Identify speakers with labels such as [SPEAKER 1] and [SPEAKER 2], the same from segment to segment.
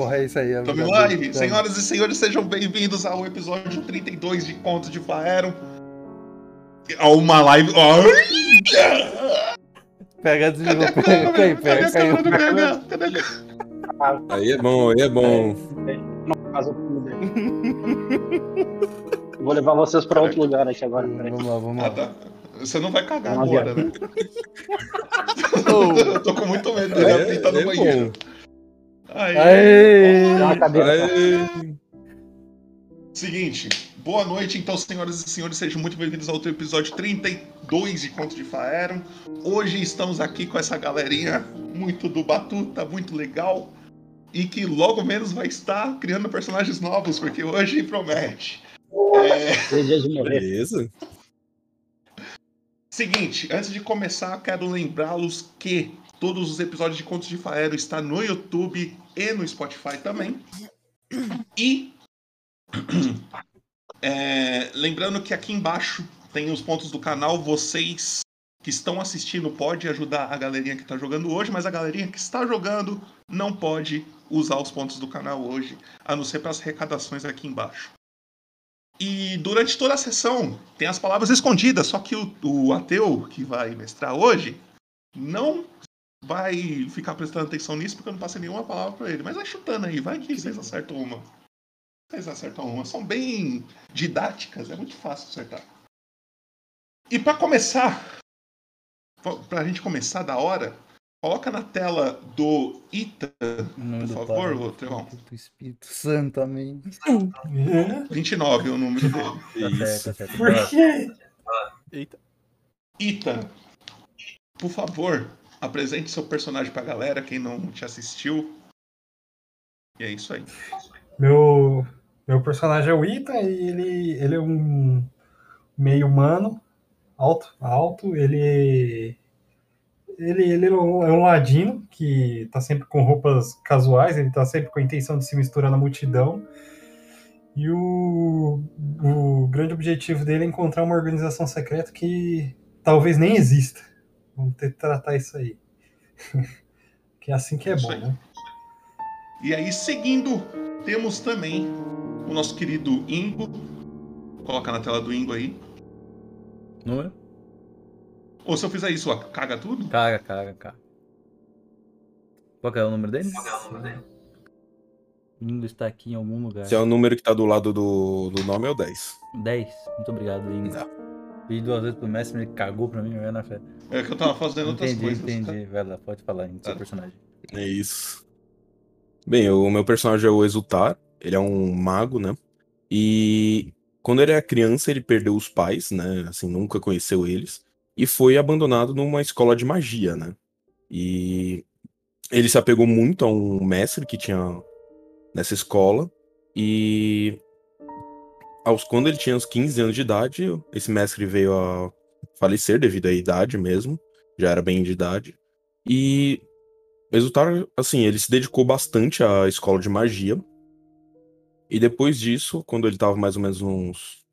[SPEAKER 1] Porra, é isso aí. amigo.
[SPEAKER 2] Tome live. Senhoras e senhores, sejam bem-vindos ao episódio 32 de Contos de Faeron. A uma live. Olha!
[SPEAKER 1] Pega,
[SPEAKER 2] Cadê a
[SPEAKER 1] desligou.
[SPEAKER 2] câmera?
[SPEAKER 1] Pega,
[SPEAKER 2] Cadê
[SPEAKER 1] caiu,
[SPEAKER 2] a
[SPEAKER 1] pega, caiu.
[SPEAKER 2] câmera do BH? Cadê a câmera?
[SPEAKER 3] Aí é bom, aí é bom.
[SPEAKER 4] Caso tudo. Vou levar vocês pra outro lugar aqui agora. peraí.
[SPEAKER 1] Vamos lá, vamos
[SPEAKER 2] Ah,
[SPEAKER 1] lá.
[SPEAKER 2] tá. Você não vai cagar
[SPEAKER 4] Não,
[SPEAKER 2] agora, né? Eu tô com muito medo
[SPEAKER 3] Aí
[SPEAKER 2] de
[SPEAKER 3] é,
[SPEAKER 2] pintar no
[SPEAKER 3] aí é
[SPEAKER 2] banheiro.
[SPEAKER 3] bom.
[SPEAKER 2] Aí.
[SPEAKER 1] Aê!
[SPEAKER 4] Dá uma cabeça.
[SPEAKER 3] Aí,
[SPEAKER 2] Seguinte, boa noite, então, senhoras e senhores, sejam muito bem-vindos ao outro episódio 32 de Conto de Faeron. Hoje estamos aqui com essa galerinha muito do Batuta, muito legal, e que logo menos vai estar criando personagens novos, porque hoje promete. É,
[SPEAKER 4] Três dias de morrer.
[SPEAKER 3] beleza.
[SPEAKER 2] Seguinte, antes de começar, quero lembrá-los que todos os episódios de Contos de Faeron estão no YouTube e no Spotify também. E é, lembrando que aqui embaixo tem os pontos do canal. Vocês que estão assistindo pode ajudar a galerinha que está jogando hoje, mas a galerinha que está jogando não pode usar os pontos do canal hoje, a não ser para as arrecadações aqui embaixo. E durante toda a sessão tem as palavras escondidas, só que o, o ateu que vai mestrar hoje não vai ficar prestando atenção nisso porque eu não passei nenhuma palavra para ele. Mas vai chutando aí, vai que vocês acertam uma. Vocês acertam uma. São bem didáticas, é muito fácil acertar. E para começar, pra- pra gente começar da hora, coloca na tela do Ita, né?
[SPEAKER 1] Em nome
[SPEAKER 2] Por
[SPEAKER 1] do
[SPEAKER 2] favor,
[SPEAKER 1] Pai, do
[SPEAKER 2] Rotrão.
[SPEAKER 1] Filho e Do Espírito Santo, amém.
[SPEAKER 2] 29 é o número dele.
[SPEAKER 3] Isso.
[SPEAKER 5] Por quê?
[SPEAKER 2] Ita, por favor, apresente seu personagem pra galera, quem não te assistiu. E é isso aí.
[SPEAKER 5] Meu, meu personagem é o Ita e ele, ele é um meio humano, alto, alto, ele. Ele, ele é um é um ladino que tá sempre com roupas casuais, ele tá sempre com a intenção de se misturar na multidão. E o, o grande objetivo dele é encontrar uma organização secreta que talvez nem exista. Vamos ter que tratar isso aí. que é assim que é
[SPEAKER 2] Isso
[SPEAKER 5] bom,
[SPEAKER 2] aí.
[SPEAKER 5] né?
[SPEAKER 2] E aí, seguindo, temos também o nosso querido Ingo. Vou colocar na tela do Ingo aí.
[SPEAKER 1] Número?
[SPEAKER 2] Ou se eu fizer isso, ó, caga tudo?
[SPEAKER 1] Caga, caga, caga. Qual que é o número dele? Lingo está aqui em algum lugar.
[SPEAKER 3] Se é o número que tá do lado do, do nome, é o 10.
[SPEAKER 1] 10. Muito obrigado, Lingo.
[SPEAKER 3] Tá.
[SPEAKER 1] Pedi duas vezes pro mestre, ele cagou pra mim, vai na fé.
[SPEAKER 2] É que eu tava fazendo outras
[SPEAKER 1] Entendi,
[SPEAKER 2] coisas.
[SPEAKER 1] entendi. Vai lá, pode falar, Ingo, seu
[SPEAKER 2] Tá.
[SPEAKER 1] personagem.
[SPEAKER 3] É isso. Bem, o meu personagem é o Exultar. Ele é um mago, né? E quando ele era criança, ele perdeu os pais, né? Assim, nunca conheceu eles. E foi abandonado numa escola de magia, né? E ele se apegou muito a um mestre que tinha nessa escola. E aos quando ele tinha uns 15 anos de idade, esse mestre veio a falecer devido à idade mesmo. Já era bem de idade. E resultaram, assim, ele se dedicou bastante à escola de magia. E depois disso, quando ele tava mais ou menos uns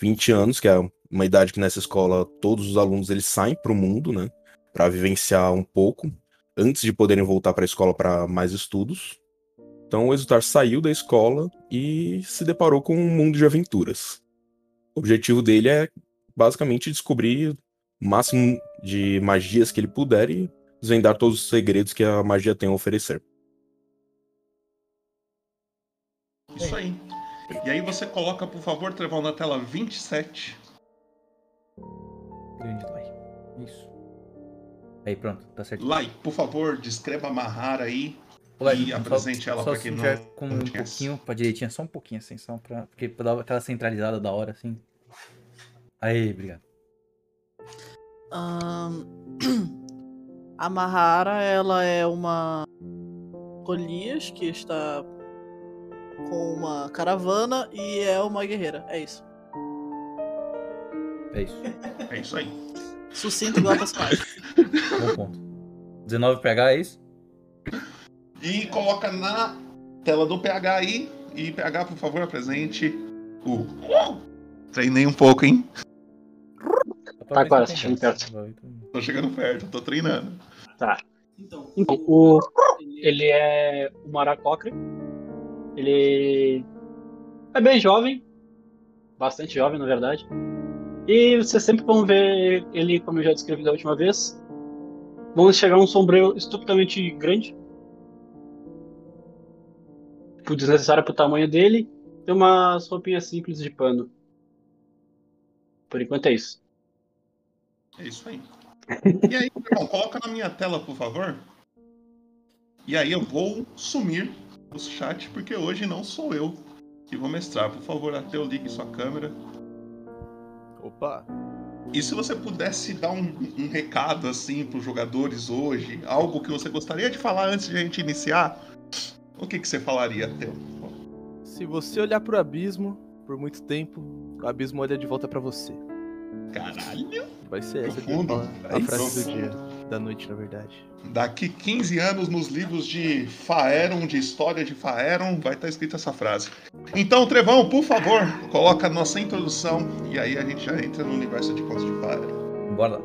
[SPEAKER 3] 20 anos, que é uma idade que nessa escola todos os alunos eles saem pro mundo, né, Pra vivenciar um pouco antes de poderem voltar pra escola para mais estudos. Então, o Exultar saiu da escola e se deparou com um mundo de aventuras. O objetivo dele é basicamente descobrir o máximo de magias que ele puder e desvendar todos os segredos que a magia tem a oferecer.
[SPEAKER 2] tá? Isso aí. E aí você coloca, por favor, Trevão, na tela 27.
[SPEAKER 1] Grande Lai. Isso. Aí, pronto, tá certo.
[SPEAKER 2] Like, por favor, descreva amarrar aí.
[SPEAKER 1] Olá,
[SPEAKER 2] E
[SPEAKER 1] só-
[SPEAKER 2] apresente ela
[SPEAKER 1] só
[SPEAKER 2] pra
[SPEAKER 1] se
[SPEAKER 2] quem não-
[SPEAKER 1] tiver com
[SPEAKER 2] não
[SPEAKER 1] um
[SPEAKER 2] conhece.
[SPEAKER 1] pouquinho pra direitinha, só um pouquinho assim, só pra. Porque pra dar aquela centralizada da hora assim. Aí, obrigado.
[SPEAKER 6] Ahn, A Mahara, ela é uma Golias que está com uma caravana e é uma guerreira. É isso.
[SPEAKER 1] É isso.
[SPEAKER 2] É isso aí.
[SPEAKER 6] Sucinto igual a personagem.
[SPEAKER 1] Bom ponto. 19 PH é isso?
[SPEAKER 2] E coloca na tela do PH aí. E PH, por favor, apresente o. Treinei um pouco, hein?
[SPEAKER 1] Só pra ver se
[SPEAKER 4] Tá agora,
[SPEAKER 1] tem
[SPEAKER 4] assistindo
[SPEAKER 1] graça. Vai, então.
[SPEAKER 2] Tô chegando perto, tô treinando.
[SPEAKER 4] Tá.
[SPEAKER 6] Então,
[SPEAKER 4] Então, o, ele é o Maracocre. Ele é bem jovem, bastante jovem, na verdade. E vocês sempre vão ver ele, como eu já descrevi da última vez, vão chegar um sombreiro estupidamente grande, tipo, desnecessário pro tamanho dele, e umas roupinhas simples de pano. Por enquanto é isso.
[SPEAKER 2] É isso aí. E aí, meu irmão, coloca na minha tela, por favor. E aí eu vou sumir do chat, porque hoje não sou eu que vou mestrar. Por favor, até eu ligue sua câmera.
[SPEAKER 7] Opa!
[SPEAKER 2] E se você pudesse dar um, um recado assim para os jogadores hoje, algo que você gostaria de falar antes de a gente iniciar, o que, que você falaria, Theo?
[SPEAKER 7] Se você olhar pro abismo por muito tempo, o abismo olha de volta pra você.
[SPEAKER 2] Caralho,
[SPEAKER 7] Vai ser essa que-
[SPEAKER 2] profundo. né?
[SPEAKER 7] a frase
[SPEAKER 2] Profundo.
[SPEAKER 7] do dia. Da noite, na verdade.
[SPEAKER 2] Daqui 15 anos, nos livros de Faeron, de história de Faeron, vai estar escrita essa frase. Então, Trevão, por favor, coloca a nossa introdução e aí a gente já entra no universo de contos de Faeron.
[SPEAKER 1] Bora lá.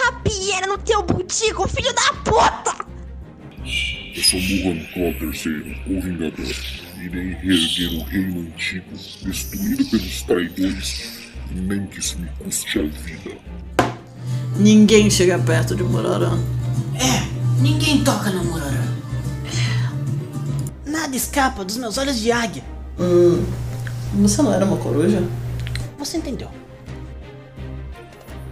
[SPEAKER 8] rapieira no teu butico, filho da puta!
[SPEAKER 9] Eu sou Mugan Claw III, o Vingador. Irei reerguer o reino antigo, destruído pelos traidores, nem que isso me custe a vida.
[SPEAKER 6] Ninguém chega perto de Murarã.
[SPEAKER 10] É, Ninguém toca no Murarã. Nada escapa dos meus olhos de águia.
[SPEAKER 6] Hum, você não era uma coruja?
[SPEAKER 10] Você entendeu?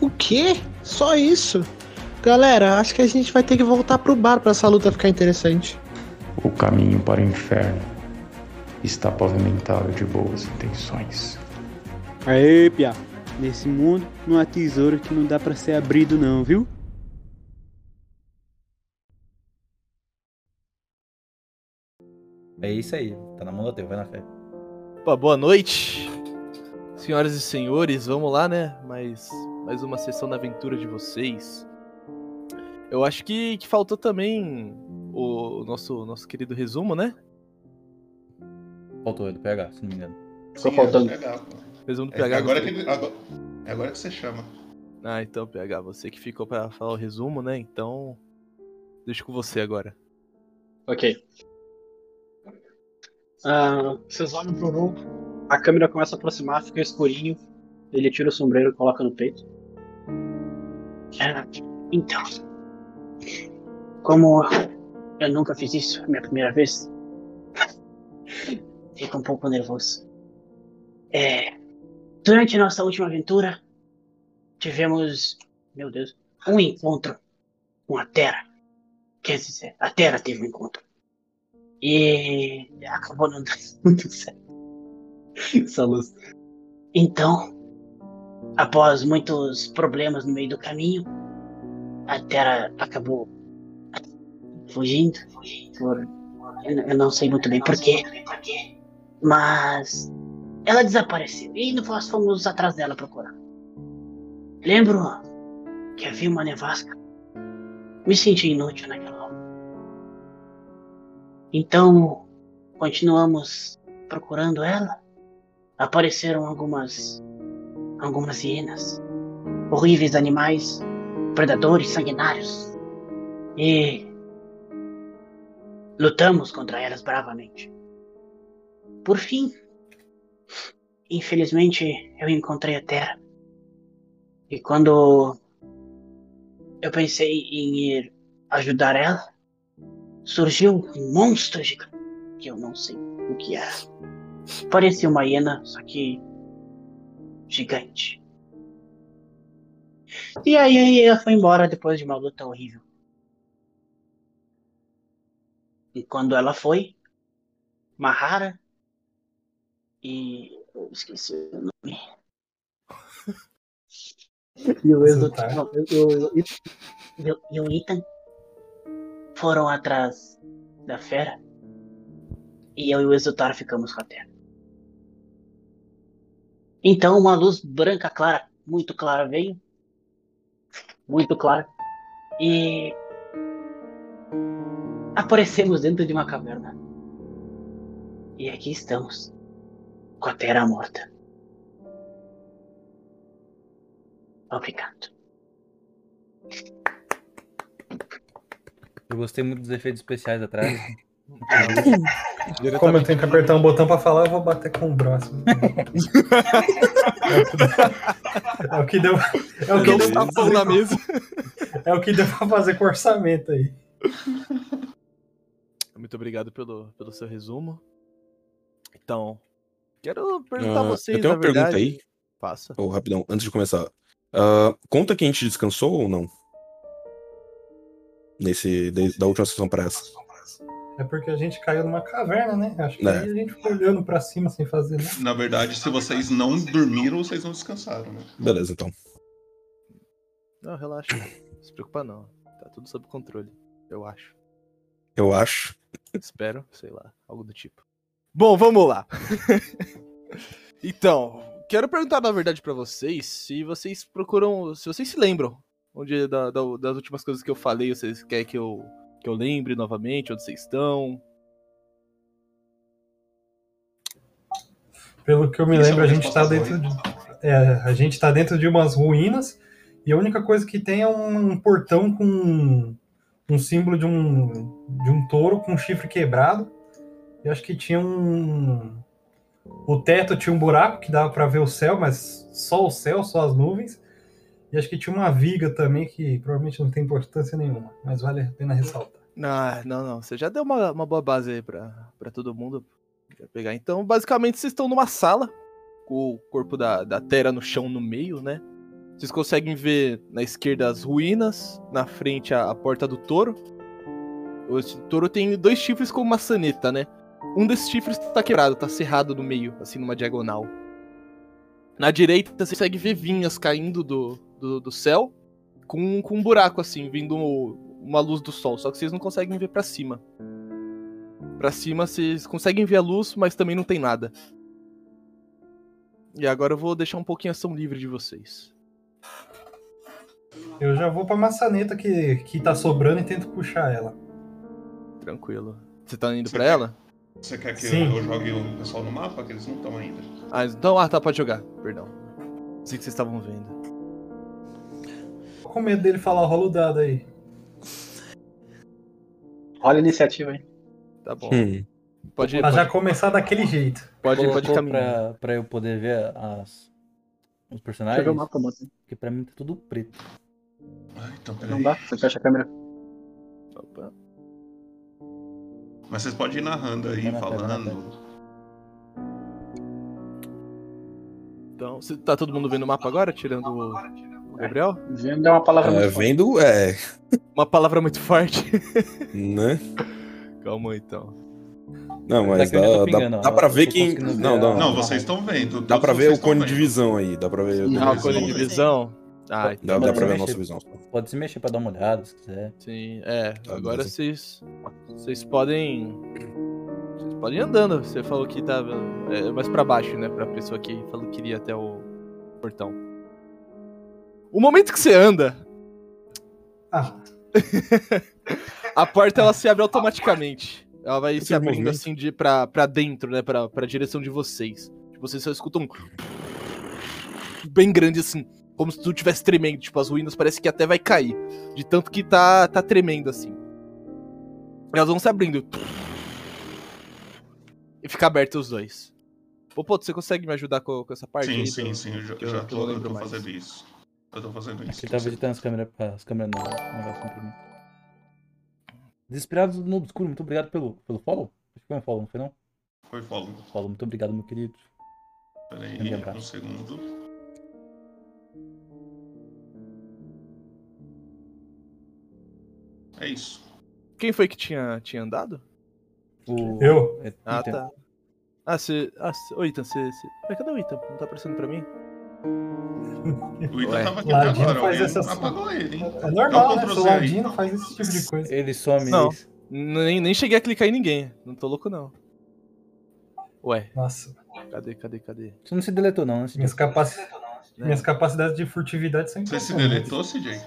[SPEAKER 11] O quê? Só isso? Galera, acho que a gente vai ter que voltar pro bar pra essa luta ficar interessante.
[SPEAKER 12] O caminho para o inferno está pavimentado de boas intenções.
[SPEAKER 13] Aê, pia. Nesse mundo não há tesouro que não dá pra ser abrido não, viu?
[SPEAKER 1] É isso aí. Tá na mão do teu, vai na fé.
[SPEAKER 7] Opa, boa noite, senhoras e senhores. Vamos lá, né? Mais, mais uma sessão da aventura de vocês. Eu acho que, que faltou também o nosso, nosso querido resumo, né?
[SPEAKER 1] Faltou ele, PH, se não me engano.
[SPEAKER 4] Ficou
[SPEAKER 2] Sim,
[SPEAKER 4] faltando.
[SPEAKER 2] é do PH, pô.
[SPEAKER 7] Resumo do
[SPEAKER 2] É,
[SPEAKER 7] PH.
[SPEAKER 2] agora, que,
[SPEAKER 7] você-
[SPEAKER 2] ele- agora, é agora que você chama.
[SPEAKER 7] Ah, então, PH, você que ficou pra falar o resumo, né? Então, deixa com você agora.
[SPEAKER 4] Ok. Ah, vocês olham pro Ru, a câmera começa a aproximar, fica escurinho. Ele tira o sombreiro e coloca no peito. Ah, então. Como eu nunca fiz isso, é minha primeira vez. Fico um pouco nervoso. É, durante a nossa última aventura, tivemos, meu Deus, um encontro com a Terra. Quer dizer, a Terra teve um encontro. E acabou não dando muito certo. Essa luz. Então, após muitos problemas no meio do caminho, a Terra acabou fugindo. Por... Eu eu não sei muito bem porquê, mas ela desapareceu e nós fomos atrás dela procurar. Lembro que havia uma nevasca. Me senti inútil naquela hora. Então, continuamos procurando ela. Apareceram algumas algumas hienas, horríveis animais, predadores sanguinários. E lutamos contra elas bravamente. Por fim, infelizmente, eu encontrei a Terra. E quando eu pensei em ir ajudar ela, surgiu um monstro gigante que eu não sei o que era. Parecia uma hiena, só que gigante. E aí ela foi embora depois de uma luta horrível. E quando ela foi, Mahara e eu esqueci o nome. E o
[SPEAKER 5] Tá.
[SPEAKER 4] tá- Exultar. E o- e o- e o Ethan foram atrás da fera. E eu e o Exultar ficamos com a terra. Então uma luz branca clara, muito clara veio. Muito clara. E aparecemos dentro de uma caverna. E aqui estamos. Com a terra morta. Obrigado.
[SPEAKER 1] Eu gostei muito dos efeitos especiais atrás.
[SPEAKER 5] Como eu tenho que apertar um botão pra falar, eu vou bater com o próximo. é o que deu. É o que
[SPEAKER 7] Dá
[SPEAKER 5] deu
[SPEAKER 7] um
[SPEAKER 3] tá
[SPEAKER 5] pra
[SPEAKER 7] tapão
[SPEAKER 5] fazer
[SPEAKER 7] na
[SPEAKER 5] com-
[SPEAKER 7] mesa.
[SPEAKER 5] É o que deu pra fazer com orçamento aí.
[SPEAKER 7] Muito obrigado pelo, pelo seu resumo. Então, quero perguntar a
[SPEAKER 3] Ah,
[SPEAKER 7] vocês,
[SPEAKER 3] eu tenho
[SPEAKER 7] na
[SPEAKER 3] uma pergunta
[SPEAKER 7] verdade.
[SPEAKER 3] aí.
[SPEAKER 7] Faça.
[SPEAKER 3] Ou rapidão, antes de começar. Ah, conta que a gente descansou ou não? Nesse, de- da última sessão pra essa.
[SPEAKER 5] É porque a gente caiu numa caverna, né? Acho que
[SPEAKER 3] É.
[SPEAKER 5] aí a gente ficou olhando pra cima sem fazer nada.
[SPEAKER 2] Na verdade, se vocês não dormiram, vocês não descansaram, né?
[SPEAKER 3] Beleza, então.
[SPEAKER 7] Não, relaxa. Não se preocupa não. Tá tudo sob controle, eu acho.
[SPEAKER 3] Eu acho.
[SPEAKER 7] Espero, sei lá, algo do tipo. Bom, vamos lá. então, quero perguntar na verdade pra vocês se vocês procuram, se vocês se lembram onde da- da- das últimas coisas que eu falei, vocês querem que eu que eu lembre novamente onde vocês estão?
[SPEAKER 5] Pelo que eu me
[SPEAKER 7] Isso é
[SPEAKER 5] lembro, a
[SPEAKER 7] uma
[SPEAKER 5] gente tá
[SPEAKER 7] resposta
[SPEAKER 5] dentro de, é, a gente tá dentro de umas ruínas e a única coisa que tem é um, portão com um, um símbolo de um de um touro com um chifre quebrado. E acho que tinha um o teto tinha um buraco que dava pra ver o céu, mas só o céu, só as nuvens. E acho que tinha uma viga também que provavelmente não tem importância nenhuma, mas vale a pena ressaltar.
[SPEAKER 7] Não, é, não, não. Você já deu uma, uma boa base aí pra, pra todo mundo pegar. Então, basicamente, vocês estão numa sala com o corpo da, da Terra no chão no meio, né? Vocês conseguem ver na esquerda as ruínas, na frente a, a porta do touro. O esse touro tem dois chifres com maçaneta, né? Um desses chifres tá quebrado, tá cerrado no meio, assim, numa diagonal. Na direita, você consegue ver vinhas caindo do, do, do céu com, com um buraco, assim, vindo uma luz do sol. Só que vocês não conseguem ver pra cima. Pra cima, vocês conseguem ver a luz, mas também não tem nada. E agora eu vou deixar um pouquinho a ação livre de vocês.
[SPEAKER 5] Eu já vou pra maçaneta que, que tá sobrando e tento puxar ela.
[SPEAKER 7] Tranquilo. Você tá indo pra ela?
[SPEAKER 2] Você quer que
[SPEAKER 7] Sim.
[SPEAKER 2] eu jogue o pessoal no mapa? Que eles não estão ainda.
[SPEAKER 7] Ah, então, ah, tá, pode jogar. Perdão. Não sei o que vocês estavam vendo.
[SPEAKER 5] Tô com medo dele falar rola o dado aí.
[SPEAKER 6] Olha a iniciativa aí.
[SPEAKER 7] Tá bom.
[SPEAKER 3] Hum.
[SPEAKER 7] É, Pode
[SPEAKER 5] Pra já começar daquele jeito.
[SPEAKER 1] Colocou Pra, pra eu poder ver as, os personagens.
[SPEAKER 6] Deixa eu ver o mapa, moça.
[SPEAKER 1] Porque pra mim tá tudo preto.
[SPEAKER 2] Ah, então
[SPEAKER 6] Não dá? Você fecha a câmera.
[SPEAKER 7] Opa.
[SPEAKER 2] Mas vocês podem ir narrando aí, falando.
[SPEAKER 7] Então, cê- tá todo mundo vendo o mapa agora, tirando o, o Gabriel?
[SPEAKER 4] Vendo é uma
[SPEAKER 7] Tá
[SPEAKER 4] palavra
[SPEAKER 3] Ah,
[SPEAKER 4] muito forte.
[SPEAKER 3] vendo é.
[SPEAKER 7] Uma palavra muito forte.
[SPEAKER 3] Né?
[SPEAKER 7] Calma aí, então.
[SPEAKER 3] Não, mas
[SPEAKER 7] Daqui é eu já tô
[SPEAKER 3] dá, dá,
[SPEAKER 7] pingando, ó.
[SPEAKER 3] dá pra
[SPEAKER 7] Eu
[SPEAKER 3] ver
[SPEAKER 7] tô
[SPEAKER 3] quem.
[SPEAKER 7] conseguindo ver
[SPEAKER 3] Não,
[SPEAKER 7] a-
[SPEAKER 3] não.
[SPEAKER 7] Não, vocês tão vendo,
[SPEAKER 3] Dá pra
[SPEAKER 7] todos
[SPEAKER 3] ver
[SPEAKER 7] vocês
[SPEAKER 3] o cone
[SPEAKER 7] tão
[SPEAKER 3] de visão aí. Dá pra ver.
[SPEAKER 7] Ah, o cone de visão. Ah,
[SPEAKER 3] Dá-
[SPEAKER 7] então
[SPEAKER 3] dá
[SPEAKER 7] pode
[SPEAKER 3] pra ver a
[SPEAKER 7] mexer.
[SPEAKER 3] nossa visão.
[SPEAKER 1] Pode se mexer pra dar uma olhada, se quiser.
[SPEAKER 7] Sim, é.
[SPEAKER 1] Tá,
[SPEAKER 7] agora
[SPEAKER 1] beleza.
[SPEAKER 7] vocês. Vocês podem. Vocês podem ir andando. Você falou que tava. É, mais pra baixo, né? Pra pessoa que falou que iria até o portão. O momento que você anda.
[SPEAKER 5] Ah,
[SPEAKER 7] a porta ela se abre automaticamente. Ela vai se abrindo
[SPEAKER 3] movimento.
[SPEAKER 7] assim de pra, pra dentro, né? Pra, pra direção de vocês. Tipo, Vocês só escutam um. Bem grande assim. Como se tudo tivesse tremendo. Tipo, as ruínas parece que até vai cair. De tanto que tá, tá tremendo assim. Elas vão se abrindo. E fica aberto os dois. Pô, pô, você consegue me ajudar com, com essa parte?
[SPEAKER 2] Sim,
[SPEAKER 7] aí do-
[SPEAKER 2] sim, sim, eu já,
[SPEAKER 7] que
[SPEAKER 2] eu já
[SPEAKER 7] que
[SPEAKER 2] tô, eu
[SPEAKER 7] lembro
[SPEAKER 2] tô
[SPEAKER 7] mais?
[SPEAKER 2] fazendo isso. Eu tô fazendo isso.
[SPEAKER 1] Aqui tá visitando as câmeras. As câmeras não. o negócio não pra mim. Desesperados no obscuro, muito obrigado pelo, pelo follow. Acho que foi um follow, não foi não?
[SPEAKER 2] Foi follow.
[SPEAKER 1] Follow, muito obrigado, meu querido.
[SPEAKER 2] Peraí,
[SPEAKER 1] Grande
[SPEAKER 2] um
[SPEAKER 1] abraço.
[SPEAKER 2] segundo. É isso.
[SPEAKER 7] Quem foi que tinha, tinha andado?
[SPEAKER 1] O...
[SPEAKER 5] Eu?
[SPEAKER 1] É,
[SPEAKER 7] Ah,
[SPEAKER 1] Ethan.
[SPEAKER 7] tá. Ah, você. Ah, cê... Ô, Ethan, você. Cê... Ué, cadê o Ethan? Não tá aparecendo pra mim?
[SPEAKER 2] O Ita
[SPEAKER 7] Ué.
[SPEAKER 2] tava aqui até
[SPEAKER 5] Ladino
[SPEAKER 2] agora,
[SPEAKER 5] faz
[SPEAKER 2] alguém
[SPEAKER 5] essas-
[SPEAKER 2] apagou ele, hein?
[SPEAKER 5] É normal, né?
[SPEAKER 2] Ctrl
[SPEAKER 5] Seu
[SPEAKER 2] Z aí.
[SPEAKER 5] Ladino faz esse tipo de coisa.
[SPEAKER 1] Ele some.
[SPEAKER 7] Não.
[SPEAKER 1] eles-
[SPEAKER 7] Nem, nem cheguei a clicar em ninguém. Não tô louco, não. Ué.
[SPEAKER 5] Nossa.
[SPEAKER 7] Cadê, cadê, cadê?
[SPEAKER 1] Você não se deletou, não, né?
[SPEAKER 5] Minhas, capaci- Minhas capacidades de furtividade são
[SPEAKER 2] Você se
[SPEAKER 5] impressionantes.
[SPEAKER 2] deletou, CJ?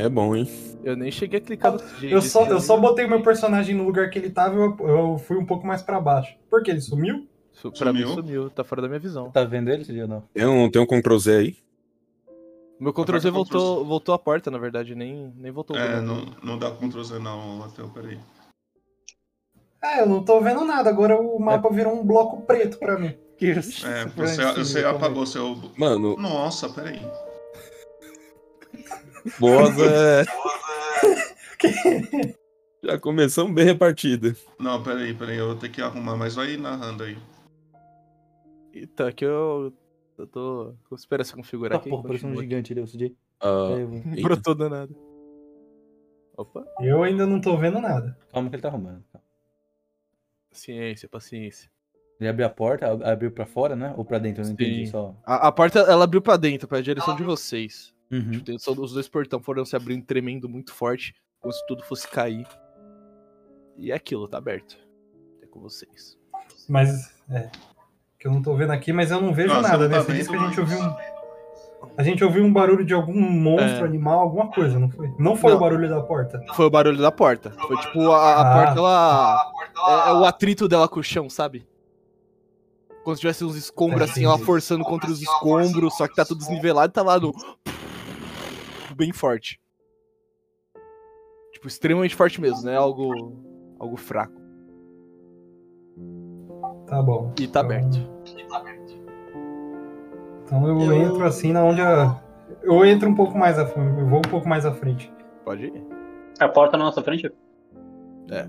[SPEAKER 3] É bom, hein?
[SPEAKER 7] Eu nem cheguei a clicar no assim.
[SPEAKER 5] Eu só, eu só botei o meu personagem no lugar que ele tava e eu, eu fui um pouco mais pra baixo. Por quê? Ele sumiu?
[SPEAKER 7] Su- Pra mim
[SPEAKER 5] Sumiu?
[SPEAKER 7] sumiu, tá fora da minha visão.
[SPEAKER 1] Tá vendo ele esse dia ou não?
[SPEAKER 3] Eu não tenho um Ctrl Z aí.
[SPEAKER 7] Meu Ctrl
[SPEAKER 2] Tá
[SPEAKER 7] Z voltou, voltou a porta, na verdade, nem, nem voltou.
[SPEAKER 2] É,
[SPEAKER 7] né?
[SPEAKER 2] não, não dá Ctrl Z não, Latel, peraí.
[SPEAKER 5] É, eu não tô vendo nada. Agora o mapa virou um bloco preto pra mim.
[SPEAKER 2] É, você, você apagou seu.
[SPEAKER 3] Mano.
[SPEAKER 2] Nossa, peraí.
[SPEAKER 3] Boas é. Já começamos bem repartida.
[SPEAKER 2] Não, peraí, peraí, eu vou ter que arrumar, mas vai narrando aí.
[SPEAKER 7] Eita, que então, eu. Eu tô. vou esperar essa configurar
[SPEAKER 1] Tá,
[SPEAKER 7] aqui.
[SPEAKER 1] porra, parecendo um
[SPEAKER 7] continua.
[SPEAKER 1] gigante ele, o CJ.
[SPEAKER 3] Ah,
[SPEAKER 1] Peraí, eu vou-
[SPEAKER 7] Não brotou danado. Opa.
[SPEAKER 5] Eu ainda não tô vendo nada.
[SPEAKER 1] Calma que ele tá arrumando.
[SPEAKER 7] Paciência, paciência.
[SPEAKER 1] Ele abriu a porta, ab- abriu pra fora, né? Ou pra dentro, eu não entendi
[SPEAKER 7] Sim.
[SPEAKER 1] só.
[SPEAKER 7] A, a porta, ela abriu pra dentro, pra direção de vocês.
[SPEAKER 1] Uhum.
[SPEAKER 7] Tipo, tem- só- os dois portão foram se abrindo tremendo muito forte, como se tudo fosse cair. E é aquilo, tá aberto. É com vocês.
[SPEAKER 5] Mas, é. Que eu não tô vendo aqui, mas eu não vejo
[SPEAKER 7] Não, você
[SPEAKER 5] nada,
[SPEAKER 7] não tá
[SPEAKER 5] né? Você disse que
[SPEAKER 7] vendo,
[SPEAKER 5] a gente ouviu um. A gente ouviu um barulho de algum monstro,
[SPEAKER 7] É.
[SPEAKER 5] animal, alguma coisa, não foi? Não foi
[SPEAKER 7] Não.
[SPEAKER 5] o barulho da porta.
[SPEAKER 7] Foi o barulho da porta. Foi tipo a, a
[SPEAKER 5] Ah.
[SPEAKER 7] porta, ela. É, é o atrito dela com o chão, sabe? Como se tivesse uns escombros assim, ela
[SPEAKER 5] Entendi.
[SPEAKER 7] forçando contra os escombros, só que tá tudo desnivelado e tá lá no. Bem forte. Tipo, extremamente forte mesmo, né? Algo. Algo fraco.
[SPEAKER 5] Tá bom.
[SPEAKER 7] E tá aberto.
[SPEAKER 5] Então eu, entro assim na onde a. Eu entro um pouco mais à frente. Eu vou um pouco mais à frente.
[SPEAKER 7] Pode ir.
[SPEAKER 4] A porta na nossa frente?
[SPEAKER 7] É.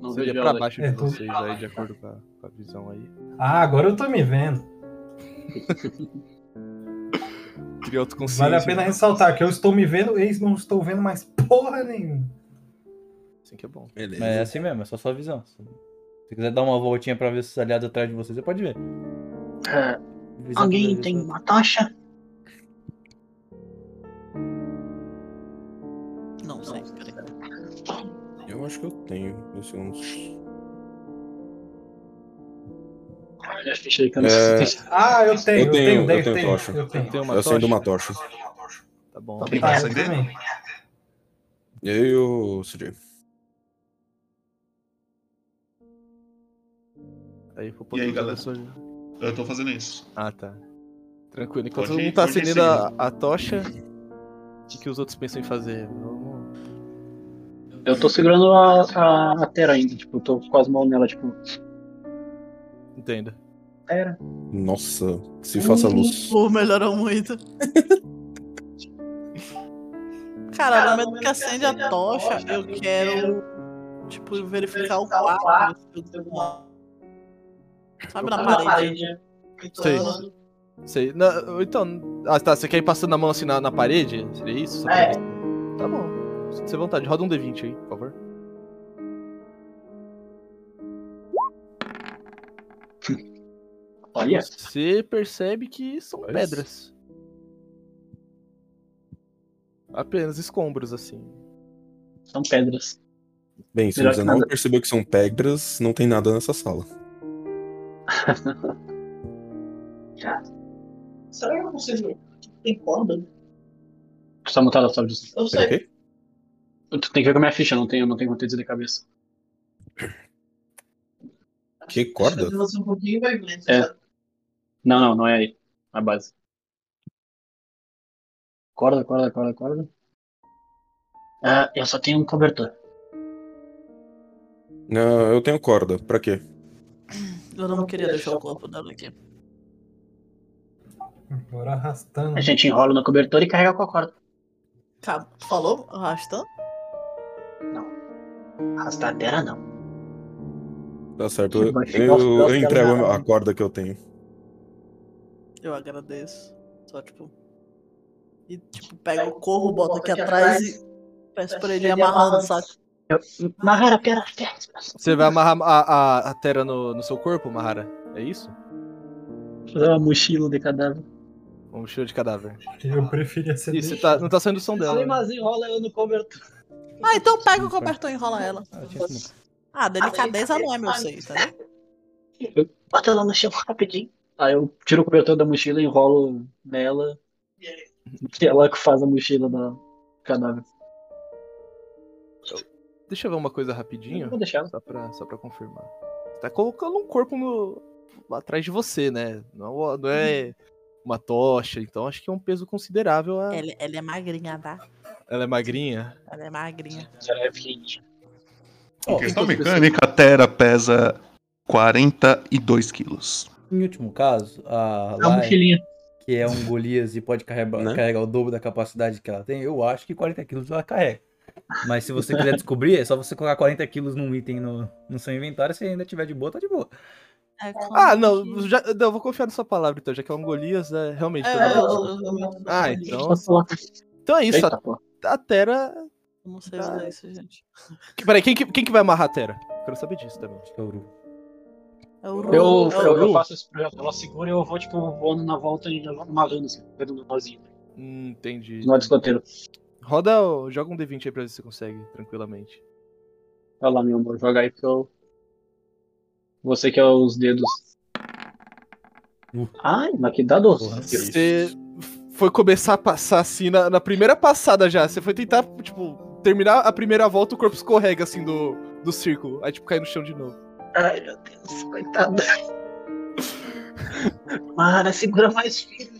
[SPEAKER 4] Não
[SPEAKER 7] Seria
[SPEAKER 4] vejo
[SPEAKER 7] pra
[SPEAKER 4] ela
[SPEAKER 7] baixo
[SPEAKER 4] aqui.
[SPEAKER 7] de vocês aí, de acordo com a, com a visão aí.
[SPEAKER 5] Ah, agora eu tô me vendo.
[SPEAKER 7] Cria né? autoconsciência.
[SPEAKER 5] Vale a pena ressaltar que eu estou me vendo, eis não estou vendo mais porra nenhuma.
[SPEAKER 7] Assim que é bom.
[SPEAKER 1] Mas é assim mesmo, é só sua visão. Se você quiser dar uma voltinha pra ver se os aliados atrás de você, você pode ver.
[SPEAKER 14] É,
[SPEAKER 1] Visão
[SPEAKER 14] Alguém
[SPEAKER 1] pra ver
[SPEAKER 14] tem
[SPEAKER 1] se-
[SPEAKER 14] uma tocha?
[SPEAKER 10] Não sei, peraí.
[SPEAKER 3] Eu acho que eu um tenho. dois segundos.
[SPEAKER 4] Olha a ficha aí que eu não
[SPEAKER 3] É,
[SPEAKER 4] sei se tem.
[SPEAKER 5] Ah, eu tenho, eu tenho,
[SPEAKER 3] eu
[SPEAKER 5] eu
[SPEAKER 3] tenho
[SPEAKER 5] tenho,
[SPEAKER 3] tocha.
[SPEAKER 5] eu tenho.
[SPEAKER 3] Eu,
[SPEAKER 5] Tem uma
[SPEAKER 3] acendo
[SPEAKER 5] tocha?
[SPEAKER 3] uma tocha.
[SPEAKER 7] Tá bom.
[SPEAKER 5] Tá, eu também.
[SPEAKER 3] E aí, ô CJ?
[SPEAKER 7] Aí,
[SPEAKER 2] E
[SPEAKER 7] vou poder
[SPEAKER 2] aí,
[SPEAKER 7] usar
[SPEAKER 2] galera?
[SPEAKER 7] a sua-
[SPEAKER 2] Eu tô fazendo isso.
[SPEAKER 7] Ah, tá. Tranquilo. Enquanto
[SPEAKER 2] Pode
[SPEAKER 7] todo
[SPEAKER 2] ir,
[SPEAKER 7] mundo tá
[SPEAKER 2] pode ir
[SPEAKER 7] acendendo a, a tocha, o que, que os outros pensam em fazer? Vamos-
[SPEAKER 4] Eu tô segurando a, a, a Tera ainda, tipo, tô com as mãos nela, tipo.
[SPEAKER 7] Entenda.
[SPEAKER 4] Tera.
[SPEAKER 3] Nossa, se faça luz.
[SPEAKER 6] Pô, melhorou muito. Cara, no momento que acende a tocha, eu quero, tipo, verificar o quadro. Sabe na parede?
[SPEAKER 7] Sei. Sei. na- então. Ah, tá. Você quer ir passando a mão assim na, na parede? Seria isso?
[SPEAKER 14] É.
[SPEAKER 7] Tá bom. Sinta-se à vontade. Roda um D20 aí, por favor.
[SPEAKER 4] Olha.
[SPEAKER 7] Você percebe que são pedras. Apenas escombros, assim.
[SPEAKER 4] São pedras.
[SPEAKER 3] Bem, se
[SPEAKER 7] Melhor
[SPEAKER 3] o
[SPEAKER 7] que
[SPEAKER 3] 19
[SPEAKER 7] nada.
[SPEAKER 3] percebeu que são pedras, não tem nada nessa sala.
[SPEAKER 14] Será que eu consigo. Tem corda?
[SPEAKER 4] Tu tá mutado, Otávio.
[SPEAKER 14] Eu sei. Ok.
[SPEAKER 4] Tu tem que ver com a minha ficha, não tem, eu não tenho conteúdo de cabeça.
[SPEAKER 3] Que
[SPEAKER 4] corda?
[SPEAKER 14] Você um pouquinho vai ver.
[SPEAKER 4] É. Não, não, não é aí. Na base. Corda, corda, corda, corda. Ah, eu só tenho um cobertor.
[SPEAKER 3] Não, Ah, eu tenho corda. Pra quê?
[SPEAKER 6] Eu não queria deixar o corpo dela aqui.
[SPEAKER 5] Agora arrastando.
[SPEAKER 4] A gente enrola no cobertor e carrega com a corda.
[SPEAKER 6] Calma, tu falou arrastando?
[SPEAKER 4] Arrastar a terra, não.
[SPEAKER 3] Tá certo. Eu,
[SPEAKER 4] Vai chegar
[SPEAKER 3] eu-
[SPEAKER 4] os
[SPEAKER 3] eu
[SPEAKER 4] próximos
[SPEAKER 3] entrego
[SPEAKER 4] lá.
[SPEAKER 3] a corda que eu tenho.
[SPEAKER 6] Eu agradeço. Só tipo. E tipo, pega o corro, bota aqui atrás Tá e peço pra ele amarrar no saco.
[SPEAKER 4] Amarrar a pedra.
[SPEAKER 7] Você vai amarrar a, a, a Terra no, no seu corpo, Mahara? É isso?
[SPEAKER 4] Fazer uma mochila de cadáver.
[SPEAKER 7] Uma mochila de cadáver.
[SPEAKER 5] Eu preferia ser.
[SPEAKER 7] Isso, tá, não tá saindo o som dela. Né?
[SPEAKER 4] mas enrola eu no cobertor.
[SPEAKER 6] Ah, então pega o cobertor e enrola ela.
[SPEAKER 1] tá assim
[SPEAKER 6] Ah, delicadeza não é meu
[SPEAKER 14] Ah,
[SPEAKER 6] seio, tá? ligado?
[SPEAKER 4] Bota ela no chão rapidinho. Aí Ah, eu tiro o cobertor da mochila, enrolo nela. E ela que faz a mochila da cadáver.
[SPEAKER 7] Deixa eu ver uma coisa rapidinho.
[SPEAKER 4] Vou deixar.
[SPEAKER 7] Só pra, só pra confirmar. Você tá colocando um corpo no, atrás de você, né? Não, não é uma tocha, então acho que é um peso considerável. a-
[SPEAKER 6] Ela, ela é magrinha, tá?
[SPEAKER 7] Ela é magrinha.
[SPEAKER 6] Ela é magrinha.
[SPEAKER 4] Ela é flinha.
[SPEAKER 2] Em questão
[SPEAKER 1] enquanto
[SPEAKER 2] mecânica, a Terra pesa 42 quilos.
[SPEAKER 1] Em último caso, a
[SPEAKER 2] uma mochilinha.
[SPEAKER 1] que é um Golias e pode carregar, carregar o dobro da capacidade que ela tem, eu acho que 40 quilos ela carrega. Mas se você quiser descobrir, é só você colocar 40 quilos num item no, no seu inventário, se ainda tiver de boa, tá de boa.
[SPEAKER 4] É
[SPEAKER 6] é
[SPEAKER 7] Ah, não, já, não, eu vou confiar na sua palavra então, já que é um Golias, é, realmente.
[SPEAKER 6] É,
[SPEAKER 7] tá na
[SPEAKER 6] eu-
[SPEAKER 7] boa.
[SPEAKER 6] eu- eu- eu-
[SPEAKER 7] ah,
[SPEAKER 6] eu-
[SPEAKER 7] então.
[SPEAKER 6] eu-
[SPEAKER 7] Então é isso,
[SPEAKER 6] Eita,
[SPEAKER 7] a, a Tera.
[SPEAKER 6] Eu não sei
[SPEAKER 4] Ah.
[SPEAKER 6] usar isso, gente.
[SPEAKER 7] que- Peraí, quem, que- quem que vai amarrar a Tera? Quero saber disso também.
[SPEAKER 6] É o
[SPEAKER 4] Eu, eu,
[SPEAKER 6] é o-
[SPEAKER 4] eu faço esse projeto. Ela segura e eu vou, tipo, voando na volta e amarrando assim, pegando um nozinho.
[SPEAKER 7] Hum, entendi.
[SPEAKER 4] Nó de escoteiro.
[SPEAKER 7] Roda, o- joga um D20 aí pra ver se você consegue, tranquilamente.
[SPEAKER 4] Vai lá, meu amor, joga aí porque eu. Você que é os dedos. Ai, mas que dá dor.
[SPEAKER 7] Você foi começar a passar assim na, na primeira passada já. Você foi tentar, tipo, terminar a primeira volta, o corpo escorrega assim do, do círculo. Aí, tipo, cai no chão de novo.
[SPEAKER 4] Ai, meu Deus, coitada. Mara, segura mais firme.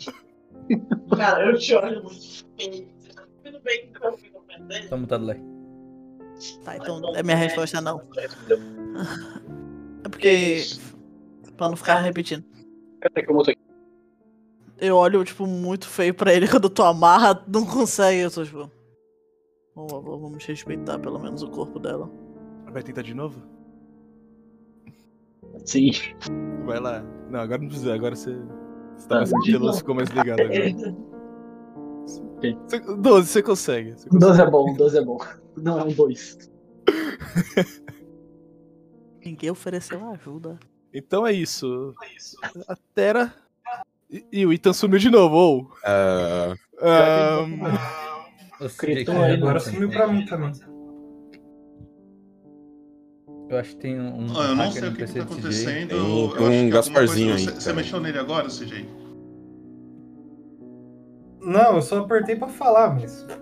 [SPEAKER 14] Cara, eu te olho muito. Tudo bem, tranquilo, mas né?
[SPEAKER 1] Tá mutado lá.
[SPEAKER 6] Tá, então é minha resposta não. É porque. Pra não ficar repetindo.
[SPEAKER 4] Peraí que eu muto aqui.
[SPEAKER 6] Eu olho, tipo, muito feio pra ele quando tu amarra, não consegue. Eu sou, tipo. Por favor, vamos respeitar pelo menos o corpo dela.
[SPEAKER 7] Vai tentar de novo?
[SPEAKER 4] Sim.
[SPEAKER 7] Vai lá. Não, agora não precisa, agora você. Você
[SPEAKER 4] Tá,
[SPEAKER 7] tá mais
[SPEAKER 4] de
[SPEAKER 7] pelo
[SPEAKER 4] novo.
[SPEAKER 7] ficou mais ligado agora. Você- 12, você consegue. Você consegue.
[SPEAKER 4] 12 é bom, 12 é bom. Não é um 2.
[SPEAKER 6] Ninguém ofereceu ajuda.
[SPEAKER 7] Então é isso. A Tera. E, e o Ethan sumiu de novo, ou.
[SPEAKER 3] Ah,
[SPEAKER 7] ah, Ahn.
[SPEAKER 1] Critou
[SPEAKER 5] É, agora sumiu pra mim também.
[SPEAKER 1] Eu acho que tem um.
[SPEAKER 2] Ah, eu não
[SPEAKER 1] hacker
[SPEAKER 2] sei o
[SPEAKER 1] no
[SPEAKER 2] que, que
[SPEAKER 1] PC
[SPEAKER 2] tá
[SPEAKER 1] desse
[SPEAKER 2] acontecendo.
[SPEAKER 1] jeito.
[SPEAKER 2] eu acho
[SPEAKER 3] tem um
[SPEAKER 2] que alguma
[SPEAKER 3] Gasparzinho
[SPEAKER 2] coisa-
[SPEAKER 3] aí,
[SPEAKER 2] Você, você
[SPEAKER 3] cara.
[SPEAKER 2] mexeu nele agora, CJ?
[SPEAKER 5] Não, eu só apertei pra falar, mas. tá-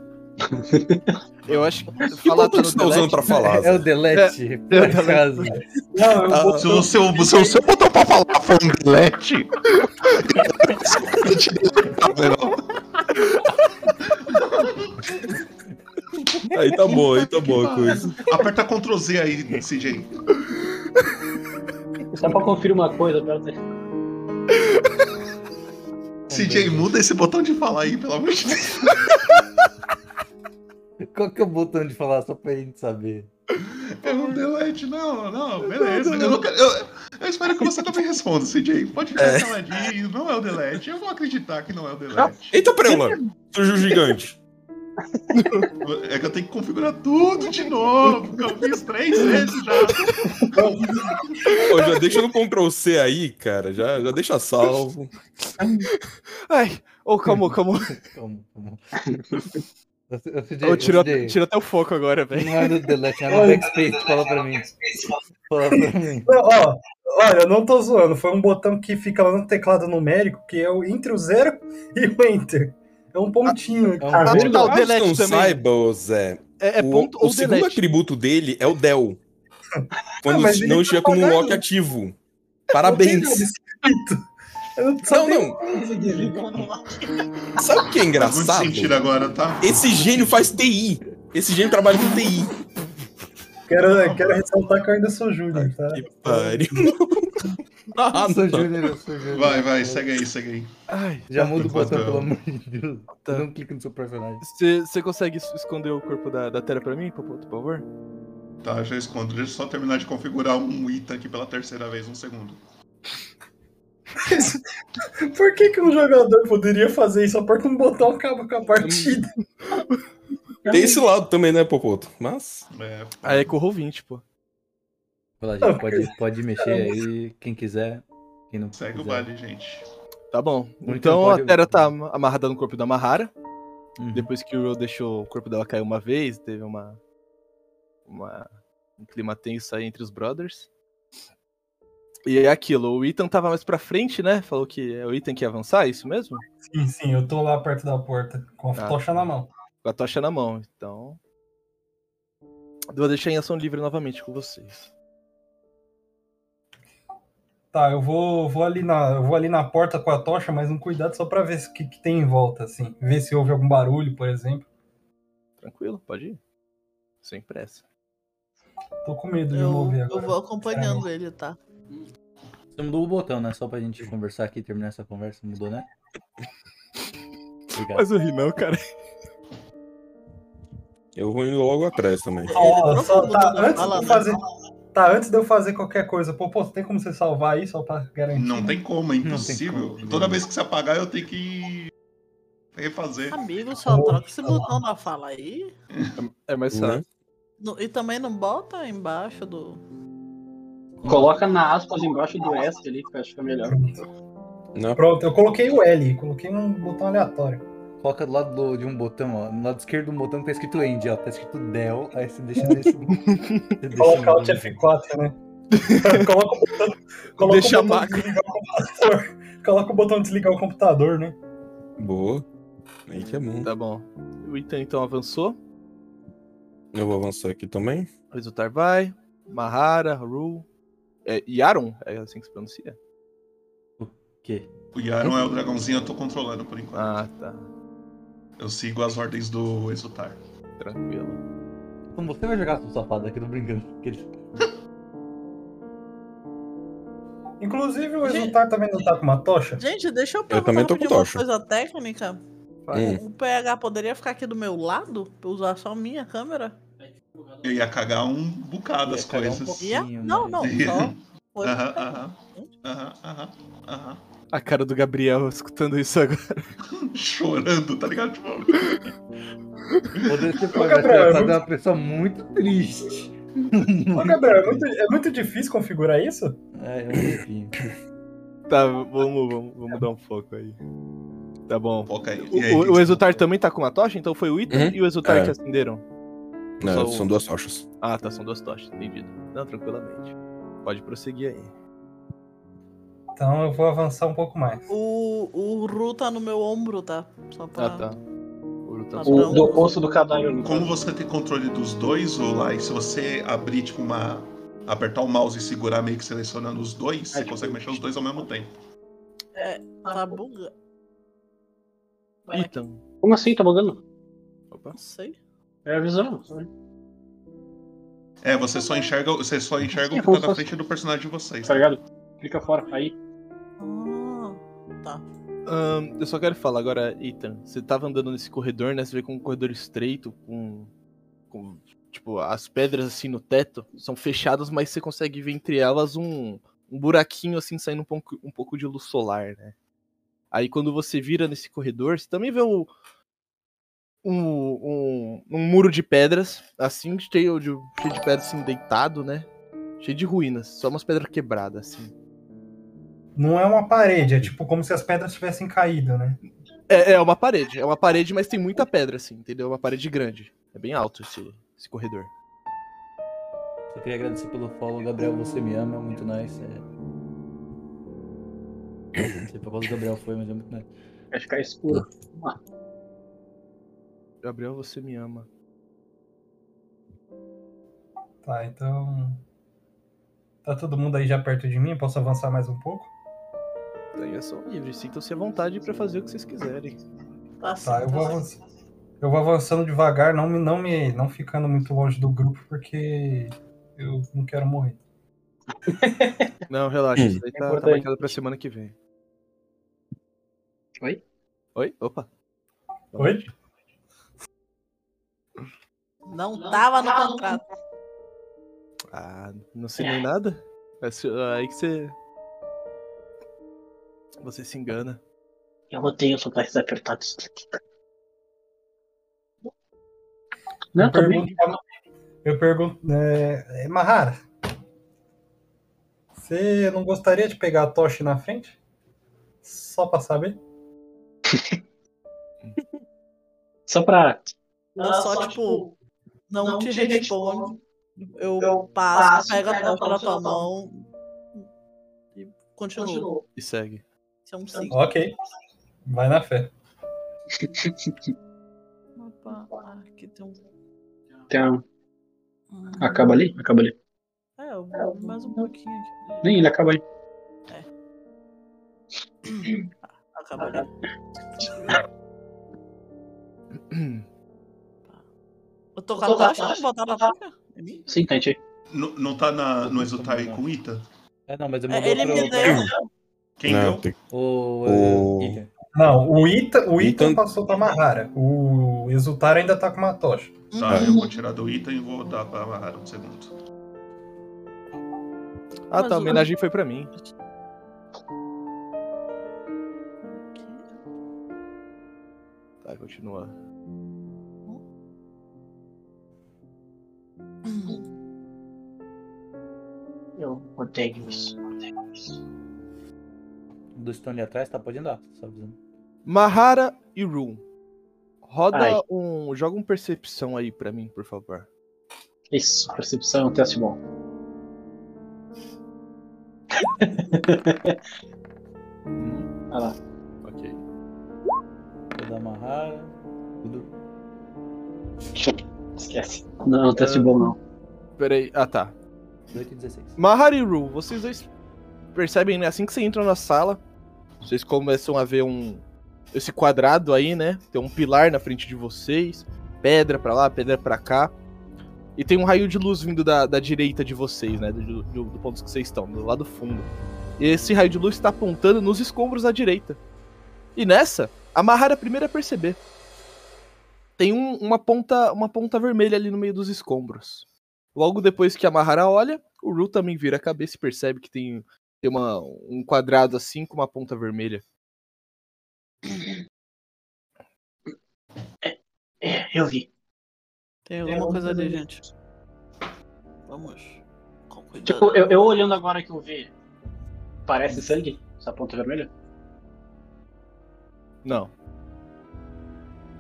[SPEAKER 7] Eu acho que.
[SPEAKER 3] Que botão que você tá usando pra falar?
[SPEAKER 1] É o delete, por acaso.
[SPEAKER 5] Não, Ah, eu
[SPEAKER 2] Se o seu, se o seu botão pra falar foi um delete.
[SPEAKER 3] Aí tá boa, aí tá boa a coisa.
[SPEAKER 2] Aperta Ctrl Z aí, CJ.
[SPEAKER 4] Só pra conferir uma coisa, pera aí.
[SPEAKER 2] CJ, muda esse botão de falar aí, pelo amor de Deus.
[SPEAKER 1] Qual que é o botão de falar só pra gente saber?
[SPEAKER 2] É um delete, não, não, beleza. Eu, nunca- eu- eu espero que você também responda, CJ. Pode ficar
[SPEAKER 3] É.
[SPEAKER 2] caladinho, não é o delete. Eu vou acreditar que não é o delete.
[SPEAKER 3] Eita, Preula! Sujo gigante.
[SPEAKER 2] É que eu tenho que configurar tudo de novo, que eu fiz três vezes já.
[SPEAKER 3] Pô, já deixa no Ctrl C aí, cara. Já, já deixa salvo.
[SPEAKER 7] Ai, ô, calma, calma.
[SPEAKER 1] Calma, calma.
[SPEAKER 7] Ô, tirou, tirou até o foco agora, velho.
[SPEAKER 1] Não é no delete, é no backspace, fala pra mim. Fala pra mim.
[SPEAKER 5] Não, ó, olha, eu não tô zoando. Foi um botão que fica lá no teclado numérico, que é o entre o zero e o enter. É um pontinho. cara. Tá
[SPEAKER 3] Caso não saiba, ô Zé,
[SPEAKER 5] É- é
[SPEAKER 3] o,
[SPEAKER 5] ponto
[SPEAKER 3] o
[SPEAKER 5] ou
[SPEAKER 3] segundo
[SPEAKER 5] delete.
[SPEAKER 3] atributo dele é o del. Quando
[SPEAKER 5] mas ele
[SPEAKER 3] não
[SPEAKER 5] tá É
[SPEAKER 3] estiver como um
[SPEAKER 5] pagando.
[SPEAKER 3] lock ativo. Parabéns.
[SPEAKER 5] é
[SPEAKER 3] Não,
[SPEAKER 5] um
[SPEAKER 3] não.
[SPEAKER 5] tá-
[SPEAKER 3] Sabe o que é engraçado?
[SPEAKER 2] sentido agora, tá?
[SPEAKER 3] Esse gênio faz TI. Esse gênio trabalha com TI.
[SPEAKER 5] Quero, quero ressaltar que eu ainda sou júnior, tá?
[SPEAKER 3] Ah,
[SPEAKER 1] sou Júnior, eu sou Júnior.
[SPEAKER 2] Vai, vai, segue aí, segue aí.
[SPEAKER 1] Já muda o botão, pelo amor
[SPEAKER 2] mundo.
[SPEAKER 1] de Deus. Não clica no seu personagem.
[SPEAKER 7] Você consegue es- esconder o corpo da, da Tera pra mim, Popoto, por favor?
[SPEAKER 2] Tá, já escondo. Deixa eu só terminar de configurar um ita aqui pela terceira vez, um segundo.
[SPEAKER 5] Por que, que um jogador poderia fazer isso? Aperta um botão, acaba
[SPEAKER 7] Hum,
[SPEAKER 5] com a partida.
[SPEAKER 3] Tem esse lado também, né, Popoto? Mas.
[SPEAKER 2] É.
[SPEAKER 7] Aí é corro 20, pô.
[SPEAKER 1] Vai lá, gente, pode, pode mexer aí, quem quiser. Quem não
[SPEAKER 2] Segue
[SPEAKER 1] quiser.
[SPEAKER 2] o baile, gente.
[SPEAKER 7] Tá bom.
[SPEAKER 1] Então
[SPEAKER 7] Então
[SPEAKER 1] pode-
[SPEAKER 7] a Tera tá am- amarrada no corpo da Mahara.
[SPEAKER 1] Uhum.
[SPEAKER 7] Depois que o Ro deixou o corpo dela cair uma vez, teve uma. uma um clima tenso aí entre os brothers. E é aquilo, o Ethan tava mais pra frente, né? Falou que é o Ethan que ia avançar, é isso mesmo?
[SPEAKER 5] Sim, sim, eu tô lá perto da porta, com a
[SPEAKER 7] Ah.
[SPEAKER 5] tocha na mão.
[SPEAKER 7] Com a tocha na mão, então. Vou deixar em ação livre novamente com vocês.
[SPEAKER 5] Tá, eu vou, vou, ali na, eu vou ali na porta com a tocha, mas um cuidado só pra ver se- o que, que tem em volta, assim. Ver se houve algum barulho, por exemplo.
[SPEAKER 7] Tranquilo, pode ir. Sem pressa.
[SPEAKER 5] Tô com medo de
[SPEAKER 6] Eu,
[SPEAKER 5] mover
[SPEAKER 6] eu
[SPEAKER 5] agora.
[SPEAKER 6] vou acompanhando ele, tá?
[SPEAKER 1] Você mudou o botão, né? Só pra gente conversar aqui, terminar essa conversa, mudou, né? Obrigado.
[SPEAKER 7] Mas eu ri não, cara.
[SPEAKER 3] Eu vou indo logo atrás também.
[SPEAKER 5] Ó, só,
[SPEAKER 6] Ele
[SPEAKER 5] tá,
[SPEAKER 6] trocou o botão,
[SPEAKER 5] antes de
[SPEAKER 6] né? fala,
[SPEAKER 5] eu fazer, tá, antes de eu fazer qualquer coisa, pô, pô, tem como você salvar aí só pra garantir?
[SPEAKER 2] Não tem como, é
[SPEAKER 5] Não tem
[SPEAKER 2] impossível. Toda vez que você apagar, eu tenho que refazer.
[SPEAKER 6] Amigo, só troca esse botão na fala aí.
[SPEAKER 7] É mais
[SPEAKER 3] Né?
[SPEAKER 7] fácil.
[SPEAKER 6] No- e também não bota embaixo do.
[SPEAKER 4] Coloca na aspas embaixo do S ali, que eu acho que é melhor.
[SPEAKER 5] Pronto, eu coloquei o L, coloquei um botão aleatório.
[SPEAKER 1] Coloca do lado do- de um botão, ó. No lado esquerdo de um botão que tá escrito end, ó. Tá escrito Dell, aí você deixa nesse. você deixa
[SPEAKER 5] Colocar o
[SPEAKER 1] nesse-
[SPEAKER 5] F4, né? coloca o botão, coloca
[SPEAKER 7] Deixa
[SPEAKER 5] o botão de desligar o computador. Coloca o botão de desligar o computador, né?
[SPEAKER 3] Boa. Aí que é bom.
[SPEAKER 7] Tá bom. O Ethan então avançou.
[SPEAKER 3] Eu vou avançar aqui também.
[SPEAKER 7] Resultar vai. Mahara, Ru. É, Yaron? É assim que se pronuncia?
[SPEAKER 1] Que?
[SPEAKER 2] O Yaron é o dragãozinho, eu tô controlando por enquanto.
[SPEAKER 7] Ah, tá.
[SPEAKER 2] Eu sigo as ordens do Exultar.
[SPEAKER 7] Tranquilo.
[SPEAKER 1] Como Então você vai jogar com o safado aqui, tô brincando. Aquele-
[SPEAKER 5] Inclusive, o Exultar também não tá com uma tocha?
[SPEAKER 6] Gente, deixa eu perguntar
[SPEAKER 5] também tô com
[SPEAKER 6] rapidinho uma
[SPEAKER 5] tocha.
[SPEAKER 6] coisa técnica.
[SPEAKER 5] Hum.
[SPEAKER 6] O PH poderia ficar aqui do meu lado? Pra eu usar só minha câmera?
[SPEAKER 2] Eu ia cagar um bocado
[SPEAKER 1] É,
[SPEAKER 2] as coisas.
[SPEAKER 6] Ia?
[SPEAKER 1] né?
[SPEAKER 6] Não, não, só. Foi
[SPEAKER 2] Aham, aham. Aham, aham, aham.
[SPEAKER 7] A cara do Gabriel escutando isso agora.
[SPEAKER 2] Chorando, tá ligado? Tipo,
[SPEAKER 1] Poderia ser
[SPEAKER 5] Ô, Gabriel, é
[SPEAKER 1] fazer
[SPEAKER 5] muito-
[SPEAKER 1] uma pessoa muito triste.
[SPEAKER 5] Ô, Gabriel, é muito, é muito difícil configurar isso?
[SPEAKER 1] É, eu enfim.
[SPEAKER 7] Tá, vamos, vamos, vamos dar um foco aí. Tá bom.
[SPEAKER 2] Foca aí.
[SPEAKER 7] O,
[SPEAKER 3] E aí,
[SPEAKER 7] o-
[SPEAKER 3] gente?
[SPEAKER 7] o Exultar também tá com uma tocha? Então foi o Ethan
[SPEAKER 3] Uhum.
[SPEAKER 7] e o Exultar
[SPEAKER 3] É.
[SPEAKER 7] que acenderam?
[SPEAKER 3] Não,
[SPEAKER 7] Só o-
[SPEAKER 3] é,
[SPEAKER 2] um.
[SPEAKER 3] são duas tochas.
[SPEAKER 7] Ah, tá, são duas tochas, entendido. Não, tranquilamente. Pode prosseguir aí.
[SPEAKER 5] Então eu vou avançar um pouco mais.
[SPEAKER 6] O, o Ru tá no meu ombro, tá? Só pra.
[SPEAKER 7] Ah, tá.
[SPEAKER 6] Padrão.
[SPEAKER 4] do cadáver.
[SPEAKER 2] Como você tem controle dos dois, ou lá, e se você abrir, tipo, uma. apertar o mouse e segurar meio que selecionando os dois, você consegue mexer os dois ao mesmo tempo.
[SPEAKER 6] É, tá buga.
[SPEAKER 7] Ethan.
[SPEAKER 4] Como assim? Tá bugando?
[SPEAKER 7] Opa.
[SPEAKER 6] Não sei.
[SPEAKER 4] É a visão.
[SPEAKER 2] É, você só enxerga, você só enxerga o que
[SPEAKER 4] Sim,
[SPEAKER 2] tá
[SPEAKER 4] como
[SPEAKER 2] na
[SPEAKER 4] se
[SPEAKER 2] frente do personagem de vocês.
[SPEAKER 4] Tá ligado? Clica fora. Aí.
[SPEAKER 6] Tá.
[SPEAKER 7] Ahn, eu só é quero falar agora, Ethan. Você tava andando nesse corredor, né? Você vê com um corredor estreito, com com, tipo, as pedras assim no teto são fechadas, mas você consegue ver entre elas um, um buraquinho assim saindo um pouco, um pouco de luz solar, né? Aí quando você vira nesse corredor, você também vê o, um, um, um muro de pedras, assim, cheio de, cheio de pedras assim, deitado, né? Cheio de ruínas, só umas pedras quebradas, assim.
[SPEAKER 5] Não é uma parede, é tipo como se as pedras tivessem caído, né?
[SPEAKER 7] É, é uma parede, é uma parede, mas tem muita pedra, assim, entendeu? É uma parede grande. É bem alto esse, esse corredor.
[SPEAKER 1] Só queria agradecer pelo follow, Gabriel. Você me ama, é muito nice. É... Não sei pra qual do Gabriel foi, mas é muito nice.
[SPEAKER 4] Vai ficar escuro. Vamos lá.
[SPEAKER 7] Gabriel, você me ama.
[SPEAKER 5] Tá, então. Tá todo mundo aí já perto de mim? Posso avançar mais um pouco?
[SPEAKER 7] Daí é só livre. Sintam-se à vontade pra fazer o que vocês quiserem.
[SPEAKER 5] Tá, eu vou avançar. Eu vou avançando devagar, não me, não me, não ficando muito longe do grupo, porque eu não quero morrer.
[SPEAKER 7] Não, relaxa. Isso daí tá, tá
[SPEAKER 4] Importante.
[SPEAKER 7] marcado pra semana que vem.
[SPEAKER 4] Oi?
[SPEAKER 7] Oi? Opa.
[SPEAKER 5] Oi?
[SPEAKER 6] Não, tava no contrato.
[SPEAKER 7] Ah, não sei nem nada? É su- aí que você. Você se engana.
[SPEAKER 4] Eu odeio sotaques apertados.
[SPEAKER 5] eu,
[SPEAKER 4] tá
[SPEAKER 5] pergunto, eu pergunto. É, é, Mahara, você não gostaria de pegar a tocha na frente? Só pra saber?
[SPEAKER 4] Só pra.
[SPEAKER 6] Eu só, tipo, não, te respondo. Eu, passo, pego a tocha na tua mão e continuo.
[SPEAKER 7] E segue.
[SPEAKER 6] Isso é um sim.
[SPEAKER 5] Ok. Vai na fé.
[SPEAKER 6] Opa, ah, aqui tem um.
[SPEAKER 4] Então. Acaba ali? Acaba ali.
[SPEAKER 6] É, eu vou mais um pouquinho aqui.
[SPEAKER 4] Nem ele acaba ali.
[SPEAKER 6] Acaba ali. Eu tô com a tocha, vou botar na tocha. É minha?
[SPEAKER 4] Sim, entendi.
[SPEAKER 2] Não, não tá na, no Exutai com Ita?
[SPEAKER 1] É, não, mas eu
[SPEAKER 6] É, ele me deu.
[SPEAKER 2] Quem
[SPEAKER 3] Não,
[SPEAKER 2] deu?
[SPEAKER 3] É, tem-
[SPEAKER 1] O. é,
[SPEAKER 3] O-
[SPEAKER 5] Não, o Ita, o Ita
[SPEAKER 3] Então-
[SPEAKER 5] passou pra Mahara. O Exultar ainda tá com uma tocha.
[SPEAKER 2] Tá, eu vou tirar do Ita e vou dar pra Mahara um segundo.
[SPEAKER 7] Ah,
[SPEAKER 6] Mas
[SPEAKER 7] tá. A
[SPEAKER 6] o-
[SPEAKER 7] homenagem foi pra mim. Tá, continua.
[SPEAKER 4] Eu odeio isso.
[SPEAKER 1] Dos estão ali atrás, tá? Pode andar, só avisando.
[SPEAKER 7] Mahara e Room. Roda
[SPEAKER 1] Ai.
[SPEAKER 7] um. Joga um percepção aí pra mim, por favor.
[SPEAKER 4] Isso, percepção é um teste bom. Olha lá.
[SPEAKER 7] Hum, Ok.
[SPEAKER 1] Vou dar amarrar. Tudo.
[SPEAKER 4] Esquece. Não, não teste bom não.
[SPEAKER 7] Peraí. Ah, tá.
[SPEAKER 1] 8 e 16.
[SPEAKER 7] Mahara e Ru, vocês dois percebem, né? Assim que você entra na sala, vocês começam a ver um. Esse quadrado aí, né? Tem um pilar na frente de vocês. Pedra pra lá, pedra pra cá. E tem um raio de luz vindo da, da direita de vocês, né? Do, do, do ponto que vocês estão, do lado fundo. E esse raio de luz tá apontando nos escombros à direita. E nessa, a Mahara é a primeira a perceber. Tem um- uma, ponta, uma ponta vermelha ali no meio dos escombros. Logo depois que a Mahara olha, o Ru também vira a cabeça e percebe que tem, tem uma, um quadrado assim com uma ponta vermelha.
[SPEAKER 4] É, eu vi.
[SPEAKER 6] Tem alguma coisa ali, gente. Vamos. Com cuidado.
[SPEAKER 4] Tipo, eu, eu olhando agora que eu vi. Parece sangue? Essa ponta vermelha?
[SPEAKER 7] Não.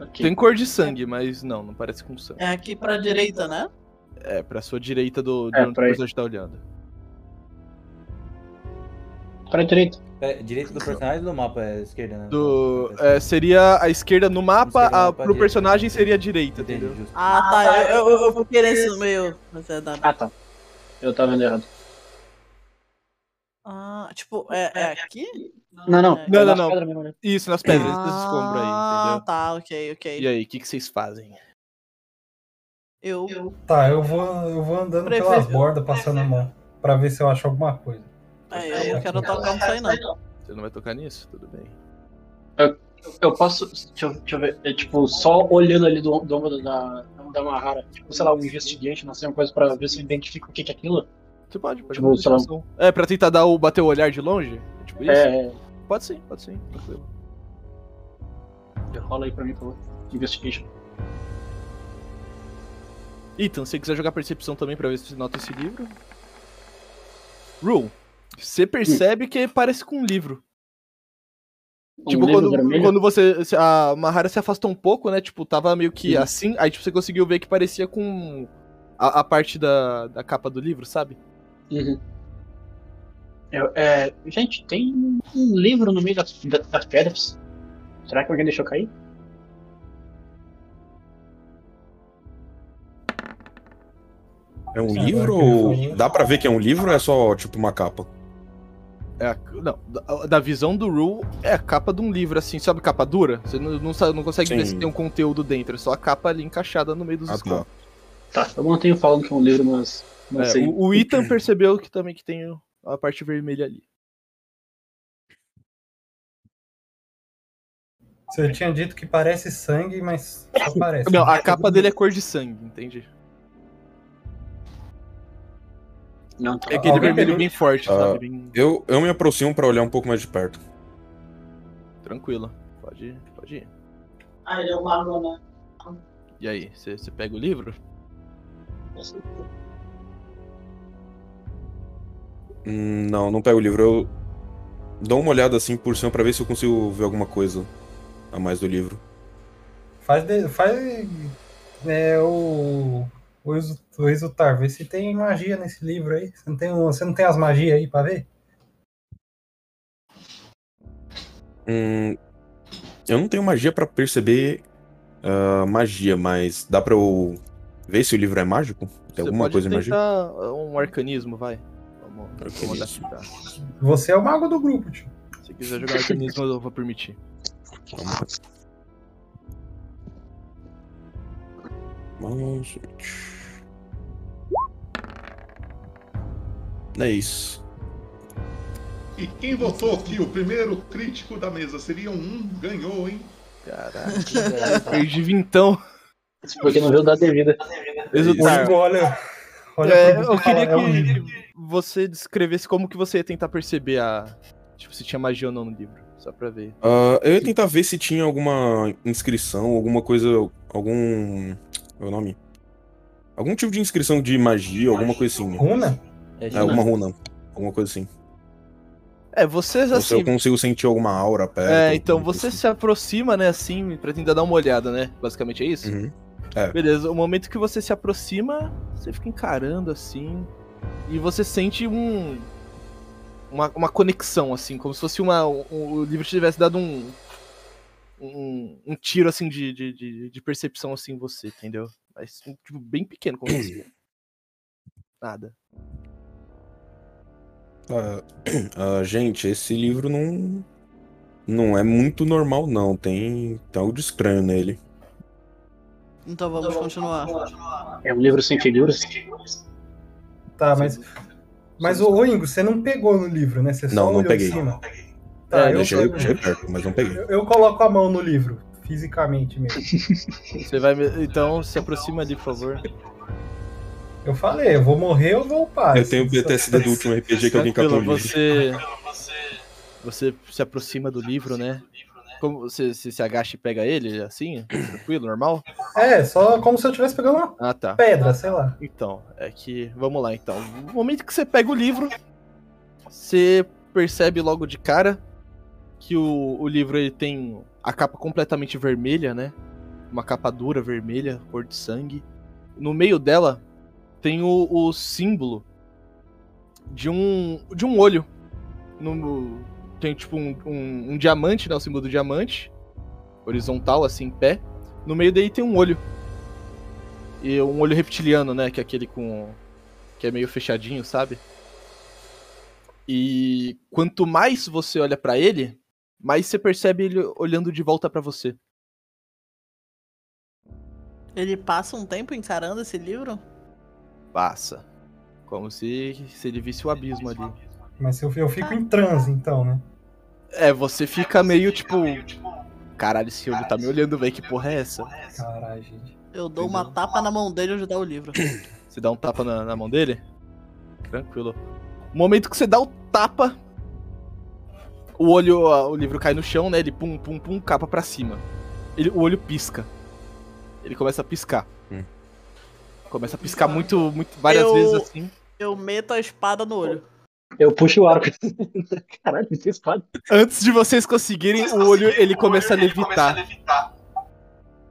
[SPEAKER 4] Ok.
[SPEAKER 7] Tem cor de sangue, mas não, não parece com sangue.
[SPEAKER 6] É aqui pra direita, né?
[SPEAKER 7] É, pra sua direita do, do
[SPEAKER 4] É,
[SPEAKER 7] onde o
[SPEAKER 4] pra aí.
[SPEAKER 7] personagem tá olhando.
[SPEAKER 4] É, Pra direita.
[SPEAKER 1] É, direito do personagem ou do mapa? É esquerda, né?
[SPEAKER 7] Do, é, seria a esquerda no mapa,
[SPEAKER 1] Esquerda no
[SPEAKER 7] a-
[SPEAKER 1] mapa,
[SPEAKER 7] pro
[SPEAKER 1] direita.
[SPEAKER 7] personagem
[SPEAKER 4] né?
[SPEAKER 7] seria a direita, entendeu?
[SPEAKER 6] Ah, tá. Eu, eu, eu vou querer esse no meio. Mas é da.
[SPEAKER 4] Ah, tá. Eu tava vendo errado.
[SPEAKER 6] Ah, tipo, é, é aqui?
[SPEAKER 4] Não, não.
[SPEAKER 6] É.
[SPEAKER 7] Não, não,
[SPEAKER 4] nas
[SPEAKER 7] não.
[SPEAKER 4] pedras mesmo, né?
[SPEAKER 7] Isso, nas pedras, nos escombros aí,
[SPEAKER 6] Ah,
[SPEAKER 7] entendeu?
[SPEAKER 6] tá, ok, ok.
[SPEAKER 7] E aí, o que, que vocês fazem?
[SPEAKER 6] Eu.
[SPEAKER 5] Tá, eu vou, eu vou andando
[SPEAKER 6] Prefeito.
[SPEAKER 5] pelas bordas, passando a mão, pra ver se eu acho alguma coisa.
[SPEAKER 6] É, eu não quero tocar nisso aí, não.
[SPEAKER 7] Você não vai tocar nisso? Tudo bem.
[SPEAKER 4] Eu posso. Deixa eu, deixa eu ver. É, tipo, só olhando ali do, do ombro da, um Damahara, tipo, sei lá, um investigation, não sei, uma coisa pra ver se eu identifico o que que é aquilo.
[SPEAKER 7] Você pode, pode.
[SPEAKER 4] Tipo, sei lá,
[SPEAKER 7] investigação. É, pra tentar dar o, bater o olhar de longe? Tipo isso?
[SPEAKER 4] É.
[SPEAKER 7] Pode sim, pode sim. tranquilo.
[SPEAKER 4] é, rola aí pra mim, por favor. Investigation.
[SPEAKER 7] Ethan, se você quiser jogar percepção também pra ver se você nota esse livro. Rule, você percebe que parece com um livro.
[SPEAKER 4] Um
[SPEAKER 7] tipo,
[SPEAKER 4] livro
[SPEAKER 7] quando,
[SPEAKER 4] vermelho?
[SPEAKER 7] quando você. se- A Mahara se afastou um pouco, né? Tipo, tava meio que assim. Aí tipo, você conseguiu ver que parecia com a, a parte da, da capa do livro, sabe?
[SPEAKER 4] Uhum. Eu, é, gente, tem um livro no meio das, da- das pedras. Será que alguém deixou cair?
[SPEAKER 3] É um livro? ou- Dá pra ver que é um livro ou é só, tipo, uma capa?
[SPEAKER 7] É a- não, da, da visão do Rule é a capa de um livro, assim, sabe, capa dura? Você não, não, sa- não consegue ver
[SPEAKER 4] Sim. Ah,
[SPEAKER 7] se tem um conteúdo dentro, é só a capa ali encaixada no meio dos escombros.
[SPEAKER 4] Tá, eu mantenho falando que é um livro, mas não
[SPEAKER 7] É,
[SPEAKER 4] sei.
[SPEAKER 7] o, o Ethan percebeu que também que tem o- a parte vermelha ali.
[SPEAKER 5] Você tinha dito que parece sangue, mas só parece.
[SPEAKER 7] Não, a capa dele é cor de sangue, entende?
[SPEAKER 4] Não, tá.
[SPEAKER 7] É aquele vermelho bem forte,
[SPEAKER 3] Ah,
[SPEAKER 7] sabe? Bem
[SPEAKER 3] eu, eu me aproximo pra olhar um pouco mais de perto.
[SPEAKER 7] tranquila. Pode, pode ir.
[SPEAKER 14] Ah,
[SPEAKER 6] um
[SPEAKER 14] ele é uma aluna.
[SPEAKER 7] E aí, você você pega o livro?
[SPEAKER 3] Hum, não, não pego o livro. Eu dou uma olhada assim por cima pra ver se eu consigo ver alguma coisa a mais do livro.
[SPEAKER 5] Faz, de- faz é, o, o, Exu- o Exultar, vê se tem magia nesse livro aí. Você não tem, o- você não tem as magias aí pra ver?
[SPEAKER 3] Hum, eu não tenho magia pra perceber ah, magia, mas dá pra eu ver se o livro é mágico? Tem alguma
[SPEAKER 7] pode
[SPEAKER 3] coisa em magia?
[SPEAKER 7] tentar um arcanismo, vai. Vamos, vamos dar
[SPEAKER 3] Arcanismo.
[SPEAKER 7] tá.
[SPEAKER 5] Você é o mago do grupo, tio.
[SPEAKER 7] Se quiser jogar arcanismo, eu vou permitir.
[SPEAKER 3] Vamos, Ah, gente. É isso.
[SPEAKER 2] E quem votou que o primeiro crítico da mesa seria um, um ganhou, hein?
[SPEAKER 7] Caraca, Perdi vintão.
[SPEAKER 4] Porque não viu dar devida.
[SPEAKER 7] Exultar.
[SPEAKER 5] Olha, olha
[SPEAKER 7] É,
[SPEAKER 5] pra
[SPEAKER 7] eu
[SPEAKER 5] você falar,
[SPEAKER 7] queria
[SPEAKER 5] é um livro.
[SPEAKER 7] que você descrevesse como que você ia tentar perceber a. Tipo, se tinha magia ou não no livro. Só pra ver.
[SPEAKER 3] Ah, eu ia tentar ver se tinha alguma inscrição, alguma coisa, algum. Qual é o nome? Algum tipo de inscrição de magia, alguma coisa assim.
[SPEAKER 5] Runa?
[SPEAKER 3] É, alguma runa. Alguma coisa assim.
[SPEAKER 7] É, vocês
[SPEAKER 3] Ou se eu
[SPEAKER 7] assim.
[SPEAKER 3] consigo sentir alguma aura perto.
[SPEAKER 7] É, então você se aproxima, né, assim, pra tentar dar uma olhada, né? Basicamente é
[SPEAKER 3] Uhum.
[SPEAKER 7] isso? Beleza, o momento que você se aproxima, você fica encarando assim. E você sente um. Uma, uma conexão, assim, como se fosse uma. um- o livro tivesse dado um. Um, um tiro, assim, de, de, de, de percepção, assim, em você, entendeu? Mas, um, tipo, bem pequeno, como você. Nada.
[SPEAKER 3] Ah, ah, gente, esse livro não. Não é muito normal, não. Tem, tem algo de estranho nele.
[SPEAKER 6] Então vamos continuar.
[SPEAKER 4] É um livro sem figuras?
[SPEAKER 5] Tá, mas. Mas o Ingo, você não pegou no livro, né? Você só
[SPEAKER 3] Não, não
[SPEAKER 5] olhou
[SPEAKER 3] peguei.
[SPEAKER 5] de cima.
[SPEAKER 3] É,
[SPEAKER 5] Tá, eu,
[SPEAKER 3] deixei, deixei perto, mas não peguei.
[SPEAKER 5] eu- eu coloco a mão no livro, fisicamente mesmo.
[SPEAKER 7] Você vai. me- Então, se aproxima ali, por favor.
[SPEAKER 5] Eu falei, eu vou morrer ou vou upar.
[SPEAKER 3] Eu tenho PTSD do último RPG que alguém catou
[SPEAKER 7] Tranquilo,
[SPEAKER 3] o livro.
[SPEAKER 7] você, você se aproxima do livro, né? Como você, você se agacha e pega ele, assim? Tranquilo, normal?
[SPEAKER 5] É, só como se eu estivesse pegando uma
[SPEAKER 7] Ah, tá.
[SPEAKER 5] pedra, sei lá.
[SPEAKER 7] Então, é que. Vamos lá então. No momento que você pega o livro, você percebe logo de cara que o, o livro ele tem a capa completamente vermelha, né? Uma capa dura vermelha, cor de sangue. No meio dela tem o, o símbolo de um, de um olho. No- tem tipo um, um- um diamante, né? O símbolo do diamante. Horizontal, assim, em pé. No meio dele tem um olho. E um olho reptiliano, né? Que é aquele com. que é meio fechadinho, sabe? E quanto mais você olha pra ele, mais você percebe ele olhando de volta pra você.
[SPEAKER 6] Ele passa um tempo encarando esse livro?
[SPEAKER 7] Passa. Como se, se ele visse o abismo ali.
[SPEAKER 5] Mas eu, eu fico em transe, então, né?
[SPEAKER 7] É, você fica É, meio tipo. Caralho, esse homem tá me olhando, velho. Que porra é essa?
[SPEAKER 5] Caralho, gente.
[SPEAKER 6] Eu dou uma tapa na mão dele e ajudar o livro.
[SPEAKER 7] Você dá um tapa na, na mão dele? Tranquilo. No momento que você dá o tapa, o olho, ó, o livro cai no chão, né? Ele pum, pum, pum, capa pra cima. Ele, o olho pisca. Ele começa a piscar.
[SPEAKER 3] Hum.
[SPEAKER 7] Começa a piscar muito, muito várias
[SPEAKER 6] Eu-
[SPEAKER 7] vezes assim.
[SPEAKER 6] Eu meto a espada no olho.
[SPEAKER 4] Eu puxo o arco. Caralho, tem espada.
[SPEAKER 7] Antes de vocês conseguirem, o olho ele começa a levitar.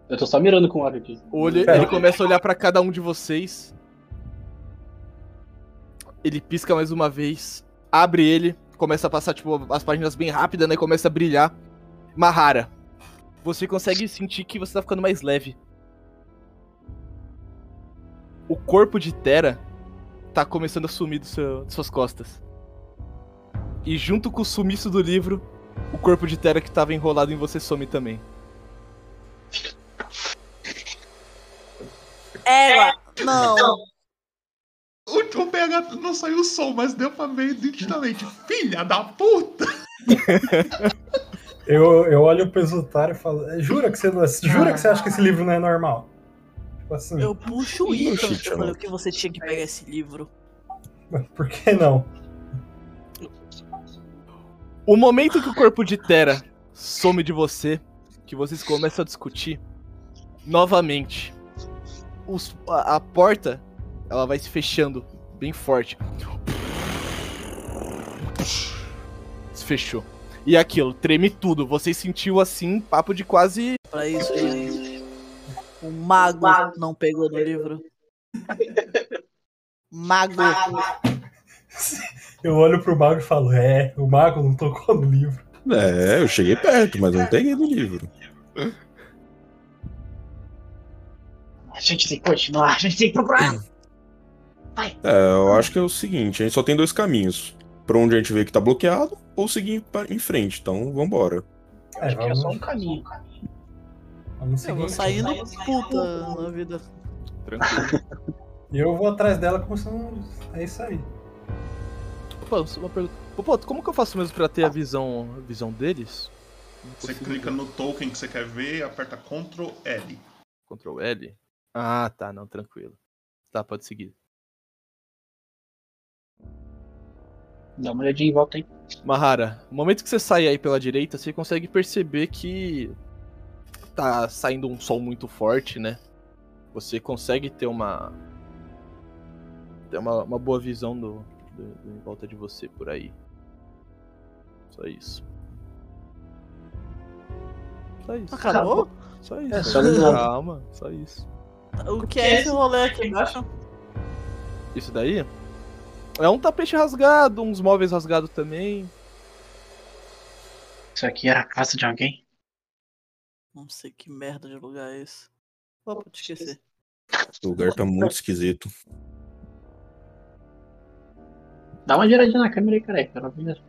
[SPEAKER 4] Eu tô só mirando com o arco aqui.
[SPEAKER 7] O olho,
[SPEAKER 4] Pera.
[SPEAKER 7] ele começa a olhar pra cada um de vocês. Ele pisca mais uma vez, abre ele, começa a passar tipo as páginas bem rápida, né? Começa a brilhar. Mahara, você consegue sentir que você tá ficando mais leve. O corpo de Terra tá começando a sumir do seu- de suas costas. E junto com o sumiço do livro, o corpo de Terra que tava enrolado em você some também.
[SPEAKER 6] É, Égua! Não!
[SPEAKER 2] O, o PH não saiu o som, mas deu pra ver nitidamente. Filha da puta!
[SPEAKER 5] Eu, eu olho pro resultado e falo, "É, jura que você não- jura que você acha que esse livro não é normal? Tipo assim,
[SPEAKER 6] Eu puxo o
[SPEAKER 5] Ih,
[SPEAKER 6] Ethan.
[SPEAKER 5] Chicha,
[SPEAKER 6] Eu falei
[SPEAKER 5] mano.
[SPEAKER 6] que você tinha que pegar esse livro.
[SPEAKER 5] por que não?
[SPEAKER 7] O momento que o corpo de Terra some de você, que vocês começam a discutir, novamente, os- a, a porta ela vai se fechando bem forte. Se fechou. E aquilo, treme tudo. Vocês sentiu assim, um papo de quase.
[SPEAKER 6] Pra isso que o mago não pegou no livro. Mago.
[SPEAKER 5] Eu olho pro mago e falo, é, o mago não tocou no livro.
[SPEAKER 3] É, eu cheguei perto, mas não peguei no livro.
[SPEAKER 14] A gente tem que continuar, a gente tem que procurar.
[SPEAKER 3] É, eu acho que é o seguinte, a gente só tem dois caminhos. Pra onde a gente vê que tá bloqueado, ou seguir pra- em frente. Então, vambora.
[SPEAKER 5] É, vamos,
[SPEAKER 4] Um caminho.
[SPEAKER 5] vamos né?
[SPEAKER 6] Eu vou
[SPEAKER 5] seguir.
[SPEAKER 6] sair no puta na vida.
[SPEAKER 7] Tranquilo.
[SPEAKER 5] E eu vou atrás dela como se não... É isso aí.
[SPEAKER 7] Opa, só uma pergunta. Opa, como que eu faço mesmo pra ter a visão, a visão deles?
[SPEAKER 2] Você clica no token que você quer ver, aperta Ctrl L.
[SPEAKER 7] Ctrl L? Ah, tá, não, tranquilo. Tá, pode seguir.
[SPEAKER 4] Dá uma olhadinha em volta aí.
[SPEAKER 7] Mahara, no momento que você sai aí pela direita, você consegue perceber que tá saindo um sol muito forte, né? Você consegue ter uma ter uma, uma boa visão do, do- do em volta de você por aí. Só isso. Só isso.
[SPEAKER 6] Acabou?
[SPEAKER 7] Só
[SPEAKER 6] É,
[SPEAKER 7] isso.
[SPEAKER 6] só isso.
[SPEAKER 7] Calma, só isso.
[SPEAKER 6] O que é esse rolê aqui embaixo?
[SPEAKER 7] Isso daí é um tapete rasgado, uns móveis rasgados também.
[SPEAKER 4] Isso aqui era a casa de alguém?
[SPEAKER 6] Não sei que merda de lugar é esse. Vou te esquecer.
[SPEAKER 3] Esse lugar tá muito esquisito.
[SPEAKER 4] Dá uma giradinha na câmera aí, é, careca. Pra ver.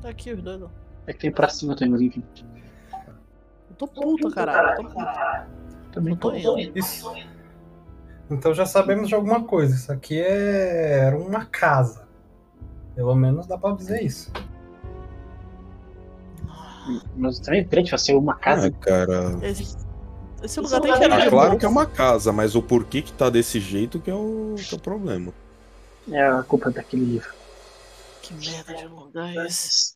[SPEAKER 6] Tá aqui os dois, ó.
[SPEAKER 4] É que tem pra cima também, mas enfim.
[SPEAKER 6] Eu tô puta, caralho. Eu tô puta.
[SPEAKER 4] Também
[SPEAKER 6] tô indo.
[SPEAKER 5] Isso. Então já sabemos de alguma coisa. Isso aqui é... era uma casa. Pelo menos dá pra dizer isso.
[SPEAKER 4] Mas também é grande, vai ser uma
[SPEAKER 3] Ah,
[SPEAKER 4] casa.
[SPEAKER 3] cara.
[SPEAKER 6] Esse, esse lugar tem cheiro
[SPEAKER 3] Ah,
[SPEAKER 6] de
[SPEAKER 3] claro
[SPEAKER 6] bolsa.
[SPEAKER 3] que é uma casa, mas o porquê que tá desse jeito que é o, que é o problema.
[SPEAKER 7] Ah,
[SPEAKER 4] É a culpa daquele livro.
[SPEAKER 6] Que merda de lugar é esse?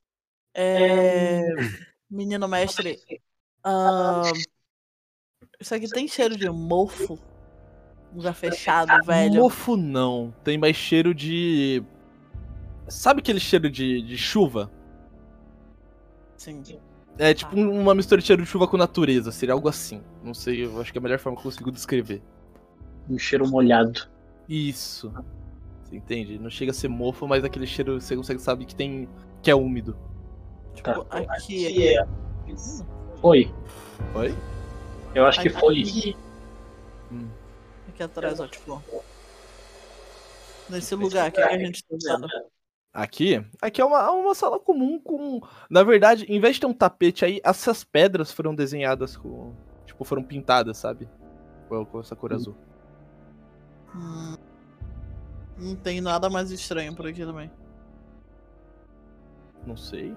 [SPEAKER 6] É... Menino mestre, ahn, isso aqui tem cheiro de mofo? Lugar fechado, velho.
[SPEAKER 7] Mofo não. Tem mais cheiro de. Sabe aquele cheiro de, de chuva?
[SPEAKER 6] Sim.
[SPEAKER 7] É tipo um- uma mistura de cheiro de chuva com natureza. Seria algo assim. Não sei, eu acho que é a melhor forma que eu consigo descrever.
[SPEAKER 4] Um cheiro molhado.
[SPEAKER 7] Isso. Você entende? Não chega a ser mofo, mas aquele cheiro você consegue saber que tem. que é úmido.
[SPEAKER 6] Tipo, aqui é.
[SPEAKER 4] Foi.
[SPEAKER 7] Oi?
[SPEAKER 4] Eu acho que
[SPEAKER 6] Aqui-
[SPEAKER 4] foi.
[SPEAKER 6] Aqui atrás, ó, tipo. Nesse lugar aqui que a gente tá vendo.
[SPEAKER 7] Aqui? Aqui é uma, uma sala comum com. Na verdade, em vez de ter um tapete aí, essas pedras foram desenhadas com. Tipo, foram pintadas, sabe? é Com com essa cor azul.
[SPEAKER 6] Hum, Não tem nada mais estranho por aqui também.
[SPEAKER 7] Não sei.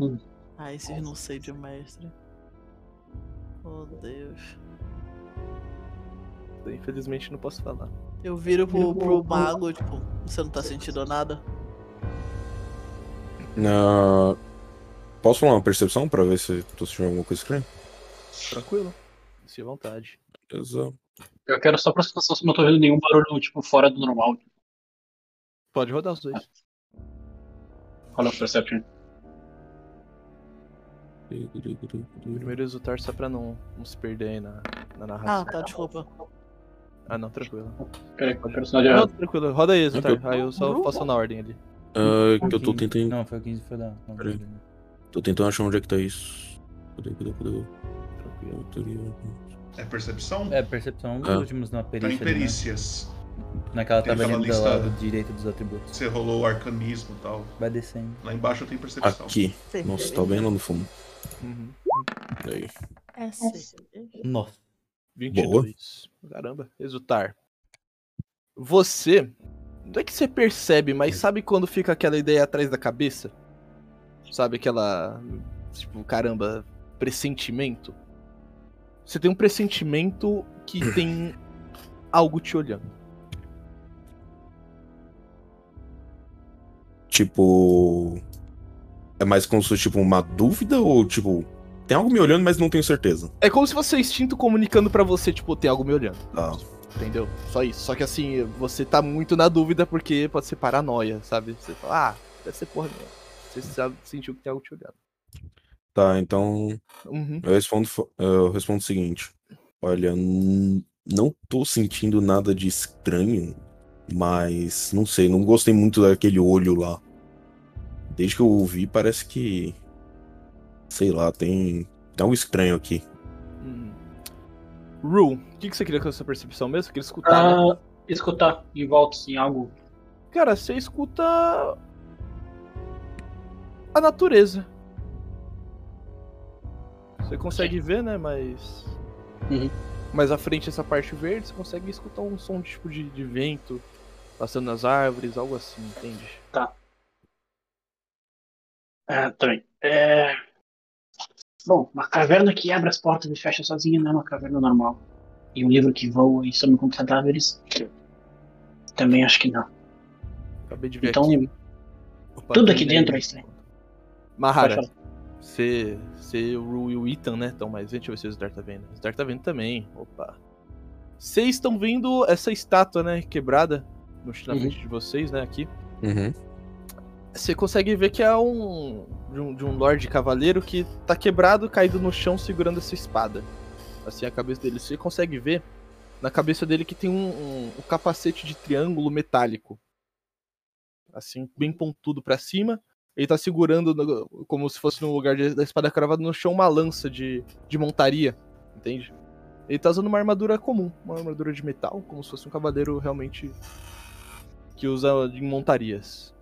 [SPEAKER 4] Hum.
[SPEAKER 6] Ah, esses não sei de mestre. Oh, Deus.
[SPEAKER 7] Infelizmente não posso falar.
[SPEAKER 6] Eu viro pro, pro mago, tipo, você não tá sentindo nada?
[SPEAKER 3] Ah, posso falar uma percepção pra ver se tô sentindo alguma coisa estranha?
[SPEAKER 7] Tranquilo. Se à vontade.
[SPEAKER 3] Exato.
[SPEAKER 4] Eu quero só aproximação se não tô vendo nenhum barulho, tipo, fora do normal.
[SPEAKER 7] Pode rodar os dois.
[SPEAKER 4] Olha o Perception.
[SPEAKER 3] Ah,
[SPEAKER 7] Primeiro exultar só pra não, não se perder aí na, na narração.
[SPEAKER 6] Ah, tá, desculpa.
[SPEAKER 7] Ah, não, tranquilo.
[SPEAKER 4] Peraí, que É, o personagem
[SPEAKER 7] Não,
[SPEAKER 4] errado.
[SPEAKER 7] tranquilo. Roda aí, exultar.
[SPEAKER 3] Ok.
[SPEAKER 7] Aí eu só faço na ordem ali.
[SPEAKER 3] Ah, que eu tô tentando.
[SPEAKER 1] Uhum. Não, foi o 15, foi da. não,
[SPEAKER 3] Peraí. Tô tentando achar onde é que tá isso. Cadê, cadê, cadê?
[SPEAKER 2] É percepção?
[SPEAKER 1] É, percepção, os
[SPEAKER 3] Ah.
[SPEAKER 1] últimos na
[SPEAKER 2] Tá em
[SPEAKER 1] perícia. ali, né?
[SPEAKER 2] perícias.
[SPEAKER 1] Naquela
[SPEAKER 2] Tem
[SPEAKER 1] tabelinha
[SPEAKER 2] aquela
[SPEAKER 1] do
[SPEAKER 2] lista-
[SPEAKER 1] lado direito dos atributos.
[SPEAKER 2] Você rolou o arcanismo e tal.
[SPEAKER 1] Vai descendo.
[SPEAKER 2] Lá embaixo tem percepção.
[SPEAKER 3] Aqui. Nossa, tá bem lá no fundo.
[SPEAKER 7] Uhum.
[SPEAKER 3] Aí.
[SPEAKER 6] É
[SPEAKER 1] Nossa.
[SPEAKER 7] 22. Caramba, exultar. Você. Não é que você percebe, mas sabe quando fica aquela ideia atrás da cabeça? Sabe aquela. Tipo, caramba, pressentimento? Você tem um pressentimento que tem algo te olhando.
[SPEAKER 3] Tipo. É mais como se fosse tipo uma dúvida ou tipo. Tem algo me olhando, mas não tenho certeza.
[SPEAKER 7] É como se fosse o instinto comunicando pra você, tipo, tem algo me olhando.
[SPEAKER 3] Tá.
[SPEAKER 7] Entendeu? Só isso. Só que assim, você tá muito na dúvida porque pode ser paranoia, sabe? Você fala, ah, deve ser porra minha. Você sabe, sentiu que tem algo te olhando.
[SPEAKER 3] Tá, então.
[SPEAKER 7] Uhum.
[SPEAKER 3] Eu respondo, fo- eu respondo o seguinte: Olha, n- não tô sentindo nada de estranho, mas não sei, não gostei muito daquele olho lá. Desde que eu ouvi, parece que. Sei lá, tem, tem algo estranho aqui.
[SPEAKER 7] Rue, Uhum. o que, que você queria com essa percepção mesmo? Você queria escutar, né?
[SPEAKER 4] Ah, escutar em volta, assim, algo.
[SPEAKER 7] Cara, você escuta. A natureza. Você consegue ver, né? Mas. Mais à frente, essa parte verde, você consegue escutar um som tipo de, de vento passando nas árvores, algo assim, entende?
[SPEAKER 4] Tá. É, também. É... Bom, uma caverna que abre as portas e fecha sozinha não é uma caverna normal. E um livro que voa e some com cadáveres. Também acho que não.
[SPEAKER 7] Acabei de ver
[SPEAKER 4] Então,
[SPEAKER 7] aqui.
[SPEAKER 4] tudo aqui dentro é estranho.
[SPEAKER 7] Mahara,
[SPEAKER 4] Pode
[SPEAKER 7] você, você, o Ru e o Ethan, né? Então, mas deixa eu ver se o Zdar tá vendo. O Zdar tá vendo também. Opa. Vocês estão vendo essa estátua, né? Quebrada no, na
[SPEAKER 3] Uhum.
[SPEAKER 7] frente de vocês, né? Aqui.
[SPEAKER 3] Uhum.
[SPEAKER 7] Você consegue ver que é um de, um. de um Lorde Cavaleiro que tá quebrado, caído no chão, segurando essa espada. Assim, a cabeça dele. Você consegue ver na cabeça dele que tem um, um- um capacete de triângulo metálico. Assim, bem pontudo pra cima. Ele tá segurando, no- como se fosse no lugar de- da espada cravada no chão, uma lança de, de montaria. Entende? Ele tá usando uma armadura comum, uma armadura de metal, como se fosse um cavaleiro realmente que usa em montarias.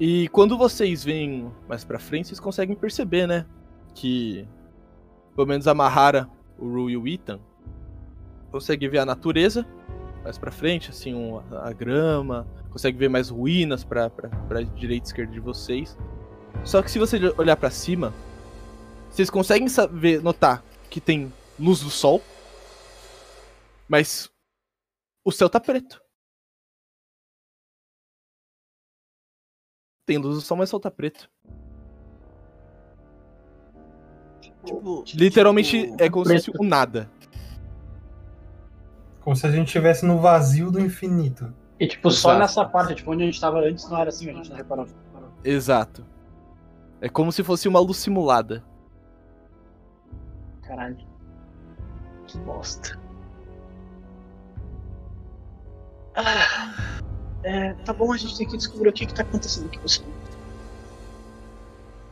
[SPEAKER 7] E quando vocês vêm mais pra frente, vocês conseguem perceber, né? Que pelo menos a Mahara, o Rui e o Ethan conseguem ver a natureza mais pra frente, assim, um- a grama, consegue ver mais ruínas pra, pra, pra direita e esquerda de vocês. Só que se você olhar pra cima, vocês conseguem saber, notar que tem luz do sol, mas o céu tá preto. Tem luz do sol, mas o sol tá preto.
[SPEAKER 6] Tipo,
[SPEAKER 7] Literalmente é como se
[SPEAKER 5] preto.
[SPEAKER 7] fosse o nada.
[SPEAKER 5] Como se a gente estivesse no vazio do infinito.
[SPEAKER 4] E tipo, só
[SPEAKER 5] Exato.
[SPEAKER 4] nessa parte, tipo, onde a gente tava antes não era assim, a gente não reparou.
[SPEAKER 7] Exato. É como se fosse uma luz simulada.
[SPEAKER 4] Caralho. Que bosta. Ah, é, tá bom, a gente tem que descobrir o que, que tá acontecendo aqui. Você.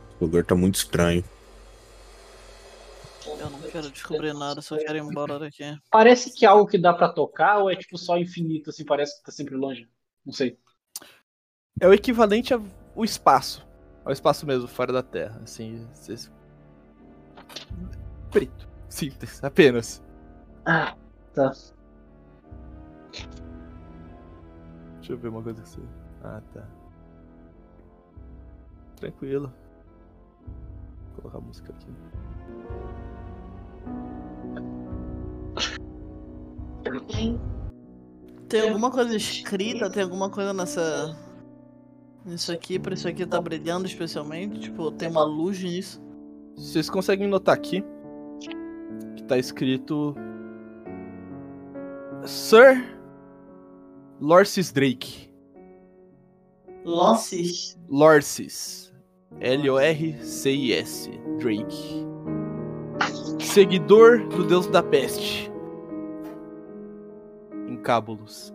[SPEAKER 3] Esse lugar tá muito estranho.
[SPEAKER 7] é-
[SPEAKER 6] eu não quero descobrir nada, só quero ir embora daqui.
[SPEAKER 4] Parece que é algo que dá pra tocar ou é tipo só infinito, assim, parece que tá sempre longe. Não sei.
[SPEAKER 7] É o equivalente ao espaço. Ao espaço mesmo, fora da Terra. Assim, vocês- preto. Simples, apenas.
[SPEAKER 4] Ah, tá.
[SPEAKER 7] Deixa eu ver uma coisa que você. Ah, tá. Tranquilo. colocar a música aqui.
[SPEAKER 6] Tem alguma coisa escrita? Tem alguma coisa nessa. Nisso aqui, pra isso aqui tá brilhando especialmente? Tipo, tem uma luz nisso.
[SPEAKER 7] Vocês conseguem notar aqui que tá escrito Sir Lorcis Drake.
[SPEAKER 6] Losses.
[SPEAKER 7] Lorcis. L-O-R-C-I-S. Drake. Seguidor do deus da peste. Incábulos.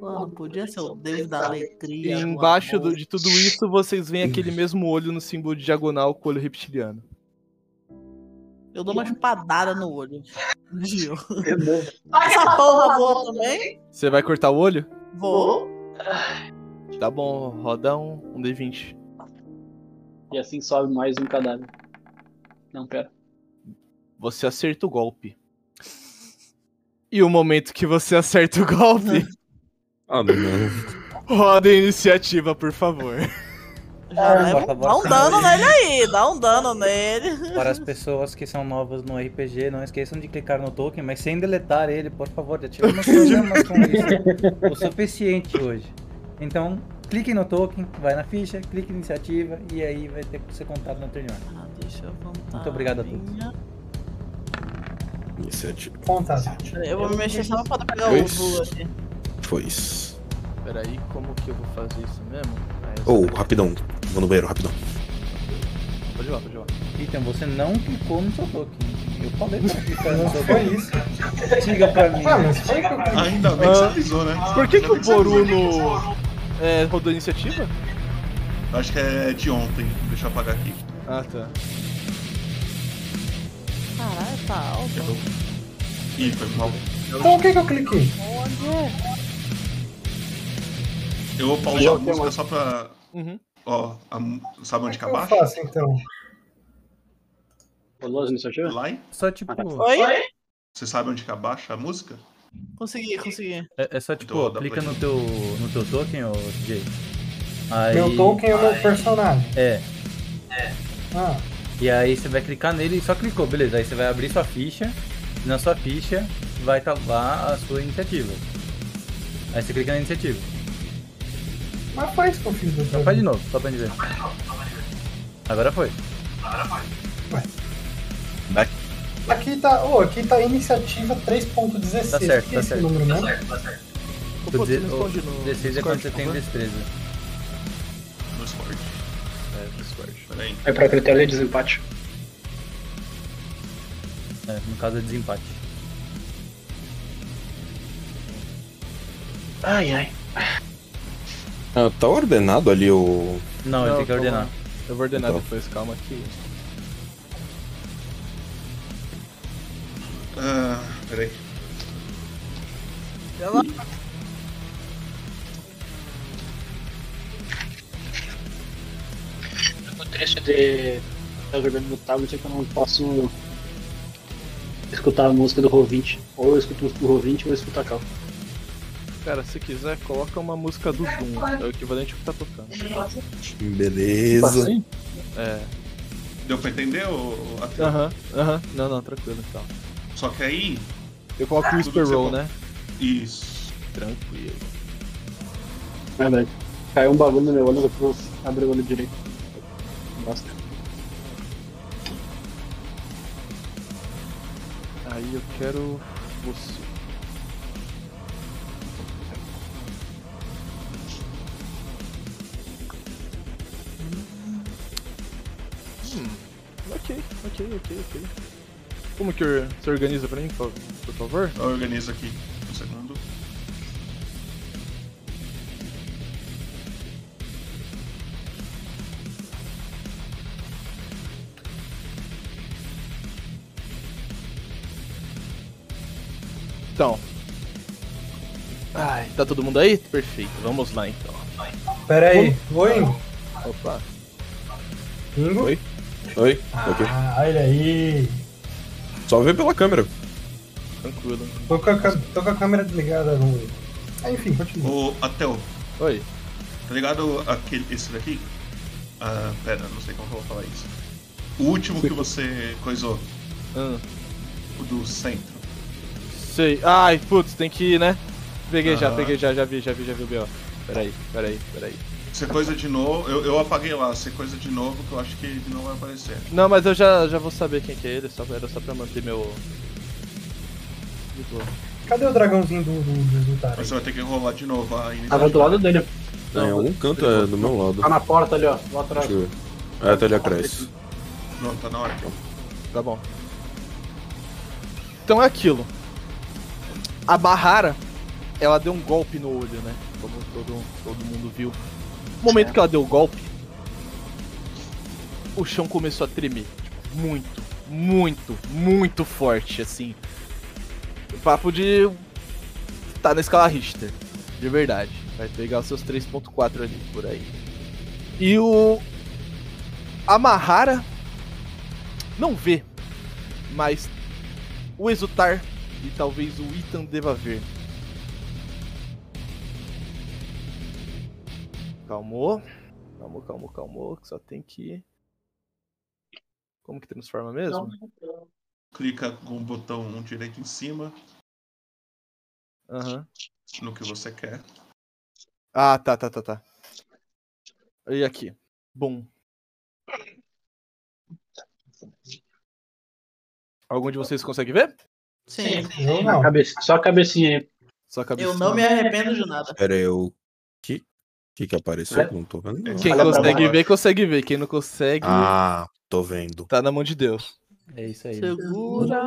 [SPEAKER 6] Pô, não podia ser o deus da
[SPEAKER 7] E
[SPEAKER 6] alegria. do
[SPEAKER 7] embaixo
[SPEAKER 6] amor.
[SPEAKER 7] do- de tudo isso vocês veem aquele mesmo olho no símbolo diagonal com o olho reptiliano.
[SPEAKER 6] Eu dou uma espadada no olho. Gil. Essa porra boa também?
[SPEAKER 7] Você vai cortar o olho?
[SPEAKER 6] Vou.
[SPEAKER 7] Tá bom, roda um, um D20.
[SPEAKER 4] E assim sobe mais um cadáver. Não, pera.
[SPEAKER 7] Você acerta o golpe. E o momento que você acerta o golpe,
[SPEAKER 3] Ah, não.
[SPEAKER 7] roda a iniciativa, por favor.
[SPEAKER 6] Já
[SPEAKER 1] Ah, bota,
[SPEAKER 6] leva- dá um
[SPEAKER 1] bota.
[SPEAKER 6] dano nele aí, dá um dano nele.
[SPEAKER 1] Para as pessoas que são novas no RPG, não esqueçam de clicar no token, mas sem deletar ele, por favor, já tivemos problemas com isso o suficiente hoje. Então, clique no token, vai na ficha, clique em iniciativa e aí vai ter que ser contado no anterior.
[SPEAKER 6] Ah, Deixa eu voltar.
[SPEAKER 1] Muito obrigado a todos.
[SPEAKER 3] Iniciativa.
[SPEAKER 6] Eu vou me mexer só pra pegar o
[SPEAKER 3] Dois.
[SPEAKER 6] Zulu aqui.
[SPEAKER 3] Pois.
[SPEAKER 7] Peraí, como que eu vou fazer isso mesmo? Ah, eu
[SPEAKER 3] Ou,
[SPEAKER 7] sei.
[SPEAKER 3] rapidão. Vou no banheiro, rapidão.
[SPEAKER 7] Pode ir lá, pode ir lá.
[SPEAKER 1] Então, você não clicou no seu token. Eu falei pra clicar no seu token. Diga pra mim.
[SPEAKER 5] Ah, mas foi o que eu falei.
[SPEAKER 2] Ainda bem que você avisou, né?
[SPEAKER 7] Ah, Por que,
[SPEAKER 2] Ainda
[SPEAKER 7] que o
[SPEAKER 2] bem você avisou.
[SPEAKER 7] Boruno é, rodou a iniciativa?
[SPEAKER 2] Acho que é de ontem. Deixa eu apagar aqui.
[SPEAKER 7] Ah, tá.
[SPEAKER 6] Caralho, tá alto.
[SPEAKER 2] Ih, foi mal.
[SPEAKER 5] Então o que que eu cliquei?
[SPEAKER 6] Olha.
[SPEAKER 2] Eu vou pausar a música só pra.
[SPEAKER 7] Uhum.
[SPEAKER 2] Ó, a mu- sabe onde que
[SPEAKER 5] Eu
[SPEAKER 2] abaixa?
[SPEAKER 5] faço então.
[SPEAKER 4] Rolou as iniciativas?
[SPEAKER 2] Lá? hein?
[SPEAKER 1] Só tipo.
[SPEAKER 6] Oi?
[SPEAKER 2] Você sabe onde que abaixa a música?
[SPEAKER 6] Consegui, consegui.
[SPEAKER 1] É, é só tipo,
[SPEAKER 2] Então, dá
[SPEAKER 1] clica
[SPEAKER 2] play.
[SPEAKER 1] no teu, no teu token, ô DJ. Aí,
[SPEAKER 5] Meu token é o meu personagem.
[SPEAKER 1] É.
[SPEAKER 5] Ah,
[SPEAKER 1] E aí você vai clicar nele e só clicou, beleza. Aí você vai abrir sua ficha. E na sua ficha vai estar lá a sua iniciativa. Aí você clica na iniciativa.
[SPEAKER 5] mas foi isso que eu fiz do
[SPEAKER 1] Não Então, faz de novo, só pra gente ver. Agora foi.
[SPEAKER 5] Aqui tá, oh, aqui tá iniciativa 3.16.
[SPEAKER 1] Tá certo,
[SPEAKER 5] Que
[SPEAKER 1] tá
[SPEAKER 5] esse
[SPEAKER 1] certo.
[SPEAKER 5] número, né?
[SPEAKER 1] O deze- o 16 é quando você tem destreza.
[SPEAKER 2] No Discord.
[SPEAKER 7] É, no Discord.
[SPEAKER 2] Peraí.
[SPEAKER 4] É pra critério de desempate.
[SPEAKER 1] É, no caso é desempate.
[SPEAKER 4] Ai, ai.
[SPEAKER 3] Ah, tá ordenado ali o.
[SPEAKER 1] Não, ele tem que
[SPEAKER 7] calma.
[SPEAKER 1] ordenar.
[SPEAKER 7] Eu vou ordenar
[SPEAKER 3] Então.
[SPEAKER 7] depois, calma aqui.
[SPEAKER 2] Ah, peraí.
[SPEAKER 4] O trecho de. Tá jogando no tablet é que eu não posso escutar a música do Roll20. Ou eu escuto a música do Roll20 ou eu escuto a Cal.
[SPEAKER 7] Cara, se quiser, coloca uma música do Doom. É o equivalente ao que tá tocando.
[SPEAKER 3] Beleza.
[SPEAKER 7] É.
[SPEAKER 2] Deu pra entender, ô, ô, Ateu?
[SPEAKER 7] Aham, aham. Não, não, tranquilo então.
[SPEAKER 2] Só que aí.
[SPEAKER 7] Eu coloco o
[SPEAKER 2] tudo
[SPEAKER 7] Whisper
[SPEAKER 2] que você
[SPEAKER 7] Roll,
[SPEAKER 2] colo-
[SPEAKER 7] né?
[SPEAKER 2] Isso.
[SPEAKER 7] Tranquilo.
[SPEAKER 4] É, velho. Caiu um bagulho no meu olho, depois eu abri o olho direito. Nossa.
[SPEAKER 7] Aí eu quero você. Hum, ok, ok, ok, ok. Como que or- você organiza pra mim, por por favor?
[SPEAKER 2] Eu organizo aqui. Um segundo.
[SPEAKER 7] Então. Ai, tá todo mundo aí? Perfeito, vamos lá então.
[SPEAKER 5] Pera aí, oi.
[SPEAKER 7] Opa.
[SPEAKER 5] Pingo.
[SPEAKER 3] Oi? Oi? Ok.
[SPEAKER 5] Ah, olha aí.
[SPEAKER 3] Só vê pela câmera.
[SPEAKER 7] Tranquilo.
[SPEAKER 5] Tô com a, ca- tô com a câmera desligada no. Ah, enfim, continua.
[SPEAKER 2] Ô, Ateu,
[SPEAKER 7] Oi.
[SPEAKER 2] tá ligado aquele, esse daqui? Ah, pera, não sei como que eu vou falar isso. O último que você coisou.
[SPEAKER 7] Hum.
[SPEAKER 2] O do centro.
[SPEAKER 7] Sei. Ai, putz, tem que ir, né? Peguei já,
[SPEAKER 2] Aham.
[SPEAKER 7] peguei já, já vi, já vi, já vi o B.O. Peraí, peraí, peraí.
[SPEAKER 2] Você coisa de novo. Eu, eu apaguei lá, você coisa de novo que eu acho que ele não vai aparecer.
[SPEAKER 7] Não, mas eu já, já vou saber quem que é ele, só, era só pra manter meu...
[SPEAKER 5] Cadê o dragãozinho do, do, do Zutara?
[SPEAKER 2] Mas você vai ter que rolar de novo a iniciativa.
[SPEAKER 4] Tava do lado dele.
[SPEAKER 3] Não, em algum canto é do meu lado.
[SPEAKER 4] Tá na porta ali, ó, lá atrás.
[SPEAKER 3] Deixa eu ver. É, tá ali atrás.
[SPEAKER 2] Não, tá na hora.
[SPEAKER 7] Tá bom. Então é aquilo. A Bahara, ela deu um golpe no olho, né? Como todo, todo mundo viu. No momento que ela deu o golpe, o chão começou a tremer. Tipo, muito, muito, muito forte, assim. O papo de. Tá na escala Richter. De verdade. Vai pegar os seus 3.4 ali, por aí. E o. A Mahara não vê, mas o Exultar e talvez o Itan deva ver. Calmou. Calmou, calmou, calmou. Que só tem que. Como que transforma
[SPEAKER 6] Então,
[SPEAKER 7] mesmo?
[SPEAKER 2] Clica com o botão um direito em cima
[SPEAKER 7] Aham.
[SPEAKER 2] no que você quer.
[SPEAKER 7] Ah, tá, tá, tá, tá. E aqui. Bom. Algum de vocês consegue ver?
[SPEAKER 6] Sim.
[SPEAKER 4] Cabeça- Só a cabecinha aí.
[SPEAKER 7] Só a tá
[SPEAKER 6] Eu não me arrependo de nada.
[SPEAKER 3] Pera aí, o que que, que apareceu?
[SPEAKER 7] É.
[SPEAKER 3] Não tô vendo. não.
[SPEAKER 7] Quem consegue ver, consegue ver. Quem não consegue,
[SPEAKER 3] Ah, tô vendo.
[SPEAKER 7] tá na mão de Deus.
[SPEAKER 1] É isso aí.
[SPEAKER 6] Segura.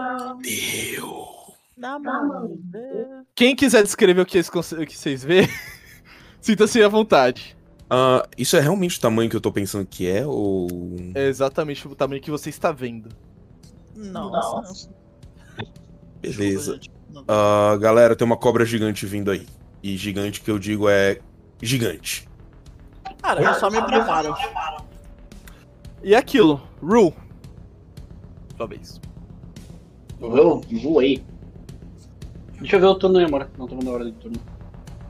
[SPEAKER 6] Na mão. dela.
[SPEAKER 7] Quem quiser descrever o que vocês conse- o que vocês vê, sinta-se à vontade.
[SPEAKER 3] Ah, isso é realmente o tamanho que eu tô pensando que é? Ou.
[SPEAKER 7] É exatamente o tamanho que você está vendo.
[SPEAKER 6] Nossa.
[SPEAKER 3] Beleza. Ah, galera, tem uma cobra gigante vindo aí. E gigante que eu digo é gigante.
[SPEAKER 6] Cara, eu só me preparo.
[SPEAKER 7] E aquilo, Rule. Talvez.
[SPEAKER 4] Eu voei. Deixa eu ver o turno aí, amor. Não tô vendo a hora de turno.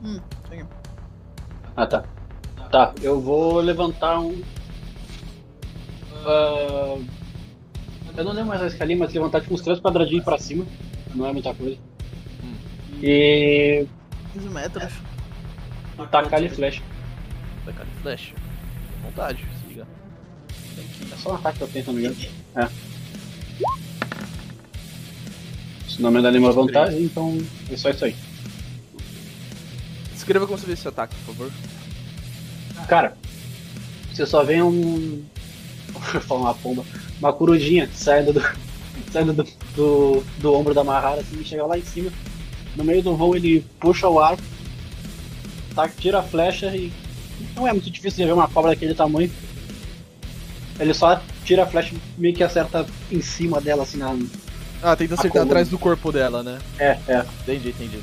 [SPEAKER 6] Hum, tenho.
[SPEAKER 4] Ah, tá. Tá, eu vou levantar um. Ah, eu não lembro mais a escalinha, mas levantar tipo uns três quadradinhos pra cima. Não é muita coisa.
[SPEAKER 6] Hum.
[SPEAKER 4] E.
[SPEAKER 6] 15 metros. Tá
[SPEAKER 4] tacar ali flecha.
[SPEAKER 7] Tacar ali flecha. Vontade, se liga.
[SPEAKER 4] É só um ataque que eu tenho, se não me engano. É. Isso não me dá nenhuma vantagem, então é só isso aí.
[SPEAKER 7] Descreva como você vê esse ataque, por favor.
[SPEAKER 4] Cara, você só vê um. Vou falar uma pomba. Uma corujinha saindo do. saindo do, do, do ombro da Mahara assim, e chega lá em cima. No meio do voo ele puxa o arco, tá, tira a flecha e. Não é muito difícil de ver uma cobra daquele tamanho. Ele só tira a flecha e meio que acerta em cima dela, assim, na.
[SPEAKER 7] Ah, tenta
[SPEAKER 4] A
[SPEAKER 7] acertar
[SPEAKER 4] coluna.
[SPEAKER 7] atrás do corpo dela, né?
[SPEAKER 4] É, é.
[SPEAKER 7] Entendi, entendi.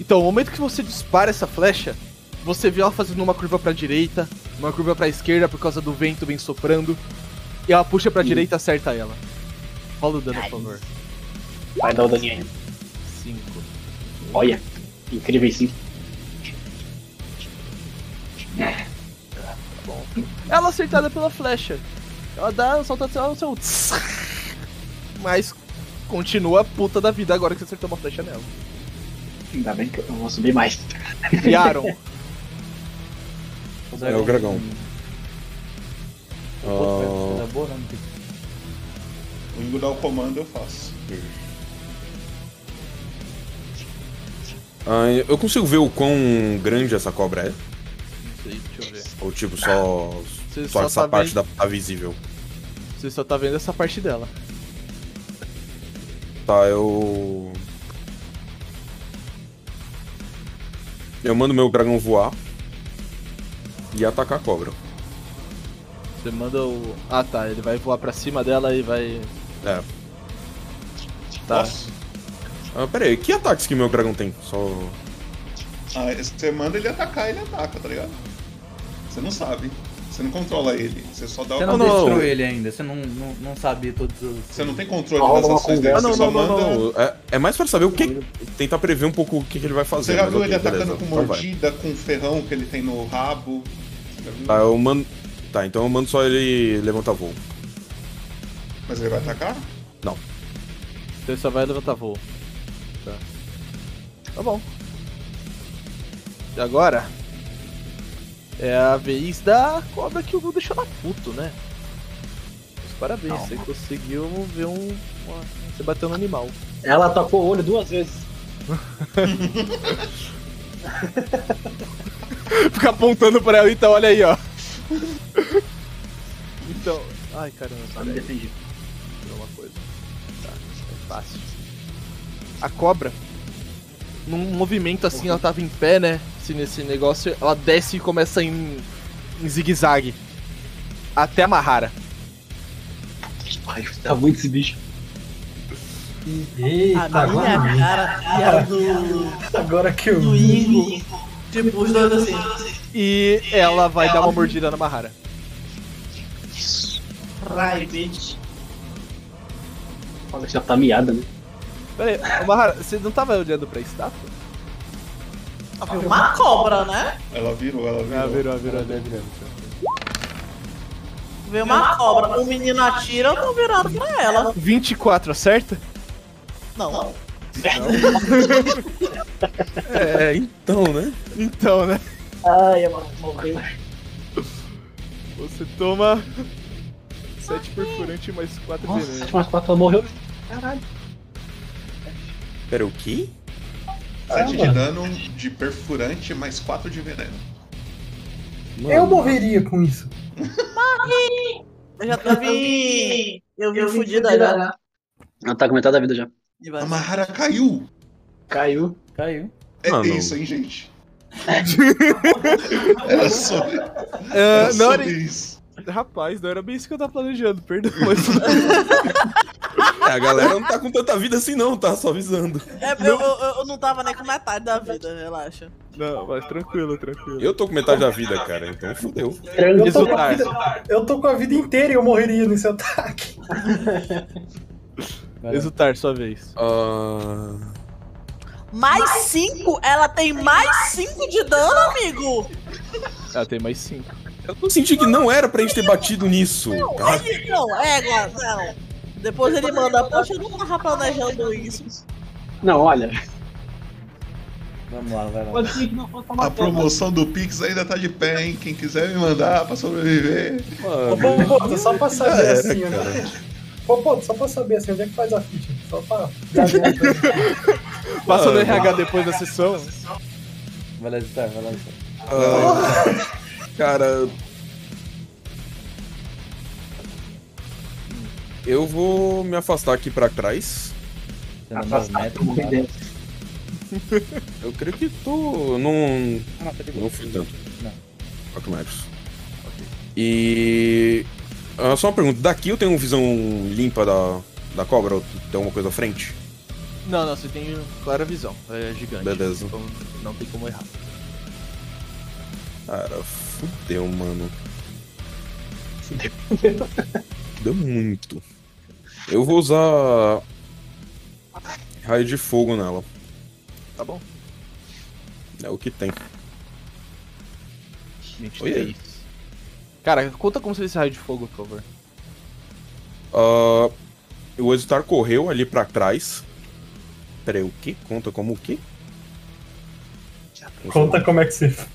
[SPEAKER 7] Então, no momento que você dispara essa flecha, você vê ela fazendo uma curva pra direita, uma curva pra esquerda por causa do vento vem soprando, e ela puxa pra direita e acerta ela. Rola o dano, por favor.
[SPEAKER 4] Vai dar o daninho aí.
[SPEAKER 7] 5.
[SPEAKER 4] Olha, incrível sim.
[SPEAKER 7] Ela é acertada pela flecha. Ela dá, solta ela no seu. Mas continua a puta da vida agora que você acertou uma flecha nela.
[SPEAKER 4] Ainda bem que eu não vou subir mais.
[SPEAKER 7] Yaron.
[SPEAKER 3] É o dragão.
[SPEAKER 2] Pô,
[SPEAKER 1] é
[SPEAKER 3] Ah,
[SPEAKER 2] tá boa, né? Não tem- O Ingo dá o comando, eu faço.
[SPEAKER 3] ah, eu consigo ver o quão grande essa cobra é?
[SPEAKER 7] Não sei, deixa eu ver.
[SPEAKER 3] Ou tipo, só,
[SPEAKER 7] Você
[SPEAKER 3] só
[SPEAKER 7] só
[SPEAKER 3] essa
[SPEAKER 7] tá
[SPEAKER 3] parte
[SPEAKER 7] vendo-
[SPEAKER 3] da tá visível.
[SPEAKER 7] Você só tá vendo essa parte dela.
[SPEAKER 3] Tá, eu. Eu mando meu dragão voar e atacar a cobra.
[SPEAKER 7] Você manda o. Ah tá, ele vai voar pra cima dela e vai.
[SPEAKER 3] É.
[SPEAKER 7] Tá.
[SPEAKER 3] Ah, pera aí, que ataques que meu dragão tem? Só.
[SPEAKER 2] Ah, você manda ele atacar, ele ataca, tá ligado? Você não sabe. Você não controla ele. Você só dá
[SPEAKER 1] Você
[SPEAKER 2] o
[SPEAKER 1] não,
[SPEAKER 2] comando.
[SPEAKER 1] destruiu ele ainda, você não, não, não sabia todos os.
[SPEAKER 2] Você não tem controle das ações dele,
[SPEAKER 3] Ah, não,
[SPEAKER 2] você só
[SPEAKER 3] não, não,
[SPEAKER 2] manda.
[SPEAKER 3] não. É, é mais pra saber o que. Tentar prever um pouco o que, que ele vai fazer.
[SPEAKER 2] Você já
[SPEAKER 3] mas
[SPEAKER 2] viu
[SPEAKER 3] ok,
[SPEAKER 2] ele atacando
[SPEAKER 3] beleza,
[SPEAKER 2] com
[SPEAKER 3] então vai.
[SPEAKER 2] mordida, com ferrão que ele tem no rabo? Você já viu?
[SPEAKER 3] Tá, eu mando. Tá, então eu mando só ele levantar voo.
[SPEAKER 2] Mas ele vai atacar?
[SPEAKER 3] Não.
[SPEAKER 7] Então ele só vai levantar voo. Tá. Tá bom. E agora? É a vez da cobra que o Gu deixou na puto, né? Mas parabéns,
[SPEAKER 4] Calma.
[SPEAKER 7] você conseguiu ver um. uma- Você bateu no animal.
[SPEAKER 4] Ela atacou o olho duas vezes.
[SPEAKER 7] Fica apontando pra ela, então olha aí, ó. Então. Ai caramba, tá me defendi. é Uma coisa. Tá, é fácil. A cobra, num movimento assim, ela tava em pé, né? Assim, nesse negócio, ela desce e começa em, em zigue-zague. Até a Mahara.
[SPEAKER 4] Tá muito esse bicho.
[SPEAKER 6] a
[SPEAKER 1] tá
[SPEAKER 6] minha cara e a do.
[SPEAKER 5] Agora que eu.
[SPEAKER 6] do Igor. Tipo, os dois assim.
[SPEAKER 7] E ela vai dar uma mordida na Mahara.
[SPEAKER 6] Rai, bitch.
[SPEAKER 4] Ela já tá miada, né?
[SPEAKER 7] Pera aí, ô, Mahara, você não tava olhando pra estátua?
[SPEAKER 6] Uma cobra, né?
[SPEAKER 2] Ela virou,
[SPEAKER 3] Ah,
[SPEAKER 2] ela virou.
[SPEAKER 7] Ela Ah, virou, ela virou, ela virou.
[SPEAKER 6] Vê uma cobra. O menino atira, eu tô virando pra ela.
[SPEAKER 7] 24, acerta?
[SPEAKER 6] Não.
[SPEAKER 7] É, então, né? Então, né?
[SPEAKER 6] Ai, ela morreu.
[SPEAKER 7] Você toma 7 perfurante mais 4
[SPEAKER 4] Nossa,
[SPEAKER 7] veneno.
[SPEAKER 4] 7 mais 4 ela morreu.
[SPEAKER 7] Caralho.
[SPEAKER 3] Pera, o quê?
[SPEAKER 2] Sete Tá de
[SPEAKER 5] Caramba.
[SPEAKER 2] dano de perfurante mais 4 de veneno.
[SPEAKER 5] Eu morreria com isso.
[SPEAKER 6] Morri! Eu já tava. Eu vim fudida já.
[SPEAKER 4] Ela tá com metade da vida já.
[SPEAKER 2] A Mahara caiu!
[SPEAKER 4] Caiu.
[SPEAKER 1] Caiu.
[SPEAKER 2] É
[SPEAKER 4] Ah, não.
[SPEAKER 2] isso, hein, gente? Era sobre.
[SPEAKER 7] Ah,
[SPEAKER 2] Era
[SPEAKER 7] não
[SPEAKER 2] sobre
[SPEAKER 7] era
[SPEAKER 2] isso.
[SPEAKER 7] Rapaz, não era bem isso que eu tava planejando, perdão.
[SPEAKER 3] É, a galera não tá com tanta vida assim não, tá? Só avisando.
[SPEAKER 6] É, eu, eu, eu não tava nem com metade da vida, relaxa.
[SPEAKER 7] Não, mas tranquilo, tranquilo.
[SPEAKER 3] Eu tô com metade da vida, cara, então fudeu.
[SPEAKER 5] Eu tô, com a vida, eu tô com a vida inteira e eu morreria nesse ataque.
[SPEAKER 7] Exultar, sua vez.
[SPEAKER 3] Ah,
[SPEAKER 6] Mais 5? Ela tem mais 5 de dano, amigo?
[SPEAKER 7] Ah, tem mais 5.
[SPEAKER 3] Eu senti que não era pra gente ter batido nisso.
[SPEAKER 6] Não, ele não, é, agora, não. Depois ele manda, poxa, eu não tava planejando isso.
[SPEAKER 4] Não, olha.
[SPEAKER 1] Vamos lá, vai lá.
[SPEAKER 2] A promoção do Pix ainda tá de pé, hein? Quem quiser me mandar pra sobreviver.
[SPEAKER 5] Ô, Popoto, Tá só pra saber
[SPEAKER 2] Já era,
[SPEAKER 5] assim, né?
[SPEAKER 2] É, cara.
[SPEAKER 5] Ô, Popoto, só pra saber assim, onde é que faz a ficha? Só pra.
[SPEAKER 7] Passa no RH depois da sessão.
[SPEAKER 1] Vai lá, Zitar, vai lá, Zitar.
[SPEAKER 3] Cara. Eu vou me afastar aqui pra trás. Eu creio que tô. Não.
[SPEAKER 1] Ah, não, tá de boa.
[SPEAKER 3] Não fui tanto.
[SPEAKER 1] Não.
[SPEAKER 3] 4 metros. E. ah, só uma pergunta: daqui eu tenho uma visão limpa da, da cobra? Ou tem alguma coisa à frente?
[SPEAKER 7] Não, não, você tem clara visão. É gigante.
[SPEAKER 3] Beleza.
[SPEAKER 7] Então não tem como errar.
[SPEAKER 3] Cara, fudeu, mano. Fudeu. Deu muito. Eu vou usar. Raio de fogo nela.
[SPEAKER 7] Tá bom.
[SPEAKER 3] É o que tem.
[SPEAKER 7] 23.
[SPEAKER 3] Oi, aí.
[SPEAKER 7] É Cara, conta como você vê esse raio de fogo, por favor.
[SPEAKER 3] Ah, o Exultar correu ali pra trás. Peraí, o que? Conta como o quê?
[SPEAKER 5] Conta como é que você fez.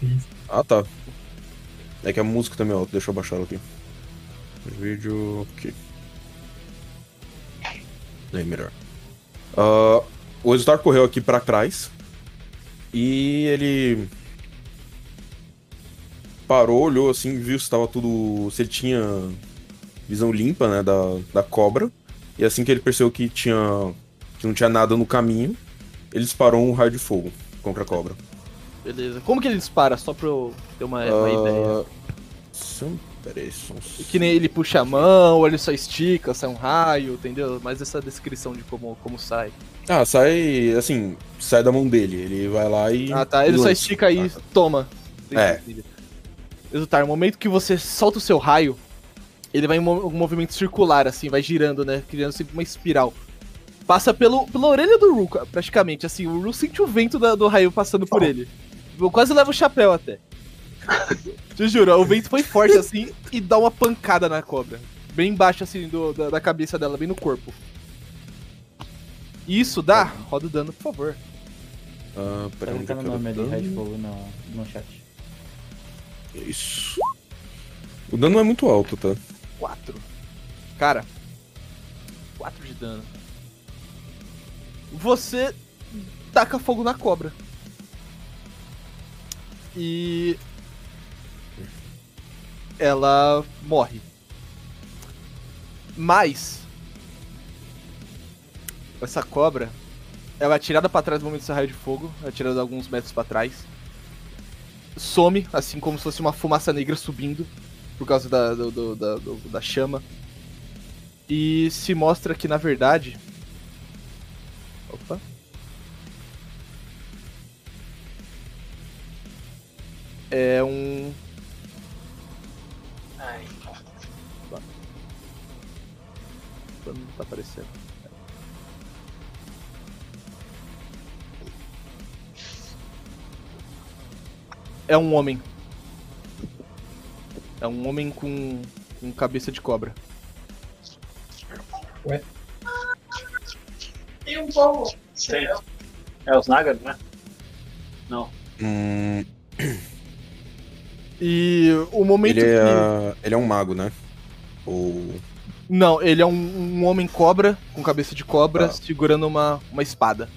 [SPEAKER 3] Ah, tá. É que a música também é alta, deixa eu baixar ela aqui. Vídeo. Ok. Aí, melhor. Ah, o Exultar correu aqui pra trás. E ele. Parou, olhou assim, viu se tava tudo. Se ele tinha visão limpa, né, da, da cobra. E assim que ele percebeu que tinha. que não tinha nada no caminho, ele disparou um raio de fogo contra a cobra.
[SPEAKER 7] Beleza. Como que ele dispara? Só pra eu ter uma, É uma
[SPEAKER 3] Ah,
[SPEAKER 7] ideia.
[SPEAKER 3] só um- Peraí, só um
[SPEAKER 7] Que nem ele puxa a mão, ou ele só estica, sai um raio, entendeu? Mais essa descrição de como, como sai.
[SPEAKER 3] Ah, sai. Assim, sai da mão dele. Ele vai lá e.
[SPEAKER 7] Ah tá, ele só
[SPEAKER 3] lança.
[SPEAKER 7] estica aí, toma.
[SPEAKER 3] É.
[SPEAKER 7] Exultar, no momento que você solta o seu raio, ele vai em mo- um movimento circular, assim, vai girando, né? Criando sempre uma espiral. Passa pelo, pela orelha do Ru, ca- praticamente, assim, o Ru sente o vento da- do raio passando por ele. Eu quase leva o chapéu até. Te juro, o vento foi forte assim e dá uma pancada na cobra. Bem embaixo assim do- da, da cabeça dela, bem no corpo. Isso dá? Roda o dano, por favor.
[SPEAKER 3] Ah,
[SPEAKER 1] Tá
[SPEAKER 3] pera onde
[SPEAKER 1] gritando o
[SPEAKER 3] eu quero
[SPEAKER 1] nome ali,
[SPEAKER 3] dano?
[SPEAKER 1] Redfall, no, no chat.
[SPEAKER 3] Isso. O dano não é muito alto, tá?
[SPEAKER 7] 4. Cara, 4 de dano. Você taca fogo na cobra. E. Ela morre. Mas. Essa cobra. Ela é tirada pra trás no momento desse raio de fogo. Ela é tirada alguns metros pra trás. Some, assim como se fosse uma fumaça negra subindo. Por causa da, do- do- da, do- da chama. E se mostra que, na verdade. Opa. É um.
[SPEAKER 4] Ai.
[SPEAKER 7] Opa. Opa, Não tá aparecendo. É um homem. É um homem com, com cabeça de cobra.
[SPEAKER 5] Ué?
[SPEAKER 4] Tem um povo. É os Nagar, né? Não.
[SPEAKER 3] Hum,
[SPEAKER 7] E o momento
[SPEAKER 3] Ele é,
[SPEAKER 7] que-
[SPEAKER 3] a- ele é um mago, né? Ou.
[SPEAKER 7] Não, ele é um, um homem cobra, com cabeça de cobra,
[SPEAKER 3] Ah.
[SPEAKER 7] segurando uma, uma espada.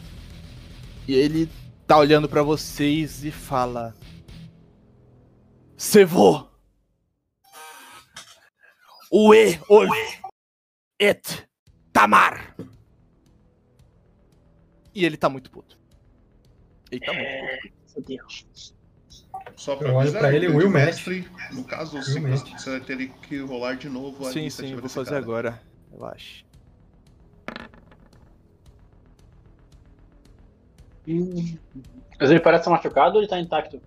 [SPEAKER 7] E ele tá olhando pra vocês e fala: Sevô! Ue, ol, et, tamar! E ele tá muito puto. Ele tá muito puto.
[SPEAKER 4] Meu Deus.
[SPEAKER 2] Só
[SPEAKER 7] Eu olho pra ele, Will Match.
[SPEAKER 2] mestre. No caso,
[SPEAKER 7] Will
[SPEAKER 2] você,
[SPEAKER 7] Match.
[SPEAKER 2] você vai ter que rolar de novo a
[SPEAKER 7] Sim,
[SPEAKER 2] iniciativa
[SPEAKER 7] sim, vou
[SPEAKER 2] desse
[SPEAKER 7] fazer
[SPEAKER 2] cara.
[SPEAKER 7] agora. Relaxa.
[SPEAKER 4] Mas ele parece machucado ou ele tá intacto?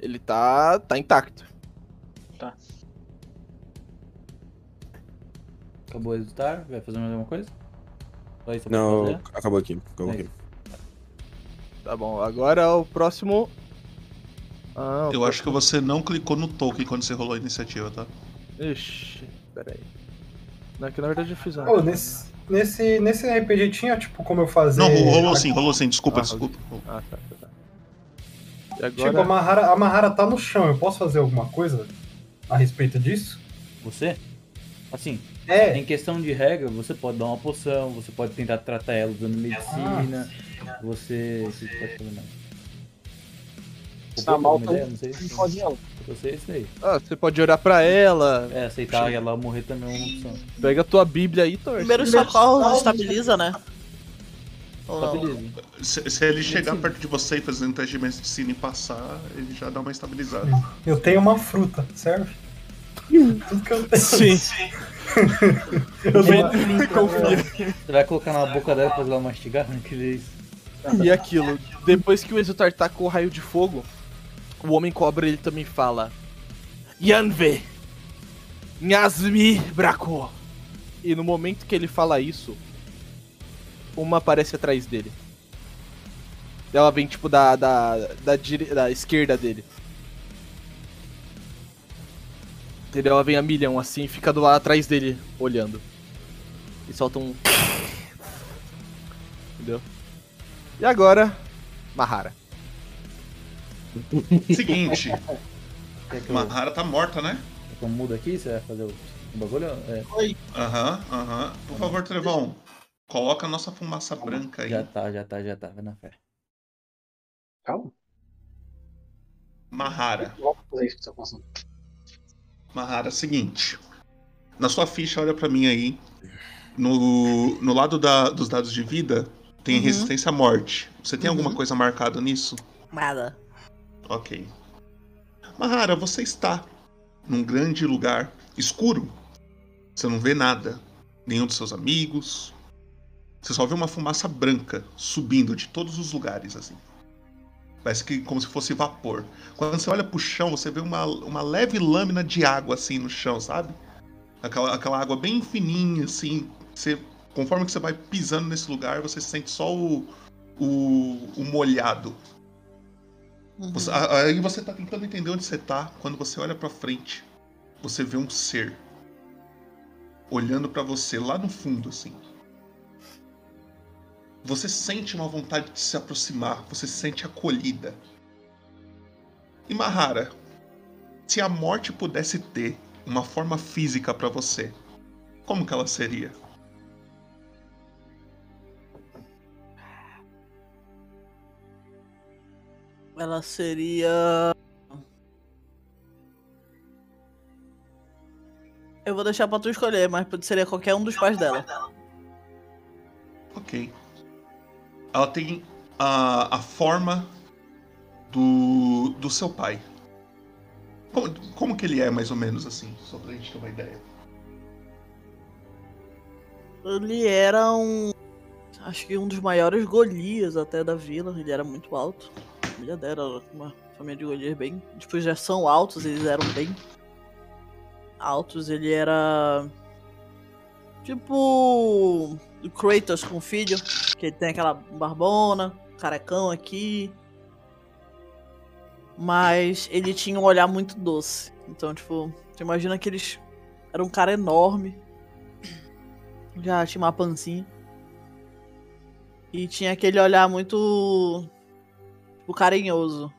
[SPEAKER 7] Ele tá, tá intacto.
[SPEAKER 4] Tá.
[SPEAKER 1] Acabou o resultado? Vai fazer mais alguma coisa? Só isso pra
[SPEAKER 3] Não,
[SPEAKER 1] fazer?
[SPEAKER 3] acabou aqui. Acabou
[SPEAKER 1] É.
[SPEAKER 3] aqui.
[SPEAKER 7] Tá bom, agora o próximo. Ah,
[SPEAKER 2] Eu acho que você não clicou no token quando você rolou a iniciativa, tá?
[SPEAKER 7] Ixi, peraí. Não, é que na verdade eu fiz uma.
[SPEAKER 5] Ô, nesse, nesse, nesse RPG tinha, tipo, como eu fazer.
[SPEAKER 2] Não, rolou sim, rolou sim, desculpa,
[SPEAKER 7] Ah,
[SPEAKER 2] desculpa.
[SPEAKER 7] Ah, tá, tá. E agora.
[SPEAKER 5] Tipo, a Mahara, a Mahara tá no chão, eu posso fazer alguma coisa a respeito disso?
[SPEAKER 1] Você? Assim,
[SPEAKER 5] é.
[SPEAKER 1] em questão de regra, você pode dar uma poção, você pode tentar tratar ela usando medicina, você. você pode fazer mais.
[SPEAKER 4] Tá mal,
[SPEAKER 1] Alguma ideia? Não sei.
[SPEAKER 4] não pode ela.
[SPEAKER 1] Eu sei isso daí.
[SPEAKER 7] Ah, você pode olhar pra ela.
[SPEAKER 1] É, aceitar ela morrer também é uma opção.
[SPEAKER 7] Pega a tua Bíblia aí, torce.
[SPEAKER 6] Primeiro socorro estabiliza, né?
[SPEAKER 1] Tá
[SPEAKER 2] Se, se ele chegar perto de você e fazer um teste de medicina e passar, ele já dá uma estabilizada.
[SPEAKER 5] Eu tenho uma fruta, serve? Tudo que eu tenho.
[SPEAKER 7] Sim.
[SPEAKER 5] eu tenho né?
[SPEAKER 1] Você vai colocar na boca dela pra ela mastigar? Que isso?
[SPEAKER 7] E aquilo, depois que o Exultar tacou o raio de fogo, o Homem Cobra ele também fala: Yanve! Nhasmi Braco! E no momento que ele fala isso, uma aparece atrás dele. Ela vem tipo da, da, da, dire- da esquerda dele. Entendeu? Ela vem a milhão assim e fica do lado atrás dele, olhando. E solta um. Entendeu? E agora, Mahara.
[SPEAKER 2] Seguinte.
[SPEAKER 7] É
[SPEAKER 2] Mahara tá morta, né?
[SPEAKER 1] Então muda aqui, você vai fazer o o bagulho? É,
[SPEAKER 2] Aham, aham. Por favor, Trevão, coloca a nossa fumaça branca aí.
[SPEAKER 1] já tá, já tá, já tá, vai na fé.
[SPEAKER 4] Calma.
[SPEAKER 2] Mahara.
[SPEAKER 4] fazer isso que você tá passando.
[SPEAKER 2] Mahara, é seguinte. Na sua ficha, olha pra mim aí. No, no lado da- dos dados de vida, tem
[SPEAKER 6] Uhum.
[SPEAKER 2] resistência à morte. Você tem alguma coisa marcada nisso?
[SPEAKER 6] Nada.
[SPEAKER 2] Ok. Mahara, você está num grande lugar escuro. Você não vê nada. Nenhum dos seus amigos. Você só vê uma fumaça branca subindo de todos os lugares, assim. Parece que como se fosse vapor. Quando você olha pro chão, você vê uma, uma leve lâmina de água, assim, no chão, sabe? Aquela, aquela água bem fininha, assim. Você, conforme que você vai pisando nesse lugar, você sente só o, o, o molhado. Você- a- aí você tá tentando entender onde você tá. Quando você olha pra frente, você vê um ser olhando pra você lá no fundo, assim. Você sente uma vontade de se aproximar, você se sente acolhida. E Mahara, se a morte pudesse ter uma forma física pra você, como que ela seria?
[SPEAKER 6] Ela seria. Eu vou deixar pra tu escolher, mas pode- seria qualquer um dos pais dela.
[SPEAKER 2] Ok. Ela tem a, a forma do, do seu pai. Como, como que ele é, mais ou menos, assim? Só pra gente ter uma ideia.
[SPEAKER 6] Ele era um. Acho que um dos maiores golias até da vila. Ele era muito alto. A família dela era uma família de golias bem. Tipo, já são altos, eles eram bem. Altos, ele era. Tipo. O Kratos com o filho. Que ele tem aquela barbona, carecão aqui. Mas ele tinha um olhar muito doce. Então, tipo, tu imagina que eles. Era um cara enorme. Já tinha uma pancinha. E tinha aquele olhar muito. Tipo, carinhoso.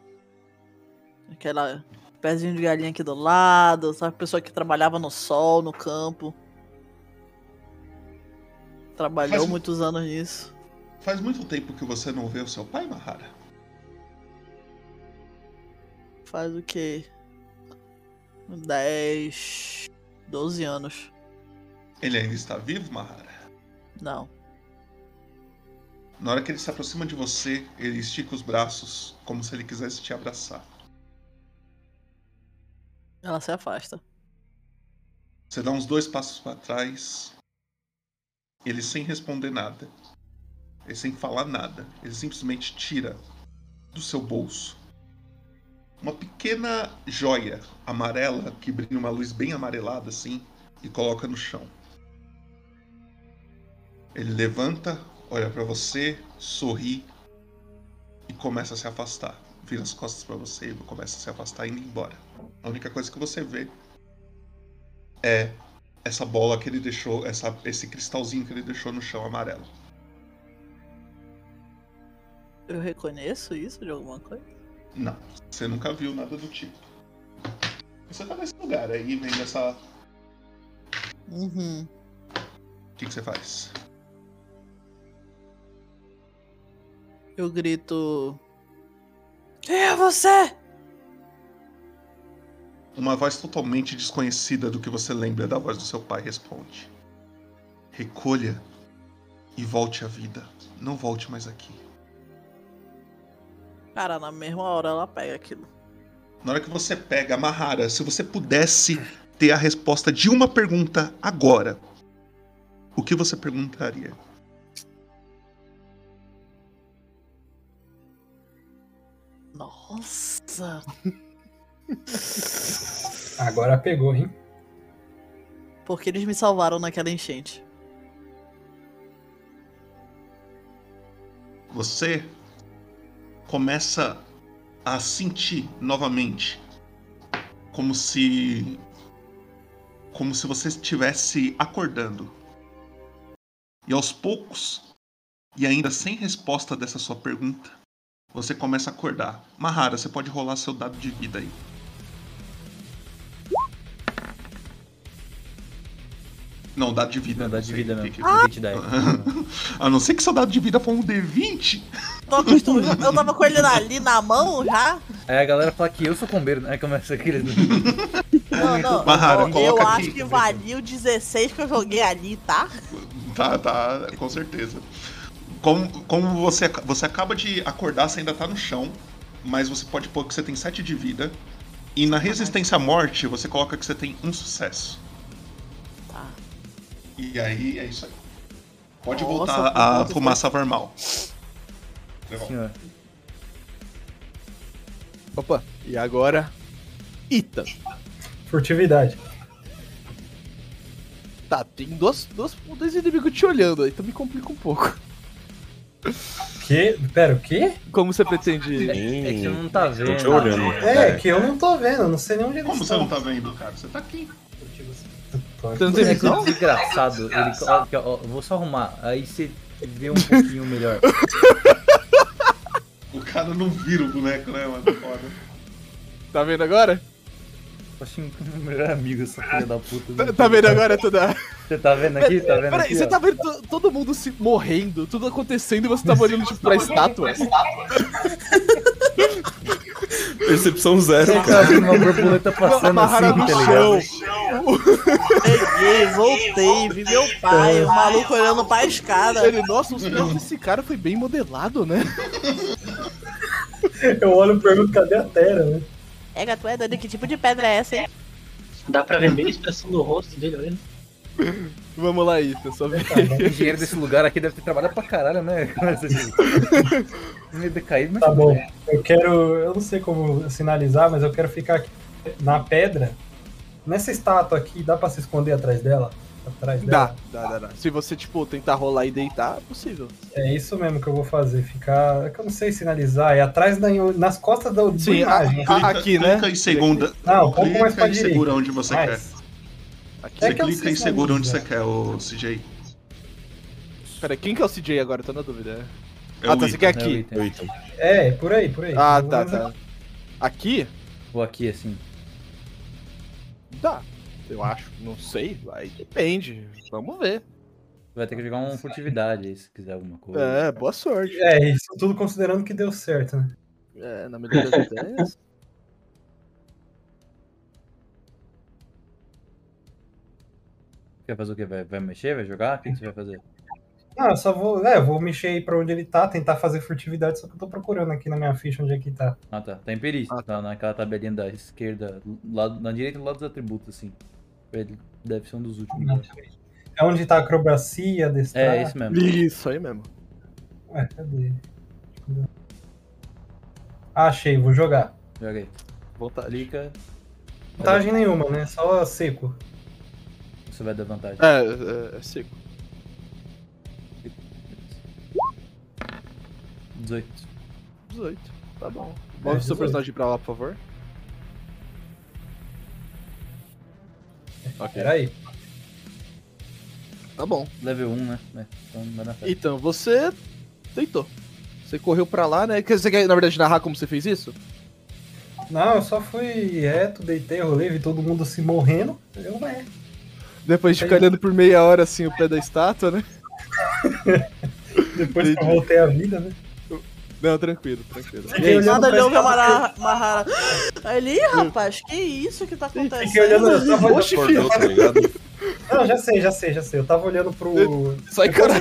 [SPEAKER 6] Aquela. Pezinho de galinha aqui do lado, sabe? Pessoa que trabalhava no sol, no campo. Trabalhou
[SPEAKER 2] Faz-
[SPEAKER 6] muitos anos nisso.
[SPEAKER 2] Faz muito tempo que você não vê o seu pai, Mahara.
[SPEAKER 6] Faz o quê? 10. 12 anos.
[SPEAKER 2] Ele ainda está vivo, Mahara?
[SPEAKER 6] Não.
[SPEAKER 2] Na hora que ele se aproxima de você, ele estica os braços, como se ele quisesse te abraçar.
[SPEAKER 6] Ela se afasta.
[SPEAKER 2] Você dá uns dois passos pra trás. Ele sem responder nada. Ele sem falar nada. Ele simplesmente tira do seu bolso uma pequena joia amarela que brilha uma luz bem amarelada assim e coloca no chão. Ele levanta, olha pra você, sorri e começa a se afastar. Vira as costas pra você e começa a se afastar indo embora. A única coisa que você vê é essa bola que ele deixou, essa, esse cristalzinho que ele deixou no chão amarelo.
[SPEAKER 6] Eu reconheço isso de alguma coisa?
[SPEAKER 2] Não, você nunca viu nada do tipo. Você tá nesse lugar aí, vem essa.
[SPEAKER 6] Uhum.
[SPEAKER 2] O que, que você faz?
[SPEAKER 6] Eu grito. Quem é você?
[SPEAKER 2] Uma voz totalmente desconhecida do que você lembra da voz do seu pai responde: Recolha e volte à vida. Não volte mais aqui.
[SPEAKER 6] Cara, na mesma hora ela pega aquilo.
[SPEAKER 2] Na hora que você pega a Mahara, se você pudesse ter a resposta de uma pergunta agora, o que você perguntaria?
[SPEAKER 6] Nossa!
[SPEAKER 5] Agora pegou, hein?
[SPEAKER 6] Porque eles me salvaram naquela enchente.
[SPEAKER 2] você começa a sentir novamente como se como se você estivesse acordando. E aos poucos, e ainda sem resposta dessa sua pergunta, você começa a acordar. Mahara, você pode rolar seu dado de vida aí. Não, dado de vida. Não, dado de vida não. é.
[SPEAKER 7] Ah!
[SPEAKER 2] A não ser que seu dado de vida for um D20.
[SPEAKER 6] Tô acostumado. Eu tava com ele ali na mão já.
[SPEAKER 1] Aí a galera fala que eu sou combeiro, né? Começa aquele.
[SPEAKER 6] Não, não.
[SPEAKER 1] Mahara,
[SPEAKER 6] eu
[SPEAKER 1] coloca
[SPEAKER 6] acho
[SPEAKER 1] aqui.
[SPEAKER 6] que valia o 16 que eu joguei ali, tá?
[SPEAKER 2] Tá, tá, com certeza. Como, como você, ac- você acaba de acordar, você ainda tá no chão, mas você pode pôr que você tem 7 de vida. E na resistência à morte, você coloca que você tem um sucesso.
[SPEAKER 6] Tá.
[SPEAKER 2] E aí é isso aí. Pode
[SPEAKER 6] Nossa,
[SPEAKER 2] voltar
[SPEAKER 6] por
[SPEAKER 2] a
[SPEAKER 6] quanto
[SPEAKER 2] fumaça normal.
[SPEAKER 7] Opa, e agora? Ita.
[SPEAKER 5] Furtividade.
[SPEAKER 7] Tá, tem dois, dois, dois inimigos te olhando aí, então me complica um pouco.
[SPEAKER 5] quê? Pera, o quê?
[SPEAKER 7] Como você pretende?
[SPEAKER 1] É, que você não tá vendo.
[SPEAKER 3] te olhando.
[SPEAKER 5] É, que eu não tô vendo, eu não sei nem onde
[SPEAKER 2] Como
[SPEAKER 5] eles
[SPEAKER 2] você não
[SPEAKER 5] estão.
[SPEAKER 2] tá vendo, cara? Você tá aqui.
[SPEAKER 1] Tanto é que o desgraçado, ele. Ó, aqui, ó, ó, vou só arrumar, aí você vê um pouquinho melhor.
[SPEAKER 2] O cara não vira o boneco, né, mano? Foda.
[SPEAKER 7] Tá vendo agora?
[SPEAKER 1] Assim, o melhor amigo, essa filha da puta. né?
[SPEAKER 7] Tá, tá vendo agora toda.
[SPEAKER 1] Você tá vendo aqui? Tá vendo
[SPEAKER 7] Peraí,
[SPEAKER 1] aqui?
[SPEAKER 7] você
[SPEAKER 1] ó?
[SPEAKER 7] tá vendo to- todo mundo se morrendo, tudo acontecendo e você tava olhando tipo pra estátua?
[SPEAKER 3] Percepção zero,
[SPEAKER 1] Você tá
[SPEAKER 3] cara.
[SPEAKER 1] vendo uma borboleta passando
[SPEAKER 3] Amarraram
[SPEAKER 1] assim,
[SPEAKER 3] no
[SPEAKER 1] tá
[SPEAKER 3] chão.
[SPEAKER 1] ligado?
[SPEAKER 6] Peguei, voltei, vi meu pai, o maluco olhando pra escada.
[SPEAKER 7] Ele, nossa, os planos desse cara foi bem modelado, né?
[SPEAKER 5] Eu olho e pergunto, cadê a Terra, né?
[SPEAKER 6] É, gato, é doido, que tipo de pedra é essa, hein?
[SPEAKER 4] Dá pra ver bem a expressão do rosto dele, olha.
[SPEAKER 7] Vamos lá, Ita, só vez.
[SPEAKER 1] O engenheiro desse lugar aqui deve ter trabalhado pra caralho, né? Com essa gente. Meio decaído, mas.
[SPEAKER 5] Tá bom. Eu quero. Eu não sei como sinalizar, mas eu quero ficar aqui na pedra. Nessa estátua aqui, dá pra se esconder atrás dela? Atrás
[SPEAKER 7] Dá,
[SPEAKER 5] dela?
[SPEAKER 7] dá, dá, dá. Se você, tipo, tentar rolar e deitar, é possível.
[SPEAKER 5] É isso mesmo que eu vou fazer. Ficar. É que eu não sei sinalizar. É atrás da. Nas costas da da
[SPEAKER 7] Sim,
[SPEAKER 5] imagem.
[SPEAKER 2] ah,
[SPEAKER 7] a- a- aqui, né?
[SPEAKER 2] Clica e segunda.
[SPEAKER 5] Não, um pouco mais
[SPEAKER 2] clica
[SPEAKER 5] pra
[SPEAKER 2] e
[SPEAKER 5] direita.
[SPEAKER 2] segura onde você
[SPEAKER 5] Mais.
[SPEAKER 2] quer.
[SPEAKER 7] Aqui.
[SPEAKER 2] Você
[SPEAKER 5] É que eu
[SPEAKER 2] clica
[SPEAKER 5] sei
[SPEAKER 2] e segura onde você
[SPEAKER 5] sinalizar.
[SPEAKER 2] quer, ô É CJ.
[SPEAKER 7] Pera, quem que é o CJ agora? Tô na dúvida.
[SPEAKER 2] É
[SPEAKER 7] ah,
[SPEAKER 2] o
[SPEAKER 7] tá, você
[SPEAKER 2] Ethan.
[SPEAKER 7] quer
[SPEAKER 1] É o
[SPEAKER 7] aqui.
[SPEAKER 1] Ethan.
[SPEAKER 5] É, por aí, por aí.
[SPEAKER 7] Ah,
[SPEAKER 5] Mais
[SPEAKER 7] tá,
[SPEAKER 5] ou menos
[SPEAKER 7] tá. Aqui?
[SPEAKER 1] Vou aqui assim.
[SPEAKER 7] Dá. Eu acho. Não sei. Aí depende. Vamos ver.
[SPEAKER 1] Vai ter que jogar um furtividade aí, se quiser alguma coisa.
[SPEAKER 7] É, boa sorte.
[SPEAKER 5] É, isso tudo considerando que deu certo, né?
[SPEAKER 7] É, na medida das ideias.
[SPEAKER 1] Quer fazer o quê? Vai, vai mexer? Vai jogar? O que que você vai fazer?
[SPEAKER 5] Não, eu só vou. É, eu vou mexer aí pra onde ele tá, tentar fazer furtividade, só que eu tô procurando aqui na minha ficha onde é que tá.
[SPEAKER 1] Ah, tá. Tá em perícia. Tá naquela tabelinha da esquerda, do lado, na direita do lado dos atributos, assim. Ele deve ser um dos últimos.
[SPEAKER 5] É onde tá a acrobacia, destreza.
[SPEAKER 1] É, esse mesmo.
[SPEAKER 7] Isso aí mesmo.
[SPEAKER 5] Ué, cadê? Ah, achei, vou jogar.
[SPEAKER 1] Joga aí.
[SPEAKER 7] Vontade.
[SPEAKER 1] Clica.
[SPEAKER 5] Vantagem nenhuma, né? Só seco.
[SPEAKER 1] Você vai dar vantagem.
[SPEAKER 7] É, é, é seco.
[SPEAKER 1] 18.
[SPEAKER 7] 18. Tá bom.
[SPEAKER 5] É,
[SPEAKER 7] Move seu
[SPEAKER 5] 18.
[SPEAKER 7] personagem pra lá, por favor. Ok.
[SPEAKER 5] Peraí.
[SPEAKER 7] Tá bom.
[SPEAKER 1] Level 1, né? É, então vai na fé.
[SPEAKER 7] Então, você deitou. Você correu pra lá, né? Quer- Você quer, na verdade, narrar como você fez isso?
[SPEAKER 5] Não, eu só fui reto, deitei, rolei, vi todo mundo se morrendo. Eu, né? ué.
[SPEAKER 7] Depois de ficar olhando por meia hora, assim, o pé da estátua, né?
[SPEAKER 5] Depois que eu voltei à vida, né?
[SPEAKER 7] Não, tranquilo, tranquilo.
[SPEAKER 5] Fiquei olhando
[SPEAKER 6] Nada
[SPEAKER 5] pra
[SPEAKER 6] de ouvir
[SPEAKER 5] estátua,
[SPEAKER 6] amarrar. amarrar- Aí ele, "Ih, rapaz, que isso que tá
[SPEAKER 5] Fiquei olhando, eu
[SPEAKER 6] acontecendo?
[SPEAKER 5] tava olhando
[SPEAKER 7] Oxe, filho.
[SPEAKER 3] Tá ligado?
[SPEAKER 5] Não, já sei, já sei, já sei. Eu tava olhando pro.
[SPEAKER 7] Sai, cara.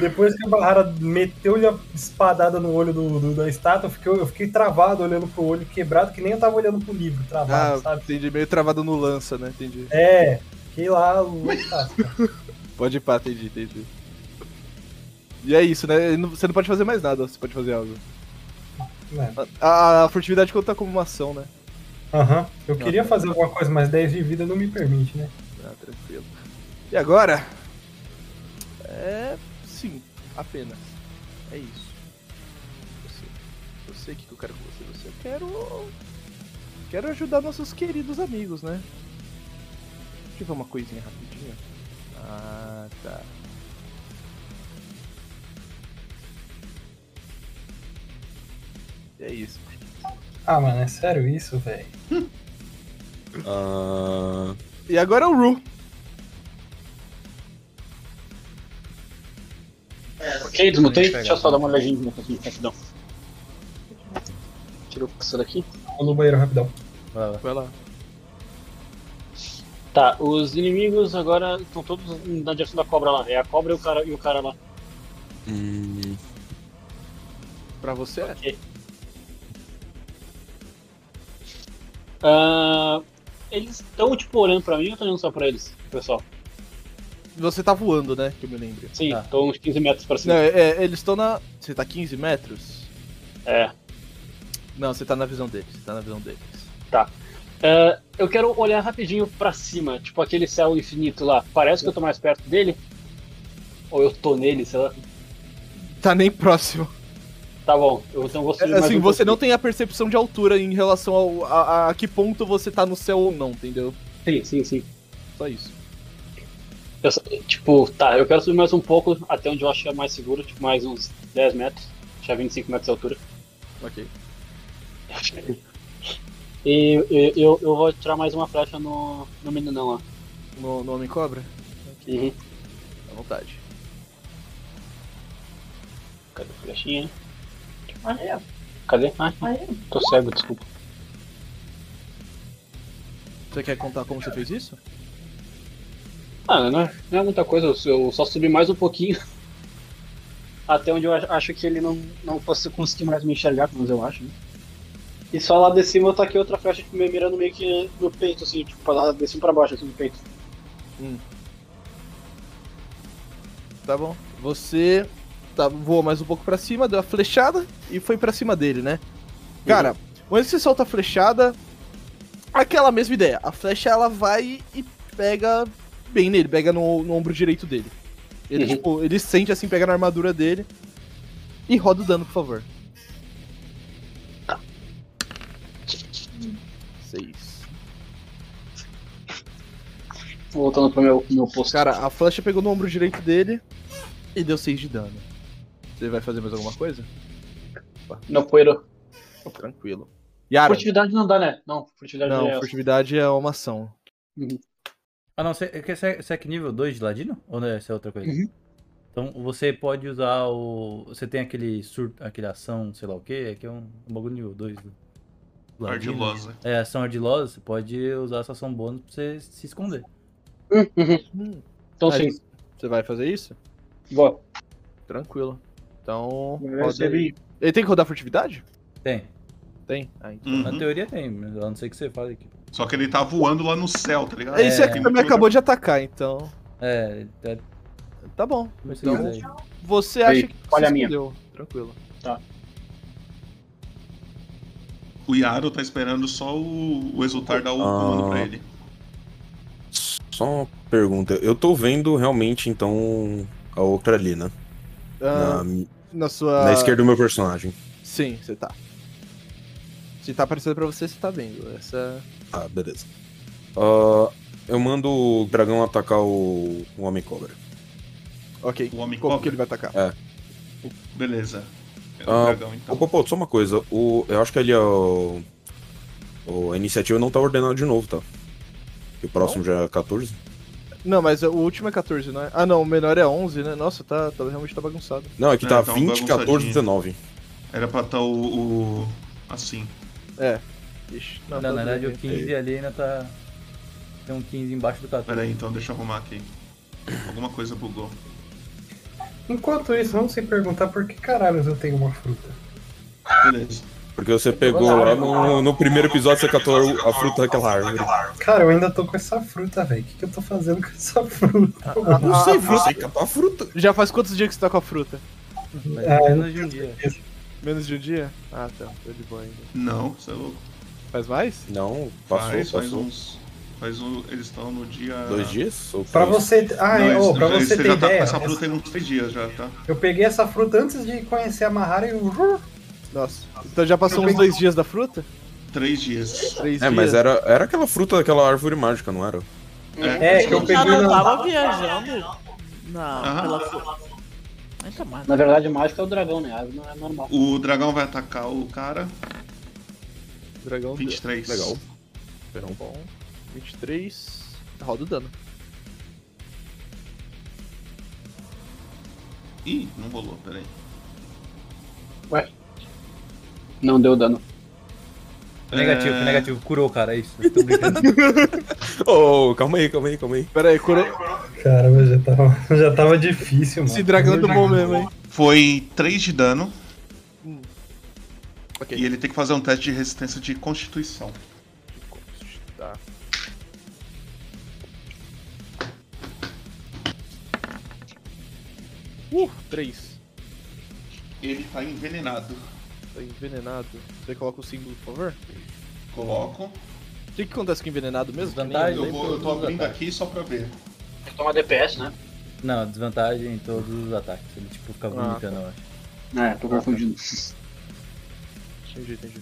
[SPEAKER 5] Depois que o Barrara meteu-lhe a espadada no olho do, do- da estátua, eu fiquei, eu fiquei travado olhando pro olho quebrado, que nem eu tava olhando pro livro, travado,
[SPEAKER 7] Ah,
[SPEAKER 5] sabe?
[SPEAKER 7] entendi. Meio travado no lança, né? Entendi.
[SPEAKER 5] É, fiquei lá. tá, louca.
[SPEAKER 7] Pode ir pra, entendi, entendi. E é isso, né? Não- Você não pode fazer mais nada, você pode fazer algo.
[SPEAKER 5] É.
[SPEAKER 7] A, a furtividade conta como uma ação, né?
[SPEAKER 5] Aham. Eu queria
[SPEAKER 2] tá.
[SPEAKER 5] fazer alguma coisa, mas 10 de vida não me permite, né?
[SPEAKER 7] Ah, tranquilo. E agora? É. Sim, apenas. É isso. Você. Eu sei o que que eu quero com você. Você eu quero. Quero ajudar nossos queridos amigos, né? Deixa eu ver uma coisinha rapidinho. Ah, tá. É isso.
[SPEAKER 5] Ah, mano, é sério isso, velho?
[SPEAKER 3] Ah,
[SPEAKER 7] E agora é o Ru.
[SPEAKER 4] Ok, desmutei. Deixa eu só dar uma olhadinha no pouquinho, rapidão. Tirou isso daqui.
[SPEAKER 5] Vou no banheiro rapidão.
[SPEAKER 1] Vai lá.
[SPEAKER 7] Vai lá.
[SPEAKER 4] Tá, os inimigos agora estão todos na direção da cobra lá. É a cobra e o cara, e o cara lá.
[SPEAKER 3] hum,
[SPEAKER 7] Pra você é.
[SPEAKER 4] Ok. Ah, eles estão, tipo, olhando pra mim ou eu tô olhando só pra eles, pessoal?
[SPEAKER 7] Você tá voando, né? Que eu me lembro.
[SPEAKER 4] Sim, estão uns 15 metros pra
[SPEAKER 7] Não,
[SPEAKER 4] cima.
[SPEAKER 7] é, é, eles estão na. Você tá 15 metros?
[SPEAKER 4] É,
[SPEAKER 7] Não, você tá na visão deles. Você tá na visão deles.
[SPEAKER 4] tá. É, eu quero olhar rapidinho pra cima, tipo aquele céu infinito lá. Parece que eu tô mais perto dele? Ou eu tô nele, sei lá.
[SPEAKER 7] Tá nem próximo.
[SPEAKER 4] Tá bom, eu então vou subir mais
[SPEAKER 7] assim,
[SPEAKER 4] um
[SPEAKER 7] você não
[SPEAKER 4] pouquinho.
[SPEAKER 7] tem a percepção de altura em relação ao, a, a que ponto você tá no céu ou não, entendeu?
[SPEAKER 4] Sim, sim, sim.
[SPEAKER 7] Só isso.
[SPEAKER 4] Eu só- tipo, tá, eu quero subir mais um pouco até onde eu acho que é mais seguro, tipo, mais uns 10 metros, é já 25 metros de altura.
[SPEAKER 7] Ok.
[SPEAKER 4] E e- eu, eu vou tirar mais uma flecha no, no meninão lá.
[SPEAKER 7] No, no Homem Cobra?
[SPEAKER 4] Uhum.
[SPEAKER 7] À vontade.
[SPEAKER 4] Cadê a flechinha? Cadê? Ah, tô cego, desculpa.
[SPEAKER 7] Você quer contar como você fez isso?
[SPEAKER 4] Ah, não é, não é muita coisa, eu, eu só subi mais um pouquinho. Até onde eu a- acho que ele não, não fosse conseguir mais me enxergar, mas eu acho, né? E só lá de cima eu taquei outra flecha tipo, me mirando meio que no peito, assim, tipo, pra lá de cima pra baixo, assim, no peito.
[SPEAKER 7] Tá bom. Você tá, voou mais um pouco pra cima, deu a flechada e foi pra cima dele, né? Cara, quando você solta a flechada, aquela mesma ideia. A flecha ela vai e pega bem nele, pega no, no ombro direito dele. Ele,
[SPEAKER 4] Uhum.
[SPEAKER 7] tipo, ele sente assim, pega na armadura dele. E roda o dano, por favor. Seis.
[SPEAKER 4] Voltando pro meu, meu posto.
[SPEAKER 7] Cara, a flecha pegou no ombro direito dele e deu 6 de dano. Você vai fazer mais alguma coisa?
[SPEAKER 4] Não, poeiro.
[SPEAKER 7] Tranquilo. Yara.
[SPEAKER 4] Furtividade não dá, né? Não, furtividade é
[SPEAKER 7] Não,
[SPEAKER 4] essa.
[SPEAKER 7] furtividade é uma ação.
[SPEAKER 1] Ah, não, você você- você é, você é que nível 2 de ladino? Ou não, essa é outra coisa?
[SPEAKER 4] Uhum.
[SPEAKER 1] Então você pode usar o. Você tem aquele surto, aquele ação, sei lá o que, que é um, um bagulho nível 2 do.
[SPEAKER 5] né?
[SPEAKER 1] do ladino.
[SPEAKER 2] Ardilosa.
[SPEAKER 1] É, ação ardilosa, você pode usar essa ação bônus pra você se esconder.
[SPEAKER 4] Hum, Então
[SPEAKER 7] Aí,
[SPEAKER 4] sim.
[SPEAKER 7] Você vai fazer isso?
[SPEAKER 4] Vou.
[SPEAKER 7] Tranquilo. Então.
[SPEAKER 1] Eu
[SPEAKER 7] roda
[SPEAKER 1] recebi.
[SPEAKER 7] aí. Ele tem que rodar furtividade?
[SPEAKER 1] Tem.
[SPEAKER 7] Tem? Ah, então.
[SPEAKER 5] Uhum.
[SPEAKER 1] Na
[SPEAKER 2] Uhum.
[SPEAKER 3] Uhum.
[SPEAKER 1] teoria tem, mas a não ser que você fale aqui.
[SPEAKER 2] Só que ele tá voando lá no céu, tá
[SPEAKER 5] É,
[SPEAKER 2] ligado?
[SPEAKER 7] Esse aqui
[SPEAKER 2] Tem
[SPEAKER 7] também
[SPEAKER 2] muito
[SPEAKER 7] acabou de atacar, então.
[SPEAKER 1] É, tá,
[SPEAKER 7] Tá bom.
[SPEAKER 1] Mas
[SPEAKER 7] Então,
[SPEAKER 1] você quiser.
[SPEAKER 7] você acha
[SPEAKER 2] Ei,
[SPEAKER 7] que.
[SPEAKER 2] olha
[SPEAKER 7] se
[SPEAKER 2] a minha.
[SPEAKER 7] escondeu. Tranquilo.
[SPEAKER 4] Tá.
[SPEAKER 2] O Yaro tá esperando só o, o Exultar dar o comando
[SPEAKER 3] Ah.
[SPEAKER 2] pra ele.
[SPEAKER 3] Só uma pergunta. Eu tô vendo realmente, então, a outra ali, né?
[SPEAKER 7] Ah,
[SPEAKER 3] na,
[SPEAKER 7] na sua.
[SPEAKER 5] Ah.
[SPEAKER 3] na esquerda do meu personagem.
[SPEAKER 7] Sim, você tá. Se tá aparecendo pra você, você tá vendo. Essa.
[SPEAKER 3] Ah, beleza. Ah, eu mando o dragão atacar o, o Homem Cobra.
[SPEAKER 7] Ok.
[SPEAKER 2] O homem
[SPEAKER 7] Como
[SPEAKER 2] cobra.
[SPEAKER 7] que ele vai atacar?
[SPEAKER 3] É.
[SPEAKER 2] Beleza. É o
[SPEAKER 3] Ah,
[SPEAKER 2] dragão, então.
[SPEAKER 3] Ô, Popô, só uma coisa. O, eu acho que ali, ó. o- a iniciativa não tá ordenada de novo, tá? E o próximo já é 14?
[SPEAKER 7] Não, mas o último é 14, não é? Ah, não, o menor é 11, né? Nossa, tá, tá- realmente tá bagunçado.
[SPEAKER 3] Não, aqui
[SPEAKER 2] É,
[SPEAKER 3] tá
[SPEAKER 2] tá um
[SPEAKER 3] 20, 14,
[SPEAKER 2] bagunçadinho.
[SPEAKER 3] 19.
[SPEAKER 2] Era pra tá o. o- assim.
[SPEAKER 7] É. Ixi,
[SPEAKER 1] Não,
[SPEAKER 7] não,
[SPEAKER 1] na
[SPEAKER 7] tá tudo
[SPEAKER 1] verdade
[SPEAKER 7] bem.
[SPEAKER 1] o 15 ali ainda tá. Tem um 15 embaixo do 14.
[SPEAKER 2] Peraí, então deixa eu arrumar aqui. Alguma coisa bugou.
[SPEAKER 5] Enquanto isso, vamos se perguntar por que caralhos eu tenho uma fruta.
[SPEAKER 2] Beleza.
[SPEAKER 3] Porque você pegou lá no, no primeiro episódio, você catou a fruta daquela árvore.
[SPEAKER 5] Cara, eu ainda tô com essa fruta, velho. O que, que eu tô fazendo com essa
[SPEAKER 2] Tá
[SPEAKER 5] fruta?
[SPEAKER 7] não sei, fruta.
[SPEAKER 3] catar fruta.
[SPEAKER 7] Já faz quantos dias que você tá com a fruta?
[SPEAKER 5] É,
[SPEAKER 1] menos de um dia.
[SPEAKER 7] Menos de um dia? Ah, tá. Tô de boa ainda.
[SPEAKER 2] Não, você é louco.
[SPEAKER 7] Faz mais?
[SPEAKER 3] Não, passou,
[SPEAKER 2] Faz, faz
[SPEAKER 3] passou.
[SPEAKER 2] uns. Faz um, eles estão no dia.
[SPEAKER 3] Dois dias? Ou
[SPEAKER 5] Pra
[SPEAKER 3] três?
[SPEAKER 5] você. Ah,
[SPEAKER 2] Não,
[SPEAKER 5] é, ô,
[SPEAKER 2] eles-
[SPEAKER 5] pra
[SPEAKER 2] eles-
[SPEAKER 5] você
[SPEAKER 2] você
[SPEAKER 5] ter
[SPEAKER 2] já tá
[SPEAKER 5] ideia.
[SPEAKER 2] com essa fruta aí uns três dias já, tá?
[SPEAKER 5] Eu peguei essa fruta antes de conhecer a Mahara e eu.
[SPEAKER 7] Nossa. Então já passou uns dois dias da fruta?
[SPEAKER 2] Três dias.
[SPEAKER 7] Três
[SPEAKER 3] É,
[SPEAKER 7] dias.
[SPEAKER 3] mas era, era aquela fruta daquela árvore mágica, não era?
[SPEAKER 5] É, que eu
[SPEAKER 6] Já
[SPEAKER 5] peguei
[SPEAKER 6] não
[SPEAKER 5] na.
[SPEAKER 6] tava viajando. Não, pela força. Ainda mais.
[SPEAKER 4] Na verdade, o mágico é o dragão, né? A árvore não é normal.
[SPEAKER 2] O dragão vai atacar o cara.
[SPEAKER 7] Dragão.
[SPEAKER 2] 23.
[SPEAKER 3] Legal.
[SPEAKER 7] Tá Bom. 23. Roda o dano.
[SPEAKER 2] Ih, não rolou, peraí.
[SPEAKER 4] Ué. Não deu dano.
[SPEAKER 1] Negativo,
[SPEAKER 2] É.
[SPEAKER 1] negativo, curou, cara, é isso. Eu tô brincando.
[SPEAKER 3] Ô, calma aí, calma aí, calma aí.
[SPEAKER 7] Pera aí, curou.
[SPEAKER 5] Caramba, já tava, já tava difícil, mano.
[SPEAKER 1] Ah,
[SPEAKER 7] Esse dragão
[SPEAKER 3] um
[SPEAKER 7] tomou mesmo, hein?
[SPEAKER 2] Foi 3 de dano.
[SPEAKER 7] Hum.
[SPEAKER 2] E ele tem que fazer um teste de resistência de constituição.
[SPEAKER 7] Tá. Uh, 3.
[SPEAKER 2] Ele tá envenenado.
[SPEAKER 7] Tá envenenado. Você coloca o símbolo, por favor?
[SPEAKER 2] Coloco.
[SPEAKER 7] que, que acontece com envenenado mesmo?
[SPEAKER 1] Vantagem,
[SPEAKER 2] Eu, vou, eu tô abrindo aqui só pra ver.
[SPEAKER 4] Tem que tomar DPS, né?
[SPEAKER 1] Não, desvantagem em todos os ataques. Ele tipo fica vomitando, eu acho.
[SPEAKER 4] É, tô confundindo.
[SPEAKER 7] Entendi, entendi.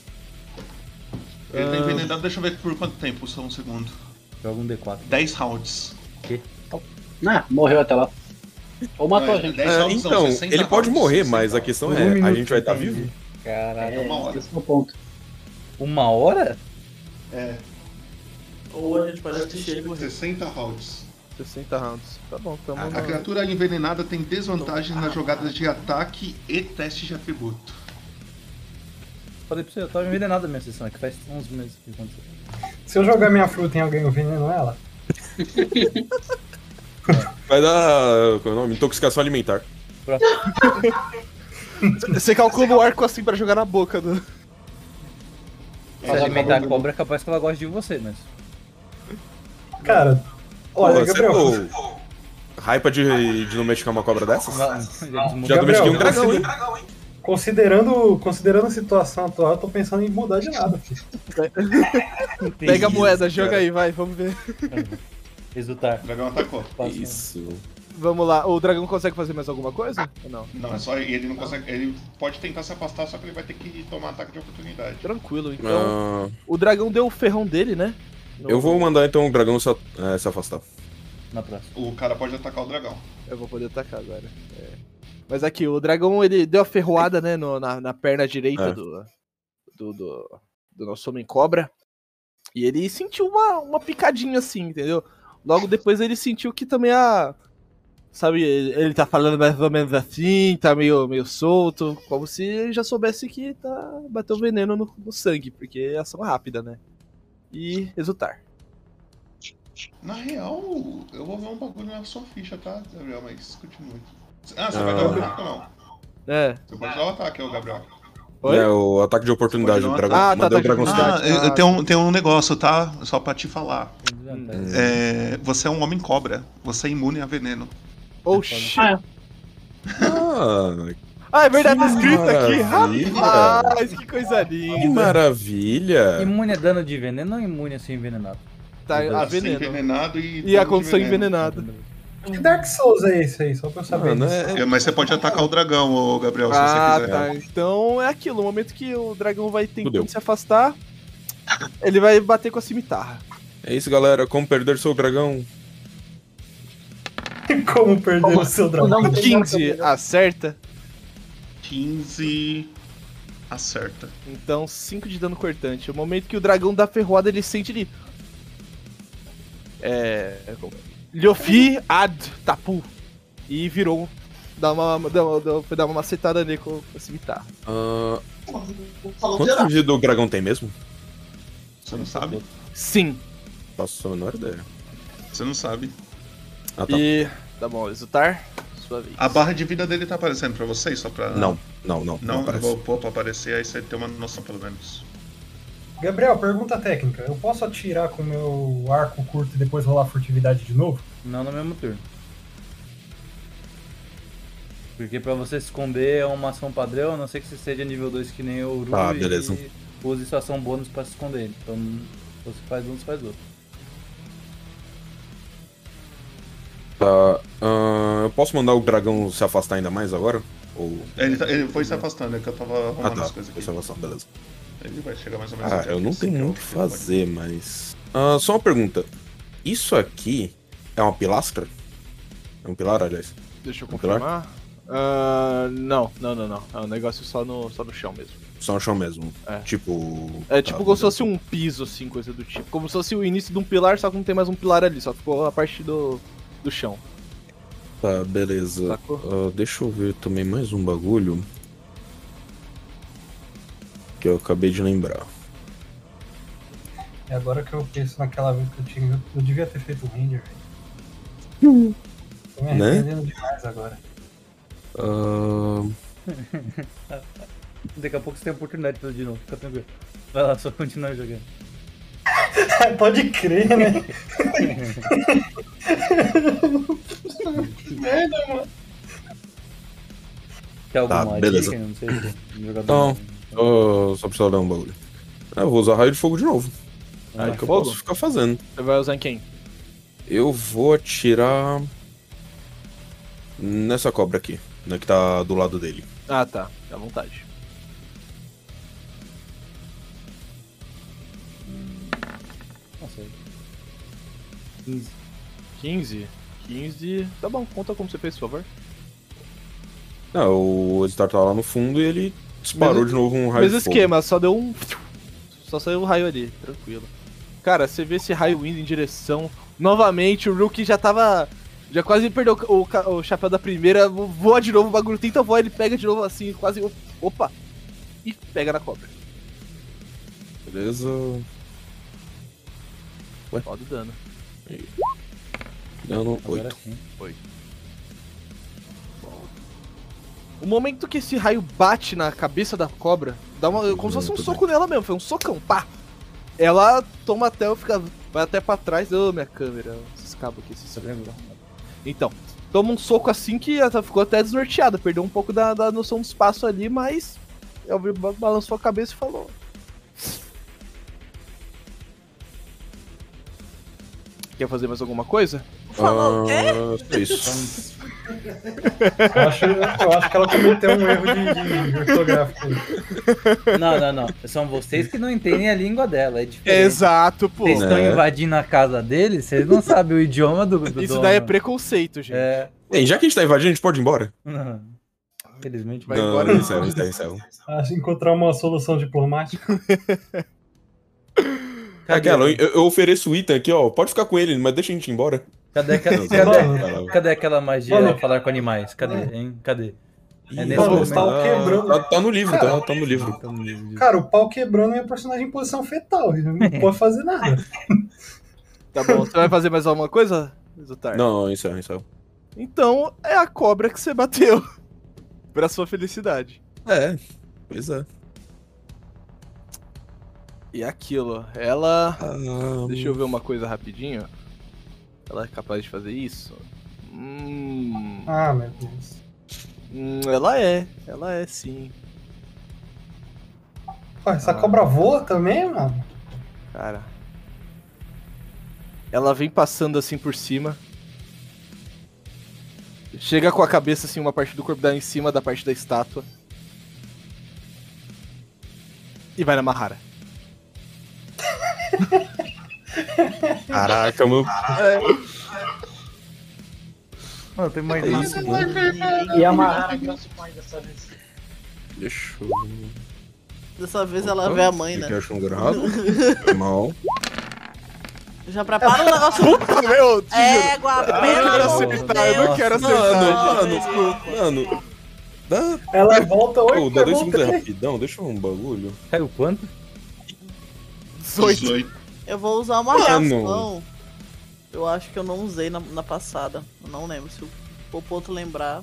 [SPEAKER 2] Ele tá
[SPEAKER 1] Ah.
[SPEAKER 2] envenenado, deixa eu ver por quanto tempo, só um segundo.
[SPEAKER 1] Joga um D4.
[SPEAKER 2] 10 rounds.
[SPEAKER 1] Que?
[SPEAKER 4] Ah, morreu até lá. Ou matou a gente.
[SPEAKER 3] É, então, ele pode morrer, mas a questão
[SPEAKER 1] Um
[SPEAKER 3] é, a
[SPEAKER 1] minuto,
[SPEAKER 3] gente vai estar vivo?
[SPEAKER 1] Caralho.
[SPEAKER 4] É, uma hora.
[SPEAKER 1] Uma hora?
[SPEAKER 2] É.
[SPEAKER 6] Ou a gente pode assistir ele morrer.
[SPEAKER 2] 60 rounds.
[SPEAKER 7] 60 rounds. Tá bom, tamo
[SPEAKER 3] Ah,
[SPEAKER 2] A criatura envenenada tem desvantagem nas jogadas de ataque e teste de atributo.
[SPEAKER 1] Falei pra você, eu tava envenenado a minha sessão, é que faz uns meses que aconteceu.
[SPEAKER 5] Se eu jogar minha fruta em alguém, eu veneno ela?
[SPEAKER 3] Vai dar. Qual é o nome? Intoxicação alimentar.
[SPEAKER 7] Você calcula o arco assim pra jogar na boca do.
[SPEAKER 1] Se alimentar a cobra, é capaz que ela goste de você, mas.
[SPEAKER 5] Cara, olha,
[SPEAKER 3] Pô,
[SPEAKER 5] Gabriel.
[SPEAKER 3] Você, pô, Raipa de, de não mexer com uma cobra dessas?
[SPEAKER 1] Não,
[SPEAKER 3] Já domestiquei um
[SPEAKER 5] Gabriel,
[SPEAKER 3] dragão, hein?
[SPEAKER 5] Considerando, considerando a situação atual, eu tô pensando em mudar de nada.
[SPEAKER 7] Pega a moeda, joga aí, vai, vamos ver.
[SPEAKER 1] Exultar.
[SPEAKER 2] O dragão atacou.
[SPEAKER 1] Tá,
[SPEAKER 3] Isso.
[SPEAKER 7] Vamos lá, o dragão consegue fazer mais alguma coisa? Ou não?
[SPEAKER 2] Não, é só ele não consegue. Ele pode tentar se afastar, só que ele vai ter que tomar ataque de oportunidade.
[SPEAKER 7] Tranquilo, então. O dragão deu o ferrão dele, né? No-
[SPEAKER 3] Ah, Eu vou mandar então o dragão se, eh, se afastar.
[SPEAKER 1] Na próxima.
[SPEAKER 2] O cara pode atacar o dragão.
[SPEAKER 7] Eu vou poder atacar agora. é. Mas aqui, o dragão ele deu a ferroada, né, no- na, na perna direita
[SPEAKER 3] É.
[SPEAKER 7] do, do, do, do nosso homem cobra. E ele sentiu uma, uma picadinha assim, entendeu? Logo depois ele sentiu que também a. Sabe, ele ele tá falando mais ou menos assim, tá meio, meio solto, como se ele já soubesse que tá bateu veneno no, no sangue, porque é ação rápida, né? E exultar.
[SPEAKER 2] Na real, eu vou ver um bagulho na sua ficha, tá, Gabriel? Mas continue. Ah, você
[SPEAKER 3] Ah.
[SPEAKER 2] vai dar o ataque ou não?
[SPEAKER 7] É.
[SPEAKER 2] Você pode dar o ataque, ô, Gabriel.
[SPEAKER 7] Oi?
[SPEAKER 3] É, o ataque de oportunidade do dragão. Mandei o dragão se dar.
[SPEAKER 2] eu tenho um, tem um negócio, tá? Só pra te falar.
[SPEAKER 7] Uhum.
[SPEAKER 2] É, você é um homem cobra. Você é imune a veneno.
[SPEAKER 7] Oxi.
[SPEAKER 3] Ah,
[SPEAKER 7] Ah, é verdade, tá escrito aqui.
[SPEAKER 3] Maravilha.
[SPEAKER 7] Rapaz, que coisa
[SPEAKER 3] que
[SPEAKER 7] linda.
[SPEAKER 3] maravilha!
[SPEAKER 1] Imune a dano de veneno ou imune a ser envenenado?
[SPEAKER 7] Tá, a
[SPEAKER 1] Os dois.
[SPEAKER 7] veneno.
[SPEAKER 2] é Envenenado e. um
[SPEAKER 7] E a condição envenenada.
[SPEAKER 5] Que Dark Souls é esse aí? Só pra eu saber.
[SPEAKER 3] Mano,
[SPEAKER 5] disso.
[SPEAKER 2] É, mas você pode atacar o dragão, ô, Gabriel, se
[SPEAKER 7] Ah,
[SPEAKER 2] você quiser.
[SPEAKER 7] tá. Então é aquilo. O momento que o dragão vai tentando
[SPEAKER 3] Fudeu.
[SPEAKER 7] se afastar, ele vai bater com a cimitarra.
[SPEAKER 3] É isso, galera. Como perder seu dragão? né?
[SPEAKER 5] Como perder o seu dragão?
[SPEAKER 7] 15 Então, acerta.
[SPEAKER 2] 15 acerta.
[SPEAKER 7] Então 5 de dano cortante. O momento que o dragão dá ferroada, ele sente ele. É. é como- Liofi ad tapu. E virou. Dá uma, dá uma, dá uma- dá uma macetada nele com a cimitarra.
[SPEAKER 3] Ah,
[SPEAKER 4] Falou
[SPEAKER 3] quanto vida o dragão tem mesmo?
[SPEAKER 2] Você não sabe?
[SPEAKER 7] Sim.
[SPEAKER 3] Faço a menor ideia.
[SPEAKER 2] Você não sabe.
[SPEAKER 3] Ah, tá.
[SPEAKER 7] E. Tá bom, exultar. Sua vez.
[SPEAKER 2] A barra de vida dele tá aparecendo pra vocês? Só pra.
[SPEAKER 3] Não, não, não.
[SPEAKER 2] Não, eu
[SPEAKER 3] aparece.
[SPEAKER 2] vou pôr pra aparecer, aí você tem uma noção pelo menos.
[SPEAKER 5] Gabriel, pergunta técnica. Eu posso atirar com o meu arco curto e depois rolar furtividade de novo?
[SPEAKER 1] Não no mesmo turno. Porque pra você se esconder é uma ação padrão, a não ser que você seja nível 2 que nem o Uru
[SPEAKER 3] Tá, beleza.
[SPEAKER 1] e use sua ação bônus pra se esconder. Então você faz um, você faz outro.
[SPEAKER 3] Tá. ah, eu posso mandar o dragão se afastar ainda mais agora? Ou.
[SPEAKER 2] Ele, tá- ele foi se afastando, é que eu tava
[SPEAKER 3] Ah,
[SPEAKER 2] arrumando
[SPEAKER 3] tá.
[SPEAKER 2] as coisas aqui.
[SPEAKER 3] Foi se afastar, beleza.
[SPEAKER 2] Ele vai chegar mais ou menos.
[SPEAKER 3] Ah,
[SPEAKER 2] aqui,
[SPEAKER 3] eu não
[SPEAKER 2] assim,
[SPEAKER 3] tenho
[SPEAKER 2] que
[SPEAKER 3] muito o que fazer, mas. Ah, só uma pergunta. Isso aqui é uma pilastra? É um pilar, aliás.
[SPEAKER 7] Deixa eu
[SPEAKER 3] Um pilar?
[SPEAKER 7] confirmar. Ah, não, não, não, não. É um negócio só no, só no chão mesmo.
[SPEAKER 3] Só no chão mesmo. Tipo.
[SPEAKER 7] É tipo
[SPEAKER 3] tá,
[SPEAKER 7] como se fosse um piso, assim, coisa do tipo. Como se fosse o início de um pilar, só que não tem mais um pilar ali, só ficou a parte do, do chão.
[SPEAKER 3] Tá, beleza. Ah, deixa eu ver também mais um bagulho. Que eu acabei de lembrar.
[SPEAKER 5] É agora que eu penso naquela vez que eu tinha. Eu devia ter feito o Ranger, velho. Tô me
[SPEAKER 3] Né?
[SPEAKER 5] arrependendo demais agora.
[SPEAKER 3] Ah,
[SPEAKER 1] Daqui a pouco você tem a oportunidade de fazer de novo, fica tranquilo. Vai lá, só continua jogando.
[SPEAKER 5] Pode crer, né?
[SPEAKER 4] Merda, mano.
[SPEAKER 1] Tem alguma
[SPEAKER 3] Tá,
[SPEAKER 1] dica?
[SPEAKER 3] beleza.
[SPEAKER 1] Não sei se um jogador.
[SPEAKER 3] Então, só, só precisava dar um bagulho. Ah, eu vou usar raio de fogo de novo. Aí
[SPEAKER 7] é
[SPEAKER 3] que eu
[SPEAKER 7] fogo?
[SPEAKER 3] posso ficar fazendo.
[SPEAKER 7] Você vai usar em quem?
[SPEAKER 3] Eu vou atirar. Nessa cobra aqui, né? Que tá do lado dele.
[SPEAKER 7] Ah, tá. Fica à vontade.
[SPEAKER 1] Nossa,
[SPEAKER 7] 15. 15? 15. Tá bom, conta como você fez, por favor.
[SPEAKER 3] Não, Ah, o Editar tá lá no fundo e ele disparou
[SPEAKER 7] Mesmo-
[SPEAKER 3] de novo um raio
[SPEAKER 7] Mesmo
[SPEAKER 3] de fogo.
[SPEAKER 7] esquema, só deu um. Só saiu um raio ali, tranquilo. Cara, você vê esse raio indo em direção. Novamente, o Rookie já tava. Já quase perdeu o ca- o, ca- o chapéu da primeira, vo- voa de novo, o bagulho tenta voar, ele pega de novo assim, quase. Opa! E pega na cobra.
[SPEAKER 3] Beleza. Ué,
[SPEAKER 7] Roda o dano.
[SPEAKER 3] dano
[SPEAKER 7] Agora
[SPEAKER 3] 8.
[SPEAKER 1] assim.
[SPEAKER 7] Oito. O momento que esse raio bate na cabeça da cobra, dá uma, como se fosse um soco nela mesmo, foi um socão, pá! Ela toma até, fica, vai até pra trás, ô minha câmera, esses cabos aqui, esses cabos. Então, toma um soco assim que ela ficou até desnorteada, perdeu um pouco da, da noção do espaço ali, mas ela viu- ba- balançou a cabeça e falou: Quer fazer mais alguma coisa?
[SPEAKER 1] é
[SPEAKER 3] Falou o quê? Ah, isso.
[SPEAKER 5] Eu acho, eu acho que ela cometeu um erro de, de ortográfico.
[SPEAKER 1] Não, não, não. São vocês que não entendem a língua dela. É diferente.
[SPEAKER 7] Exato, pô.
[SPEAKER 1] Vocês estão
[SPEAKER 7] É.
[SPEAKER 1] invadindo a casa deles, vocês não sabem o idioma do, do
[SPEAKER 7] Isso
[SPEAKER 1] dono.
[SPEAKER 7] daí é preconceito, gente.
[SPEAKER 1] É.
[SPEAKER 3] Bem, já que a gente tá invadindo, a gente pode ir embora?
[SPEAKER 1] Não. Infelizmente
[SPEAKER 3] Não, encerra, encerra, encerra.
[SPEAKER 5] Acho que Ah, encontrar uma solução diplomática.
[SPEAKER 1] Cadê?
[SPEAKER 3] Aquela, eu, eu ofereço o item aqui, ó. Pode ficar com ele, mas deixa a gente ir embora.
[SPEAKER 1] Cadê aquela,
[SPEAKER 3] Não, tá bom.
[SPEAKER 1] cadê, cadê aquela magia
[SPEAKER 3] Mano.
[SPEAKER 1] de falar com animais? Cadê, hein? Cadê? É
[SPEAKER 3] Ih,
[SPEAKER 1] nesse
[SPEAKER 3] mano,
[SPEAKER 1] momento.
[SPEAKER 3] tá quebrando. Tá- tá no livro, tá- tá no livro.
[SPEAKER 1] Tá no livro.
[SPEAKER 5] Cara, o pau quebrando minha personagem em posição fetal. Ele não pode fazer nada.
[SPEAKER 7] Tá bom, você vai fazer mais alguma coisa, Zutar?
[SPEAKER 3] Não, encerra, encerra.
[SPEAKER 7] Então é a cobra que você bateu. pra sua felicidade.
[SPEAKER 3] É, pois é.
[SPEAKER 7] E aquilo, ela. Ah,
[SPEAKER 3] Ah,
[SPEAKER 7] Deixa eu ver uma coisa rapidinho. Ela é capaz de fazer isso? Hum.
[SPEAKER 5] Ah, meu Deus.
[SPEAKER 7] Hum, ela é, ela é sim.
[SPEAKER 5] Pô, essa
[SPEAKER 2] Ah.
[SPEAKER 5] cobra voa também, mano?
[SPEAKER 7] Cara. Ela vem passando assim por cima. Chega com a cabeça assim, uma parte do corpo dela em cima da parte da estátua. E vai na Mahara.
[SPEAKER 3] Caraca, meu.
[SPEAKER 1] Mano, tem mais
[SPEAKER 3] É isso,
[SPEAKER 4] E amarrar a graça mais dessa vez.
[SPEAKER 3] Deixa eu.
[SPEAKER 6] Dessa vez ela vê a mãe, né?
[SPEAKER 3] Aqui eu acho um grado. Foi Tá Mal.
[SPEAKER 6] Já prepara o negócio.
[SPEAKER 7] Puta, meu!
[SPEAKER 6] Égua, pelo amor de Deus.
[SPEAKER 3] Mano, mano, mano. Dá...
[SPEAKER 5] Ela volta
[SPEAKER 3] hoje. dá dois
[SPEAKER 6] volta
[SPEAKER 3] segundos aí
[SPEAKER 6] três.
[SPEAKER 3] rapidão, deixa eu ver um bagulho.
[SPEAKER 1] Caiu quanto?
[SPEAKER 7] 18.
[SPEAKER 6] Eu vou usar uma
[SPEAKER 3] Mano.
[SPEAKER 6] reação. Eu acho que eu não usei na, na passada. Eu não lembro. Se o Popoto lembrar.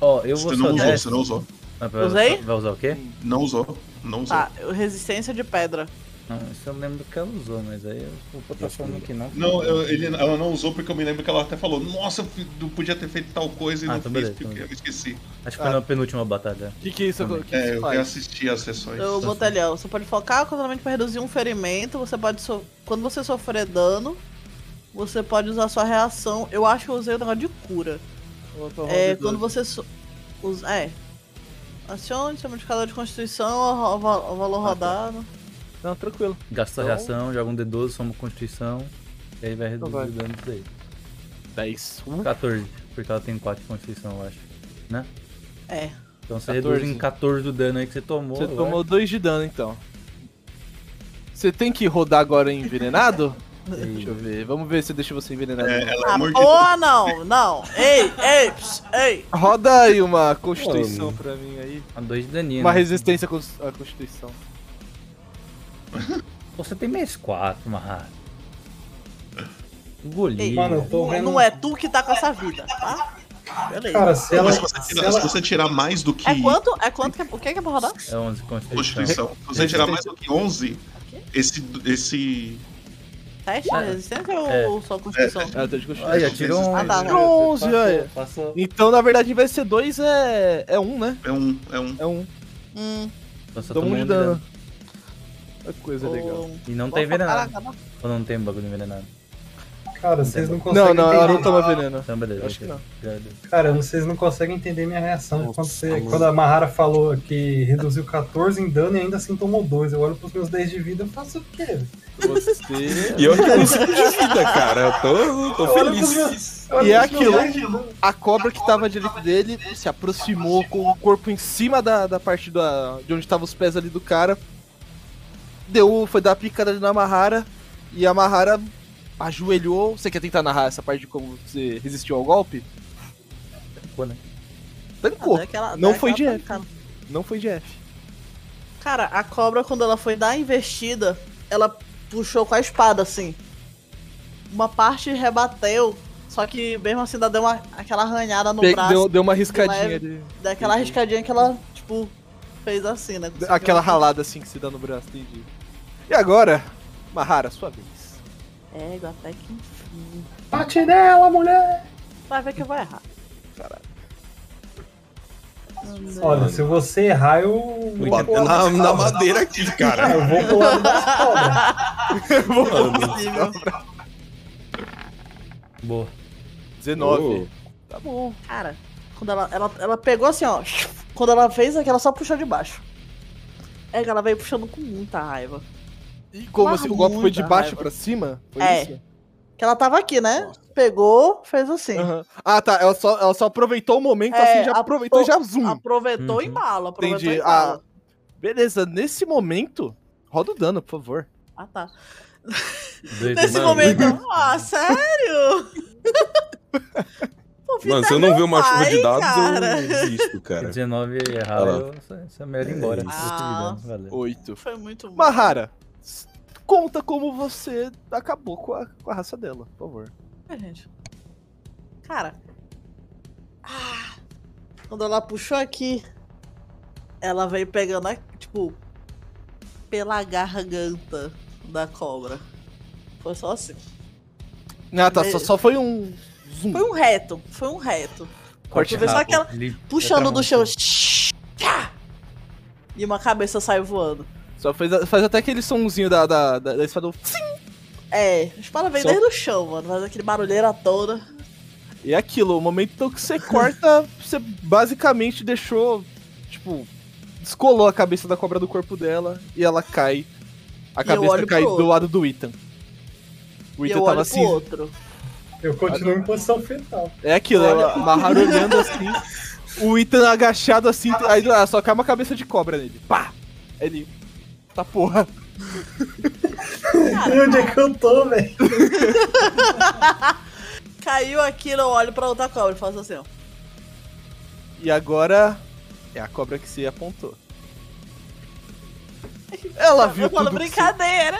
[SPEAKER 1] Ó, eu vou
[SPEAKER 2] Você não
[SPEAKER 1] só
[SPEAKER 2] usou,
[SPEAKER 1] dez.
[SPEAKER 2] você não usou.
[SPEAKER 1] Ah, vai-
[SPEAKER 6] Usei?
[SPEAKER 1] Vai usar o quê?
[SPEAKER 2] Não usou, não usou.
[SPEAKER 1] Ah.
[SPEAKER 6] Tá, eu- resistência de pedra.
[SPEAKER 1] Não, isso eu não lembro do que ela usou, mas aí eu vou botar falando que não.
[SPEAKER 2] Não, eu- ele- ela não usou porque eu me lembro que ela até falou, nossa, eu fi- eu podia ter feito tal coisa e
[SPEAKER 1] Ah,
[SPEAKER 2] não
[SPEAKER 1] então
[SPEAKER 2] fiz
[SPEAKER 1] beleza, então
[SPEAKER 2] porque eu esqueci.
[SPEAKER 1] Acho que foi na penúltima batalha.
[SPEAKER 7] O que, que isso que
[SPEAKER 2] É,
[SPEAKER 7] isso
[SPEAKER 2] eu
[SPEAKER 7] faz?
[SPEAKER 2] reassisti as sessões.
[SPEAKER 6] Eu botei ali, ó. Você pode focar continuamente pra reduzir um ferimento. Você pode. so- Quando você sofrer dano, você pode usar sua reação. Eu acho que eu usei o negócio de cura. É, quando você. So... Usa... É. Acione seu modificador de constituição, o o va- o valor rodado.
[SPEAKER 7] Não, tranquilo.
[SPEAKER 1] Gasta a
[SPEAKER 6] Então-
[SPEAKER 1] reação, joga um D12, soma constituição. E aí vai reduzir
[SPEAKER 6] vai.
[SPEAKER 1] o dano disso aí.
[SPEAKER 7] 10.
[SPEAKER 1] 14, porque ela tem 4 de constituição, eu acho. Né?
[SPEAKER 6] É.
[SPEAKER 1] Então você
[SPEAKER 7] 14.
[SPEAKER 1] reduz em 14 do dano aí que você tomou.
[SPEAKER 7] Você
[SPEAKER 1] eu
[SPEAKER 7] tomou 2 de dano então. Você tem que rodar agora envenenado? Deixa eu ver. Vamos ver se deixa você envenenado.
[SPEAKER 2] É,
[SPEAKER 6] Ah, ou não, não. Ei, ei, ps, ei.
[SPEAKER 7] Roda aí uma constituição
[SPEAKER 1] Mano.
[SPEAKER 7] pra mim aí.
[SPEAKER 1] A 2 de daninho. né?
[SPEAKER 7] Uma resistência à cons- à constituição.
[SPEAKER 1] Você tem mais 4, Mahara. Golinho.
[SPEAKER 5] Mano, eu tô
[SPEAKER 6] Não-
[SPEAKER 5] vendo. um
[SPEAKER 6] Não é tu que tá com essa vida, tá? Beleza.
[SPEAKER 5] Cara, se ela-
[SPEAKER 2] Mas se você, tirar, se você tirar mais do que
[SPEAKER 6] É quanto? É quanto que é, o que é que é pra rodar?
[SPEAKER 1] É 11 constituição.
[SPEAKER 2] Constituição, se você tirar mais do que 11, esse... esse...
[SPEAKER 6] Teste de resistência
[SPEAKER 2] É.
[SPEAKER 6] ou só constituição?
[SPEAKER 2] É,
[SPEAKER 7] teste Ah, de constituição.
[SPEAKER 1] Olha, tirou um.
[SPEAKER 6] Ah, tá,
[SPEAKER 7] Tirou
[SPEAKER 6] né?
[SPEAKER 7] 11,
[SPEAKER 1] Passou,
[SPEAKER 7] olha.
[SPEAKER 1] passou.
[SPEAKER 7] Então, na verdade, vai ser 2 é... é 1, um, né?
[SPEAKER 2] É um, é um.
[SPEAKER 7] É 1. Um.
[SPEAKER 6] Hum.
[SPEAKER 1] Então só
[SPEAKER 7] Dá um
[SPEAKER 1] tomou
[SPEAKER 7] de
[SPEAKER 1] um de
[SPEAKER 7] dano.
[SPEAKER 1] dano.
[SPEAKER 7] coisa legal.
[SPEAKER 1] E não tem envenenado. Ou não tem bagulho envenenado?
[SPEAKER 5] Cara,
[SPEAKER 1] tem
[SPEAKER 5] vocês não
[SPEAKER 1] bagulho.
[SPEAKER 5] conseguem entender.
[SPEAKER 1] Então, beleza.
[SPEAKER 5] Acho que
[SPEAKER 1] ok.
[SPEAKER 5] não.
[SPEAKER 1] Já deu.
[SPEAKER 5] Cara, vocês não conseguem entender minha reação de quando, você-
[SPEAKER 1] mano.
[SPEAKER 5] quando a Mahara falou que reduziu 14 em dano e ainda assim tomou 2. Eu olho pros meus 10 de vida e faço o quê?
[SPEAKER 7] Você...
[SPEAKER 3] E olha que eu sou de vida, cara. Eu tô, tô feliz.
[SPEAKER 7] E é aquilo, a cobra que tava direito dele se aproximou com o corpo em cima da, da parte da, de onde estavam os pés ali do cara. Deu, foi dar a picada na Mahara e a Mahara ajoelhou. Você quer tentar narrar essa parte de como você resistiu ao golpe?
[SPEAKER 1] Tancou, né?
[SPEAKER 7] Tancou.
[SPEAKER 6] Dá aquela-
[SPEAKER 7] Não
[SPEAKER 6] dá
[SPEAKER 7] foi de
[SPEAKER 6] aquela
[SPEAKER 7] F.
[SPEAKER 6] pancada.
[SPEAKER 7] Não foi de F.
[SPEAKER 6] tá Cara, a cobra, quando ela foi dar a investida, ela puxou com a espada, assim. Uma parte rebateu, só que mesmo assim ainda deu uma, aquela arranhada no
[SPEAKER 7] Pe-
[SPEAKER 6] braço.
[SPEAKER 7] deu- deu uma riscadinha ali.
[SPEAKER 6] Daquela riscadinha que ela, tipo, fez assim, né? Conseguiu-
[SPEAKER 7] Aquela ralada assim que se dá no braço, entendi. E agora, Mahara, sua vez.
[SPEAKER 6] É, até que enfim.
[SPEAKER 5] Bate nela, mulher!
[SPEAKER 6] Vai ver que eu vou errar.
[SPEAKER 5] Olha, se você errar, eu. vou
[SPEAKER 3] Bater
[SPEAKER 5] pular
[SPEAKER 3] na,
[SPEAKER 5] da
[SPEAKER 3] na
[SPEAKER 5] sala.
[SPEAKER 3] madeira aqui, cara.
[SPEAKER 5] Eu vou pular das cobras.
[SPEAKER 1] Boa.
[SPEAKER 7] 19. Tá
[SPEAKER 6] bom. Cara, quando ela, ela, ela pegou assim, ó. Quando ela fez aqui, ela só puxou de baixo. É que ela veio puxando com muita raiva.
[SPEAKER 7] E como assim? O golpe foi de
[SPEAKER 6] muita
[SPEAKER 7] baixo
[SPEAKER 6] raiva.
[SPEAKER 7] pra cima? Foi
[SPEAKER 6] é.
[SPEAKER 7] isso?
[SPEAKER 6] Que ela tava aqui, né? Pegou, fez assim.
[SPEAKER 7] Aham. Ah, tá. Ela só, ela só aproveitou o momento,
[SPEAKER 6] É,
[SPEAKER 7] assim, já aproveitou e já zoom.
[SPEAKER 6] Aproveitou
[SPEAKER 3] Uhum.
[SPEAKER 6] e bala, aproveitou
[SPEAKER 7] Hum. Entendi.
[SPEAKER 6] e bala.
[SPEAKER 7] Ah, beleza, nesse momento, roda o dano, por favor.
[SPEAKER 6] Ah, tá.
[SPEAKER 3] Dois
[SPEAKER 6] Nesse
[SPEAKER 3] de
[SPEAKER 6] momento,
[SPEAKER 3] mano.
[SPEAKER 6] ah, sério? é
[SPEAKER 3] Mano, se eu não ver uma chuva
[SPEAKER 6] pai,
[SPEAKER 3] de dados,
[SPEAKER 6] cara.
[SPEAKER 3] eu desisto, tá cara.
[SPEAKER 1] 19
[SPEAKER 3] Ah
[SPEAKER 1] errar,
[SPEAKER 3] lá.
[SPEAKER 1] eu essa- essa merda embora.
[SPEAKER 6] Ah.
[SPEAKER 7] Oito.
[SPEAKER 6] Foi muito bom.
[SPEAKER 7] Mahara, s- conta como você acabou com a, com a raça dela, por favor.
[SPEAKER 6] É, gente. Cara. Ah, quando ela puxou aqui, ela veio pegando, a- tipo, pela garganta da cobra. Foi só assim.
[SPEAKER 7] Ah, tá.
[SPEAKER 6] Mas-
[SPEAKER 7] Só, só foi um. Zoom.
[SPEAKER 6] Foi um reto, foi um reto.
[SPEAKER 7] Corte
[SPEAKER 6] Tu vê só
[SPEAKER 7] rápido,
[SPEAKER 6] aquela
[SPEAKER 7] limpo.
[SPEAKER 1] Tá
[SPEAKER 6] puxando do
[SPEAKER 7] Outra
[SPEAKER 6] chão. Tchá! E uma cabeça sai voando.
[SPEAKER 7] Só fez, a- faz até aquele somzinho da, da, da, da espada. Sim!
[SPEAKER 6] É, a espada veio
[SPEAKER 7] Só-
[SPEAKER 6] desde o chão, mano. Faz aquele barulheira toda.
[SPEAKER 7] E é aquilo, o momento que você corta, você basicamente deixou, tipo, descolou a cabeça da cobra do corpo dela e ela cai. A
[SPEAKER 6] E eu olho
[SPEAKER 7] cabeça
[SPEAKER 6] pro
[SPEAKER 7] cai do
[SPEAKER 6] outro.
[SPEAKER 7] lado do Ethan. O
[SPEAKER 6] E
[SPEAKER 7] Ethan
[SPEAKER 6] eu olho
[SPEAKER 7] tava
[SPEAKER 6] pro
[SPEAKER 7] assim.
[SPEAKER 6] outro.
[SPEAKER 5] Eu continuo em posição fetal.
[SPEAKER 7] É aquilo, ela amarraram olhando assim, o Ethan agachado assim, aí ah, só cai uma cabeça de cobra nele. Pá! Ele. Tá porra.
[SPEAKER 5] E onde é que eu tô, velho?
[SPEAKER 6] Caiu aquilo, eu olho pra outra cobra e faço assim, ó.
[SPEAKER 7] E agora é a cobra que se apontou. Ela viu
[SPEAKER 6] Eu falo
[SPEAKER 7] Tá tudo que você-
[SPEAKER 6] brincadeira.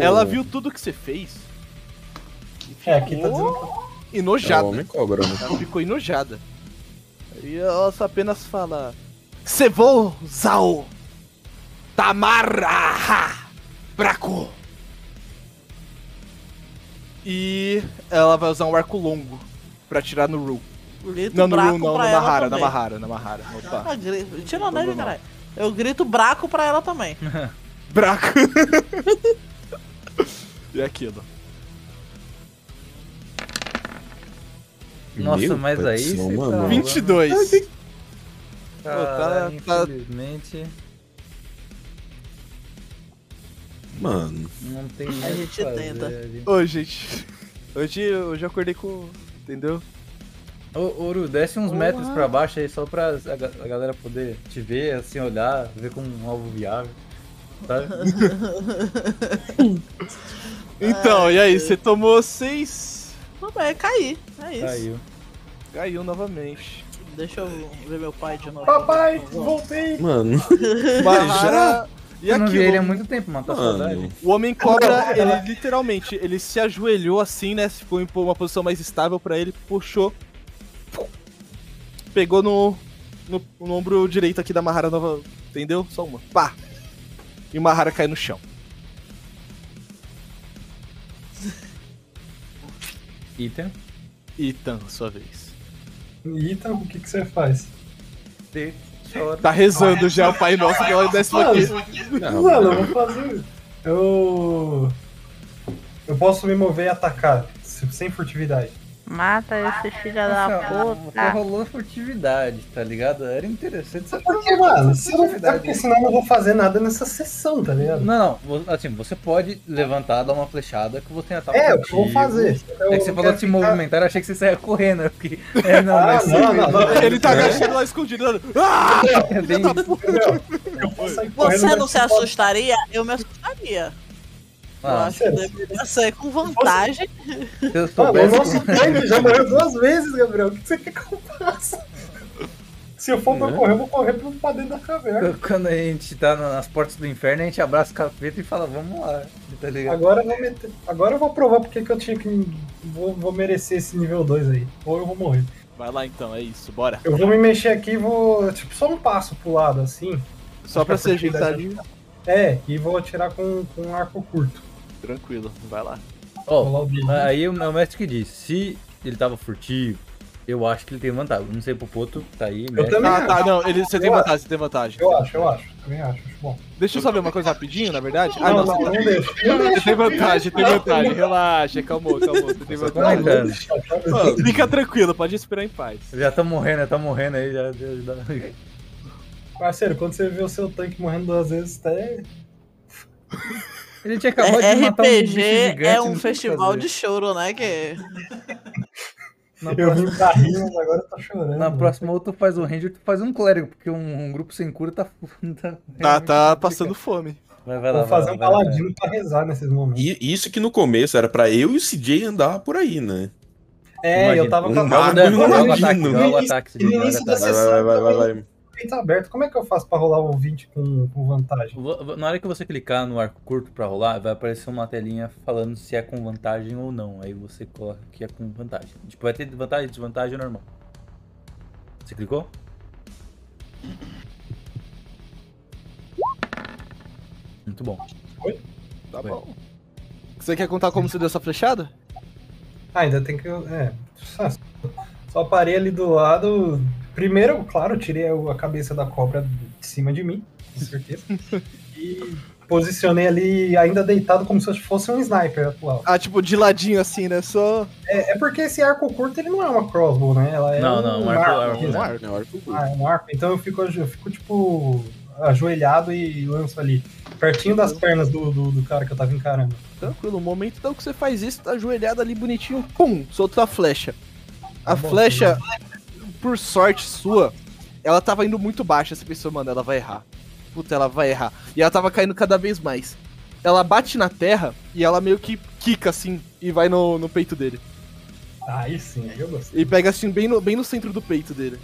[SPEAKER 3] é
[SPEAKER 7] Ela viu tudo que você fez.
[SPEAKER 5] É, aqui tá
[SPEAKER 7] Enojada.
[SPEAKER 3] É o homem cobra, né?
[SPEAKER 7] Ela ficou enojada. E ela só apenas fala. Cevou Zao Tamarra Braco. E ela vai usar um arco longo pra tirar no Ru.
[SPEAKER 6] Grito
[SPEAKER 7] Não, no
[SPEAKER 6] braco
[SPEAKER 7] Ru não,
[SPEAKER 6] pra
[SPEAKER 7] na
[SPEAKER 6] ela
[SPEAKER 7] Mahara, na
[SPEAKER 6] também.
[SPEAKER 7] Mahara, na Mahara. Opa.
[SPEAKER 6] Ah, gri- Tira a neve,
[SPEAKER 7] Tudo mal.
[SPEAKER 6] caralho. Eu grito braco pra ela também.
[SPEAKER 7] Hum. Braco. e é aquilo.
[SPEAKER 1] Nossa,
[SPEAKER 7] Meu
[SPEAKER 1] mas
[SPEAKER 7] pai do
[SPEAKER 1] aí.
[SPEAKER 7] céu,
[SPEAKER 1] você
[SPEAKER 7] mano.
[SPEAKER 1] tá-
[SPEAKER 7] 22.
[SPEAKER 1] Cara,
[SPEAKER 7] Pô, tá- tá-
[SPEAKER 1] infelizmente.
[SPEAKER 3] Mano.
[SPEAKER 1] Não tem
[SPEAKER 6] A
[SPEAKER 1] mais o que
[SPEAKER 6] gente
[SPEAKER 1] fazer,
[SPEAKER 6] tenta.
[SPEAKER 1] gente.
[SPEAKER 7] Ô, gente. Hoje, hoje eu acordei com. Entendeu?
[SPEAKER 1] Ô, Ouro, desce uns
[SPEAKER 7] Olá.
[SPEAKER 1] metros pra baixo aí só pra a, ga- a galera poder te ver, assim, olhar, ver como um alvo viável. tá? Sabe?
[SPEAKER 6] É.
[SPEAKER 7] Então, e aí? Você tomou 6.
[SPEAKER 6] Tudo bem, caí. É
[SPEAKER 1] Tá
[SPEAKER 6] isso.
[SPEAKER 7] Caiu. Caiu novamente.
[SPEAKER 6] Deixa eu ver meu pai de novo.
[SPEAKER 5] Papai,
[SPEAKER 6] Por favor.
[SPEAKER 5] voltei!
[SPEAKER 3] Mano.
[SPEAKER 7] Mahara. E
[SPEAKER 1] Eu não vi
[SPEAKER 7] aquilo.
[SPEAKER 1] ele há muito tempo, mano. Tá
[SPEAKER 3] Mano.
[SPEAKER 1] saudade.
[SPEAKER 7] O homem cobra, ele literalmente, ele se ajoelhou assim, né? Ficou em uma posição mais estável pra ele, puxou. Pegou no, no, no ombro direito aqui da Mahara nova. Entendeu? Só uma. Pá! E Mahara cai no chão.
[SPEAKER 1] Ethan.
[SPEAKER 7] Ethan, sua vez.
[SPEAKER 5] E então, o que, que você faz?
[SPEAKER 1] De-
[SPEAKER 7] Tá rezando já o Pai Nosso que ela desce
[SPEAKER 5] Mano,
[SPEAKER 7] aqui.
[SPEAKER 5] mano, eu vou fazer. um- Eu. Eu posso me mover e atacar, se- sem furtividade.
[SPEAKER 15] Mata esse filho da
[SPEAKER 1] Você
[SPEAKER 15] puta.
[SPEAKER 1] rolou furtividade, tá ligado? Era interessante você
[SPEAKER 5] Porque, mano, se eu não, é porque senão eu não vou fazer nada nessa sessão, tá ligado?
[SPEAKER 1] Não, não, vo- assim, você pode levantar, dar uma flechada que você ataca.
[SPEAKER 5] É, eu vou fazer. Eu
[SPEAKER 1] é que você falou
[SPEAKER 5] quero
[SPEAKER 1] de se movimentar, eu achei que você saia correndo. Eu fiquei... É, não,
[SPEAKER 5] Ah,
[SPEAKER 1] mas-
[SPEAKER 5] não, não, não.
[SPEAKER 7] Ele tá agachando lá escondido. olha. Ah! Filha da puta!
[SPEAKER 6] Você
[SPEAKER 7] correndo,
[SPEAKER 6] não
[SPEAKER 7] mas
[SPEAKER 6] se
[SPEAKER 7] você pode-
[SPEAKER 6] assustaria? Eu me assustaria. eu
[SPEAKER 1] Ah,
[SPEAKER 6] acho que deveria sair com vantagem.
[SPEAKER 1] Eu assim.
[SPEAKER 5] Mano, o
[SPEAKER 1] soubesse
[SPEAKER 5] nosso tanque já morreu duas vezes, Gabriel. O que você quer que eu faça? Se eu for pra
[SPEAKER 1] Né?
[SPEAKER 5] correr, eu vou correr pro- pra dentro da caverna.
[SPEAKER 1] Quando a gente tá na- nas portas do inferno, a gente abraça o capeta e fala, vamos lá, tá ligado?
[SPEAKER 5] Agora eu vou, meter- agora eu vou provar porque que eu tinha que. Vou, vou merecer esse nível 2 aí. Ou eu vou morrer.
[SPEAKER 7] Vai lá então, é isso, bora.
[SPEAKER 5] Eu vou me mexer aqui e vou. Tipo, só um passo pro lado, assim.
[SPEAKER 7] Só pra se ajeitar
[SPEAKER 5] furtividade
[SPEAKER 7] ali.
[SPEAKER 5] É, e vou atirar com, com um arco curto.
[SPEAKER 7] Tranquilo, vai lá.
[SPEAKER 1] Ó, aí o meu mestre que diz, se ele tava furtivo, eu acho que ele tem vantagem. Não sei pro Poto, tá aí, mestre.
[SPEAKER 7] Ah, tá, não, ele, você tem vantagem, você tem vantagem.
[SPEAKER 5] Eu acho, eu acho. Também acho, acho bom.
[SPEAKER 7] Deixa eu só ver uma coisa rapidinho, na verdade. Ah,
[SPEAKER 1] Ah,
[SPEAKER 5] Não, não,
[SPEAKER 7] você-
[SPEAKER 5] não deixa, não deixa.
[SPEAKER 7] Tem vantagem, tem
[SPEAKER 5] Não,
[SPEAKER 7] vantagem.
[SPEAKER 5] não.
[SPEAKER 7] Relaxa, calmou, calmou. Você tem vantagem. Mano, fica tranquilo, pode esperar em paz.
[SPEAKER 1] Já tá morrendo, tá morrendo aí, já. já- já-
[SPEAKER 5] Parceiro, quando você vê o seu tanque morrendo duas vezes, até.
[SPEAKER 1] Ele tinha
[SPEAKER 6] É,
[SPEAKER 1] acabado de matar um bicho
[SPEAKER 6] RPG
[SPEAKER 1] gigante,
[SPEAKER 6] é
[SPEAKER 1] não
[SPEAKER 6] um
[SPEAKER 1] tem o que
[SPEAKER 6] festival
[SPEAKER 1] fazer.
[SPEAKER 6] de choro, né? Que...
[SPEAKER 5] Eu vim pra rir, mas agora tá chorando.
[SPEAKER 1] Na próxima, ou tu faz um ranger, ou tu faz um clérigo, porque um, um grupo sem cura tá. tá
[SPEAKER 7] Tá, tá passando fome.
[SPEAKER 1] Vai, vai lá,
[SPEAKER 5] Vou
[SPEAKER 1] vai
[SPEAKER 5] fazer
[SPEAKER 1] lá,
[SPEAKER 5] um
[SPEAKER 1] vai lá, vai lá.
[SPEAKER 5] paladino pra rezar nesses momentos.
[SPEAKER 3] E isso que no começo era pra eu e o CJ andar por aí, né?
[SPEAKER 5] É, eu tava
[SPEAKER 3] um
[SPEAKER 5] com a
[SPEAKER 3] mago
[SPEAKER 5] né?
[SPEAKER 3] e um
[SPEAKER 5] Joga
[SPEAKER 3] ladino.
[SPEAKER 5] o ataque, joga o ataque,
[SPEAKER 1] um
[SPEAKER 3] Vai,
[SPEAKER 5] CJ, joga o ataque.
[SPEAKER 3] Vai, vai, vai, vai, vai.
[SPEAKER 5] Ele tá aberto. Como é que eu faço pra rolar o 20 com, com vantagem?
[SPEAKER 1] Vo- vo- Na hora que você clicar no arco curto pra rolar, vai aparecer uma telinha falando se é com vantagem ou não. Aí você coloca que é com vantagem. Tipo, vai ter vantagem, desvantagem normal. Você clicou? Muito bom.
[SPEAKER 7] Tá bom. Você quer contar como você deu essa flechada?
[SPEAKER 5] Ah, ainda tem que. É. Só, só parei ali do lado. Primeiro, claro, tirei o- a cabeça da cobra de cima de mim, com certeza. E posicionei ali, ainda deitado, como se fosse um sniper atual.
[SPEAKER 7] Ah, tipo, de ladinho assim, né? Só.
[SPEAKER 5] É, é porque esse arco curto ele não é uma crossbow, né? Ela é
[SPEAKER 1] Não, não, um arco- é um
[SPEAKER 5] né?
[SPEAKER 1] arco.
[SPEAKER 3] É um arco
[SPEAKER 5] Ah, é um arco. Então eu fico, eu fico tipo, ajoelhado e lanço ali, pertinho das pernas do, do, do cara que eu tava encarando.
[SPEAKER 7] Tranquilo, o momento então que você faz isso, tá ajoelhado ali bonitinho, pum, soltou a flecha. A flecha, por sorte sua, ela tava indo muito baixa, você pensou, mano, ela vai errar. Puta, ela vai errar. E ela tava caindo cada vez mais. Ela bate na terra e ela meio que quica assim e vai no, no peito dele.
[SPEAKER 5] Aí sim, aí eu gostei.
[SPEAKER 7] E pega assim bem no, bem no centro do peito dele.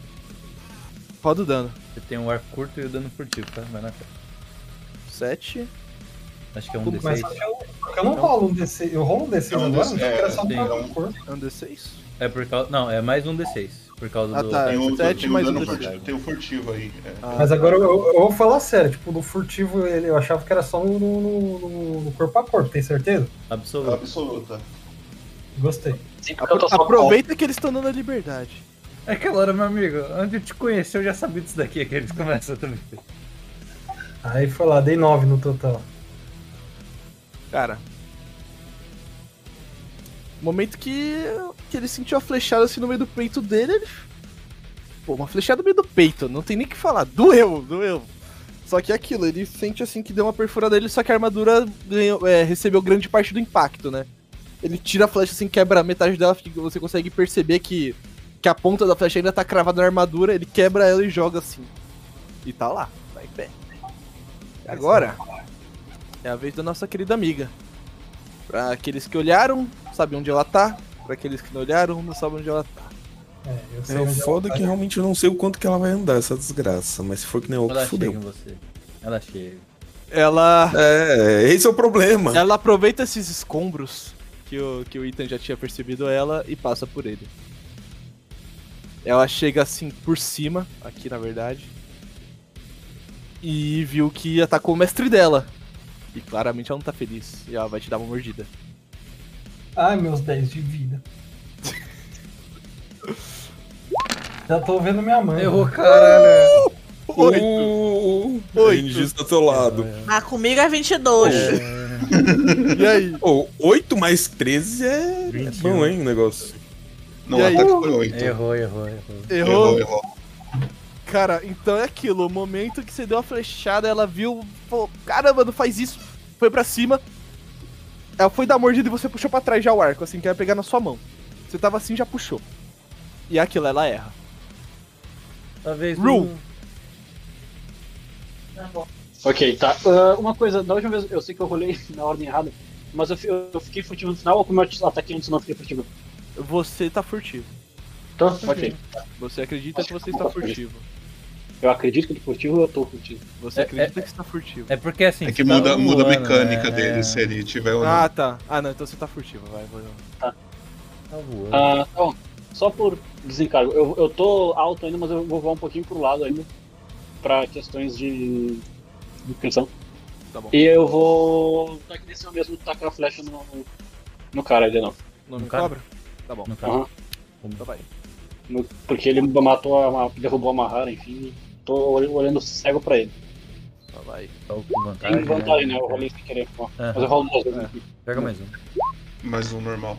[SPEAKER 7] Roda o dano.
[SPEAKER 1] Você tem o arco curto e o dano furtivo, tá? Vai na fé.
[SPEAKER 7] 7.
[SPEAKER 1] Acho que é um
[SPEAKER 5] Tudo mais
[SPEAKER 1] D6.
[SPEAKER 5] só que eu, eu não rolo um D6. Eu rolo um D6
[SPEAKER 1] É um
[SPEAKER 5] agora?
[SPEAKER 1] D6,
[SPEAKER 5] Não, era só
[SPEAKER 1] é,
[SPEAKER 5] pra
[SPEAKER 1] tem um-
[SPEAKER 5] cor.
[SPEAKER 7] É um D6?
[SPEAKER 1] É por causa. Não, é mais um D6. Por causa
[SPEAKER 7] Ah,
[SPEAKER 1] do.
[SPEAKER 7] tá, Tem o- sete tem o mais um dano D6.
[SPEAKER 2] furtivo, tem o furtivo aí. é.
[SPEAKER 5] Mas agora eu, eu- eu vou falar sério, tipo, do furtivo ele- eu achava que era só no, no- no- no corpo a corpo, tem certeza?
[SPEAKER 1] Absoluto.
[SPEAKER 2] Tá Absoluta.
[SPEAKER 5] Gostei.
[SPEAKER 7] Aproveita que eles estão dando a liberdade.
[SPEAKER 1] É aquela hora, meu amigo. Antes de te conhecer, eu já sabia disso daqui, é que eles começam também.
[SPEAKER 5] Aí foi lá, dei 9 no total.
[SPEAKER 7] Cara. no Momento que, que ele sentiu a flechada assim no meio do peito dele, ele. Pô, uma flechada no meio do peito, não tem nem o que falar. Doeu, doeu. Só que é aquilo, ele sente assim que deu uma perfurada nele, só que a armadura ganhou- é, recebeu grande parte do impacto, né? Ele tira a flecha assim, quebra metade dela, fica- você consegue perceber que, que a ponta da flecha ainda tá cravada na armadura, ele quebra ela e joga assim. E tá lá, tá em pé. E Agora é a vez da nossa querida amiga. Pra aqueles que olharam, sabem onde ela tá. Pra aqueles que não olharam, não sabem onde ela tá.
[SPEAKER 5] É,
[SPEAKER 3] É
[SPEAKER 5] eu
[SPEAKER 3] o foda que realmente eu não sei o quanto que ela vai andar, essa desgraça. Mas se for que nem o
[SPEAKER 1] Ela
[SPEAKER 3] outro,
[SPEAKER 1] chega em
[SPEAKER 3] fudeu.
[SPEAKER 1] você. Ela chega.
[SPEAKER 7] Ela.
[SPEAKER 3] É, esse é o problema.
[SPEAKER 7] Ela aproveita esses escombros que o, que o Ethan já tinha percebido ela e passa por ele. Ela chega assim por cima, aqui na verdade. E viu que atacou o mestre dela. E claramente ela não tá feliz. E ela vai te dar uma mordida.
[SPEAKER 5] Ai, meus 10 de vida. Já tô vendo minha mãe. né?
[SPEAKER 1] Errou, caralho.
[SPEAKER 3] Oito. Oito. está do seu lado.
[SPEAKER 6] Ah, comigo é 22.
[SPEAKER 2] É.
[SPEAKER 3] E aí? oito mais 13 é, é bom, hein, o negócio.
[SPEAKER 7] Não, E o aí? ataque foi
[SPEAKER 3] oito.
[SPEAKER 1] Errou, errou, errou.
[SPEAKER 7] Errou. Cara, então é aquilo. O momento que você deu a flechada, ela viu. Falou, caramba, não faz isso. Foi pra cima. Ela foi dar mordida e você puxou pra trás já o arco, assim, que ela ia pegar na sua mão. Você tava assim já puxou. E é aquilo, ela erra.
[SPEAKER 1] Talvez. um-
[SPEAKER 7] Rule.
[SPEAKER 4] Ok, tá. Ah, uma coisa, da última vez eu sei que eu rolei na ordem errada, mas eu, fi- eu fiquei furtivo no final ou como eu te ataquei antes eu não fiquei furtivo?
[SPEAKER 7] Você tá furtivo.
[SPEAKER 4] Tô, ok.
[SPEAKER 7] Você acredita que você está furtivo.
[SPEAKER 4] Eu acredito que eu tô furtivo ou eu tô furtivo?
[SPEAKER 7] Você acredita que você tá furtivo.
[SPEAKER 1] É porque assim.
[SPEAKER 2] É que muda, muda a mecânica
[SPEAKER 1] é,
[SPEAKER 2] dele,
[SPEAKER 1] é.
[SPEAKER 2] se ele tiver ou não.
[SPEAKER 7] Ah, tá. Ah, não, então você tá furtivo, vai. Vou...
[SPEAKER 4] Tá.
[SPEAKER 1] Tá voando.
[SPEAKER 4] Ah, tá bom. Só por desencargo, eu, eu tô alto ainda, mas eu vou voar um pouquinho pro lado ainda, pra questões de, de tensão.
[SPEAKER 7] Tá bom.
[SPEAKER 4] E eu vou. Tá que nesse mesmo tacar a flecha no, no cara ali, não.
[SPEAKER 7] Nome
[SPEAKER 4] cara?
[SPEAKER 7] cobra? Tá bom.
[SPEAKER 1] No
[SPEAKER 4] cara. Aham.
[SPEAKER 7] Então vai.
[SPEAKER 4] No- Porque ele matou, a, a- derrubou a Mahara, enfim. Tô ol- olhando cego pra ele.
[SPEAKER 7] Tá, vai.
[SPEAKER 4] Tem vantagem, né? Eu rolei sem querer. ó. Mas eu rolo duas vezes. aqui.
[SPEAKER 1] É, Pega mais um.
[SPEAKER 2] Mais um normal.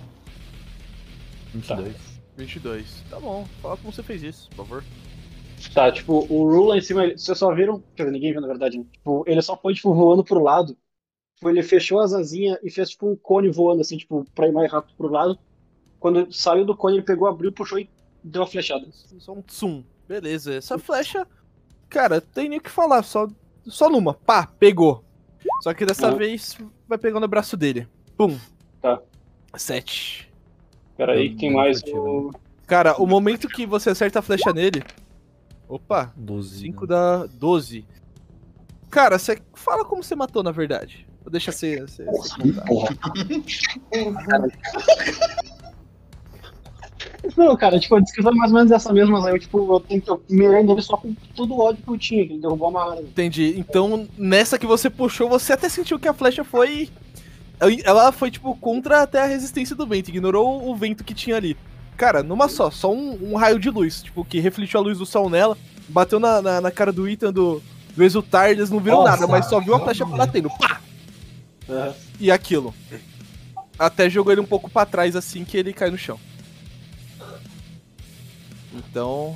[SPEAKER 1] 22.
[SPEAKER 7] 22. Tá bom, fala como você fez isso, por favor.
[SPEAKER 4] Tá, tipo, o Rule lá em cima, ele- vocês só viram. Quer dizer, ninguém viu na verdade. né? Tipo, ele só foi, tipo, voando pro lado. Tipo, ele fechou as asinhas e fez, tipo, um cone voando, assim, tipo, pra ir mais rápido pro lado. Quando saiu do cone, ele pegou, abriu, puxou e deu uma flechada.
[SPEAKER 7] Só um tsum. Beleza, essa flecha. Cara, tem nem o que falar, só, só numa. Pá, pegou. Só que dessa
[SPEAKER 4] Uhum.
[SPEAKER 7] vez vai pegar no braço dele. Pum.
[SPEAKER 4] Tá.
[SPEAKER 7] Sete.
[SPEAKER 4] Peraí, que tem mais o.
[SPEAKER 7] Cara, o momento que você acerta a flecha nele. Opa,
[SPEAKER 1] 12.
[SPEAKER 7] 5 da 12. Cara, você fala como você matou, na verdade. Vou deixar você. você, você contar.
[SPEAKER 4] Não, cara, tipo, a descrição é mais ou menos essa mesma, mas aí eu, tipo, eu tenho que eu mirei nele só com todo o ódio que eu tinha, que ele derrubou a Mahara.
[SPEAKER 7] Entendi. Então, nessa que você puxou, você até sentiu que a flecha foi. Ela foi, tipo, contra até a resistência do vento, ignorou o vento que tinha ali. Cara, numa só, só um, um raio de luz, tipo, que refletiu a luz do sol nela, bateu na, na, na cara do Ethan, do, do exultar, eles não viram
[SPEAKER 4] Nossa.
[SPEAKER 7] nada, mas só viu a flecha batendo. Pá!
[SPEAKER 4] Aham.
[SPEAKER 7] E aquilo. Até jogou ele um pouco pra trás assim que ele cai no chão. Então.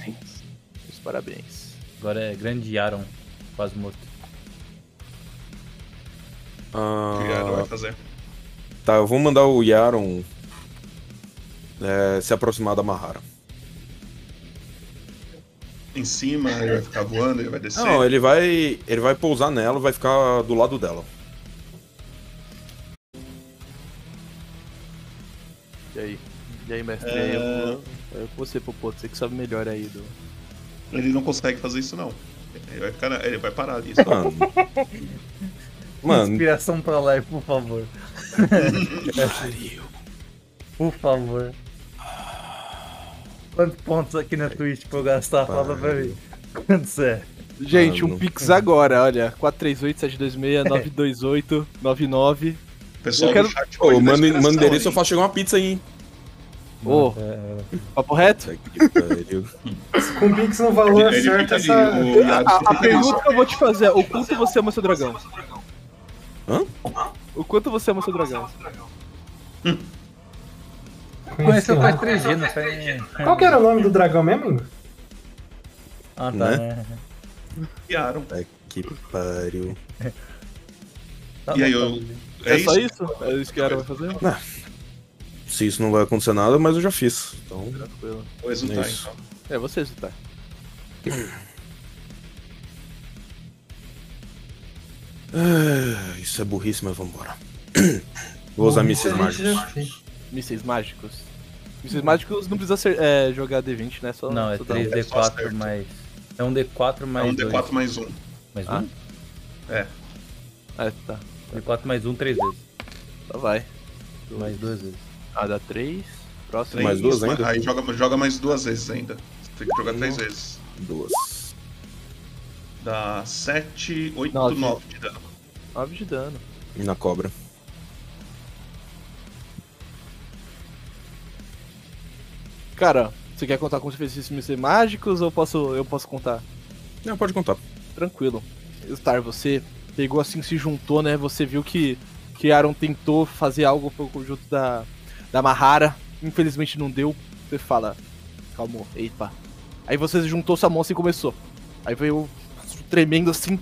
[SPEAKER 7] Os parabéns.
[SPEAKER 1] Agora é grande Yaron, quase morto.
[SPEAKER 3] Ah,
[SPEAKER 2] O que Yaron vai fazer?
[SPEAKER 3] Tá, eu vou mandar o Yaron é, se aproximar da Mahara.
[SPEAKER 2] Em cima, ele vai ficar voando, ele vai descer.
[SPEAKER 3] Não, é- ele vai. Ele vai pousar nela, vai ficar do lado dela.
[SPEAKER 7] E aí? E aí, mestre?
[SPEAKER 2] É.
[SPEAKER 7] E aí, eu, eu, eu, você, Popô, você que sabe melhor aí do.
[SPEAKER 2] Ele não consegue fazer isso, não. Ele vai, ficar na- ele vai parar ali. só.
[SPEAKER 3] Mano.
[SPEAKER 1] Inspiração pra lá, por favor. por favor. Quantos pontos aqui na Twitch pra eu gastar? Fala pra mim. Quantos é?
[SPEAKER 7] Gente,
[SPEAKER 1] Mano.
[SPEAKER 7] um Pix agora, olha. 438-726-928-99.
[SPEAKER 3] Pessoal
[SPEAKER 7] eu quero...
[SPEAKER 3] do chat, Ô, manda- manda endereço, eu faço chegar uma pizza aí, Tá hein?
[SPEAKER 7] Ô, papo reto?
[SPEAKER 5] Com o Pix no valor
[SPEAKER 7] Ele- ele
[SPEAKER 5] certo,
[SPEAKER 7] fica
[SPEAKER 5] essa.
[SPEAKER 7] ali, o- A, a- a pergunta que eu vou te fazer é: o quanto você ama seu dragão?
[SPEAKER 3] Hã?
[SPEAKER 7] O quanto você ama seu dragão?
[SPEAKER 1] Conheceu faz 3G, não sei.
[SPEAKER 5] Qual que era o nome do dragão mesmo, Ingo?
[SPEAKER 1] Ah, tá.
[SPEAKER 3] Né?
[SPEAKER 1] né?
[SPEAKER 2] Piaram.
[SPEAKER 3] Tá que pariu.
[SPEAKER 1] Tá
[SPEAKER 2] E aí,
[SPEAKER 1] bom, tá
[SPEAKER 2] eu-
[SPEAKER 1] bom.
[SPEAKER 7] É, só isso? É isso que a Ara vai fazer?
[SPEAKER 3] Se isso não vai acontecer nada, mas eu já fiz. Então.
[SPEAKER 7] Tranquilo.
[SPEAKER 2] Vou exultar,
[SPEAKER 3] É isso.
[SPEAKER 2] então.
[SPEAKER 7] É, você exultar.
[SPEAKER 3] Ah, Isso é burrice, mas vambora. Vou usar
[SPEAKER 5] é
[SPEAKER 3] mísseis mágicos.
[SPEAKER 7] Mísseis mágicos. Mísseis mágicos não precisa ser, é, jogar D20, né? Só,
[SPEAKER 1] Não, é
[SPEAKER 7] só dá
[SPEAKER 1] 3D4 mais. É um D4 mais.
[SPEAKER 2] É um D4
[SPEAKER 1] dois.
[SPEAKER 2] mais um.
[SPEAKER 1] Mais
[SPEAKER 7] Ah.
[SPEAKER 1] um?
[SPEAKER 2] É.
[SPEAKER 7] Ah, tá.
[SPEAKER 1] D4 mais um, três vezes.
[SPEAKER 7] Tá, vai.
[SPEAKER 1] Mais duas vezes.
[SPEAKER 7] Ah, dá 3. Próximo.
[SPEAKER 2] Aí- É né? Aí joga, joga mais duas vezes ainda. Tem que jogar três vezes.
[SPEAKER 3] Duas.
[SPEAKER 2] Dá 7, 8,
[SPEAKER 7] Nove.
[SPEAKER 2] 9 de dano.
[SPEAKER 7] 9 de dano.
[SPEAKER 3] E na cobra.
[SPEAKER 7] Cara, você quer contar como você fez esses mísseis mágicos ou posso, eu posso contar?
[SPEAKER 3] Não, pode contar.
[SPEAKER 7] Tranquilo. Star, você pegou assim, se juntou, né? Você viu que, que Aaron tentou fazer algo pro conjunto da, da Mahara. Infelizmente não deu. Você fala, calmou, eita. Aí você juntou sua mão assim e começou. Aí veio tremendo assim,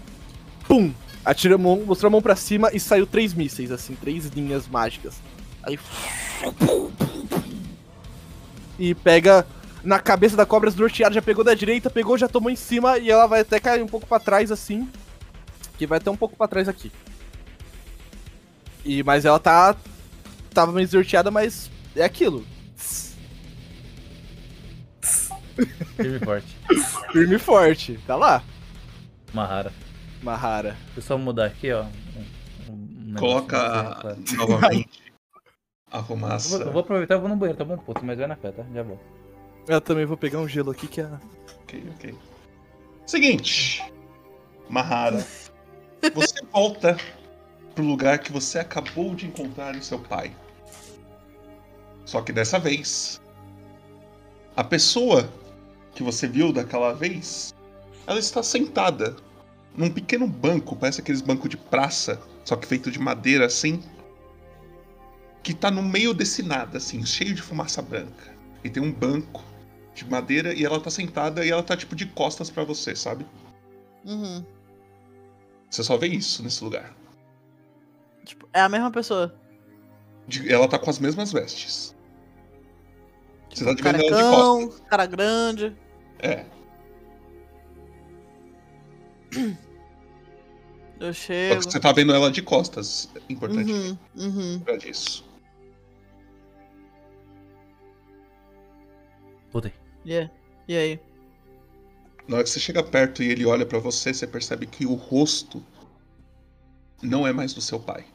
[SPEAKER 7] pum! Atira a mão, mostrou a mão pra cima e saiu três mísseis, assim, três linhas mágicas. Aí. E pega na cabeça da cobra desnorteada, já pegou da direita, pegou, já tomou em cima e ela vai até cair um pouco pra trás assim. Que vai até um pouco pra trás aqui. E mas ela tá tava meio desnorteada, mas é aquilo.
[SPEAKER 1] Firme e forte.
[SPEAKER 7] Firme e forte, tá lá.
[SPEAKER 1] Mahara.
[SPEAKER 7] Mahara.
[SPEAKER 1] Deixa eu só mudar aqui, ó. Um- um negócio
[SPEAKER 2] Coloca
[SPEAKER 1] pra você, claro.
[SPEAKER 2] novamente a
[SPEAKER 1] Eu vou,
[SPEAKER 2] fumaça.
[SPEAKER 1] eu vou aproveitar e vou no banheiro, tá bom, puto, mas vai na fé, tá? Já vou.
[SPEAKER 7] Eu também vou pegar um gelo aqui que é.
[SPEAKER 2] Ok, ok. Seguinte, Mahara, você volta pro lugar que você acabou de encontrar o seu pai. Só que dessa vez, a pessoa que você viu daquela vez, ela está sentada num pequeno banco, parece aqueles bancos de praça, só que feito de madeira assim, que tá no meio desse nada assim, cheio de fumaça branca. E tem um banco de madeira e ela tá sentada e ela tá tipo de costas pra você, sabe?
[SPEAKER 6] Uhum.
[SPEAKER 2] Você só vê isso nesse lugar.
[SPEAKER 6] É a mesma pessoa.
[SPEAKER 2] De- Ela tá com as mesmas vestes. Você
[SPEAKER 6] Tipo,
[SPEAKER 2] tá de vendo ela de costas.
[SPEAKER 6] Caracão, cara grande.
[SPEAKER 2] É.
[SPEAKER 6] Eu
[SPEAKER 2] Só
[SPEAKER 6] chego.
[SPEAKER 2] que você tá vendo ela de costas. É Importante
[SPEAKER 6] Uhum, uhum.
[SPEAKER 2] lembrar disso.
[SPEAKER 6] Yeah. E aí?
[SPEAKER 2] Na hora que você chega perto e ele olha pra você, você percebe que o rosto não é mais do seu pai.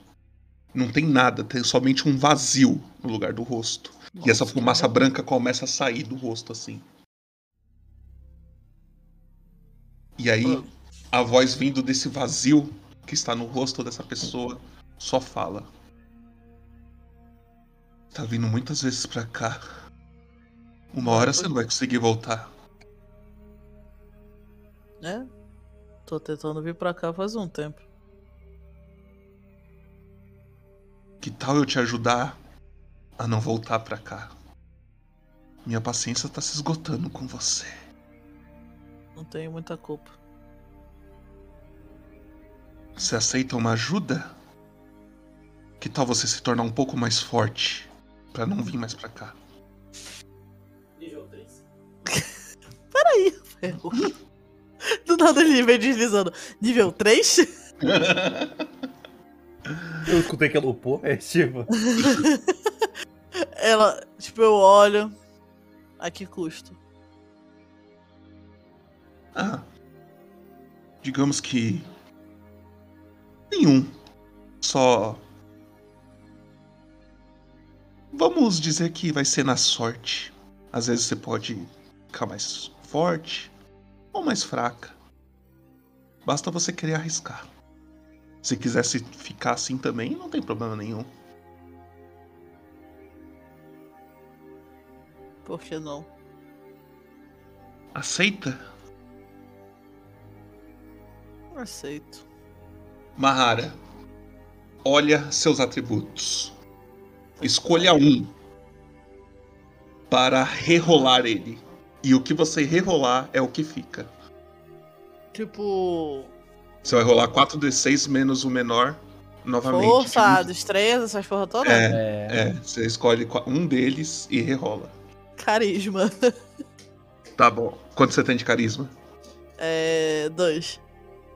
[SPEAKER 2] Não tem nada, tem somente um vazio no lugar do rosto. e essa fumaça branca começa a sair do rosto assim. E aí, a voz vindo desse vazio que está no rosto dessa pessoa só fala: Tá vindo muitas vezes pra cá. Uma hora você não vai conseguir voltar.
[SPEAKER 6] É? Tô tentando vir pra cá faz um tempo.
[SPEAKER 2] Que tal eu te ajudar a não voltar pra cá? Minha paciência tá se esgotando com você.
[SPEAKER 6] Não tenho muita culpa.
[SPEAKER 2] Você aceita uma ajuda? Que tal você se tornar um pouco mais forte Pra não vir mais pra cá?
[SPEAKER 6] Peraí, ferro. É Do nada ele vem deslizando. Nível 3?
[SPEAKER 1] Eu escutei que ela upou, é tipo.
[SPEAKER 6] Ela, tipo, eu olho. A que custo?
[SPEAKER 2] Ah, digamos que nenhum. Só vamos dizer que vai ser na sorte. Às vezes você pode ficar mais forte ou mais fraca. Basta você querer arriscar. Se quisesse ficar assim também, não tem problema nenhum.
[SPEAKER 6] Por que não?
[SPEAKER 2] Aceita,
[SPEAKER 6] Aceito.
[SPEAKER 2] Mahara? Olha seus atributos. Escolha um para rerolar ele. E o que você rerolar é o que fica.
[SPEAKER 6] Tipo,
[SPEAKER 2] Você vai rolar 4d6 menos o menor novamente.
[SPEAKER 6] força, destreza, essas porra toda?
[SPEAKER 2] tipo, É, é, você escolhe qua- um deles e rerola.
[SPEAKER 6] Carisma.
[SPEAKER 2] Tá bom. Quanto você tem de carisma?
[SPEAKER 6] É. 2.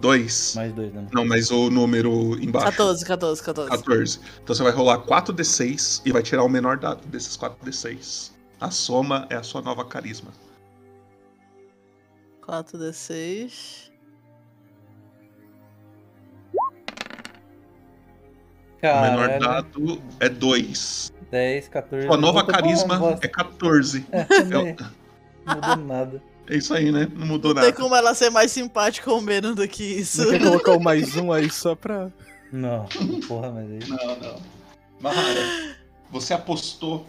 [SPEAKER 2] Dois?
[SPEAKER 1] Mais dois, né?
[SPEAKER 2] Não, mas o número embaixo.
[SPEAKER 6] 14, 14, 14.
[SPEAKER 2] 14. Então você vai rolar 4d6 e vai tirar o menor dado desses 4d6. A soma é a sua nova carisma.
[SPEAKER 6] 4d6.
[SPEAKER 2] o menor dado é 2.
[SPEAKER 1] 10, 14.
[SPEAKER 2] Sua nova
[SPEAKER 1] Eu tô
[SPEAKER 2] carisma
[SPEAKER 1] bom, bosta.
[SPEAKER 2] é 14.
[SPEAKER 1] É, também. Não mudou nada.
[SPEAKER 2] É isso aí, né? Não mudou
[SPEAKER 6] Não tem
[SPEAKER 2] nada.
[SPEAKER 6] como ela ser mais simpática ou menos do que isso.
[SPEAKER 7] Você quer colocar o mais um aí só pra.
[SPEAKER 1] Não, porra, mas aí.
[SPEAKER 2] Não, não. Mahara, você apostou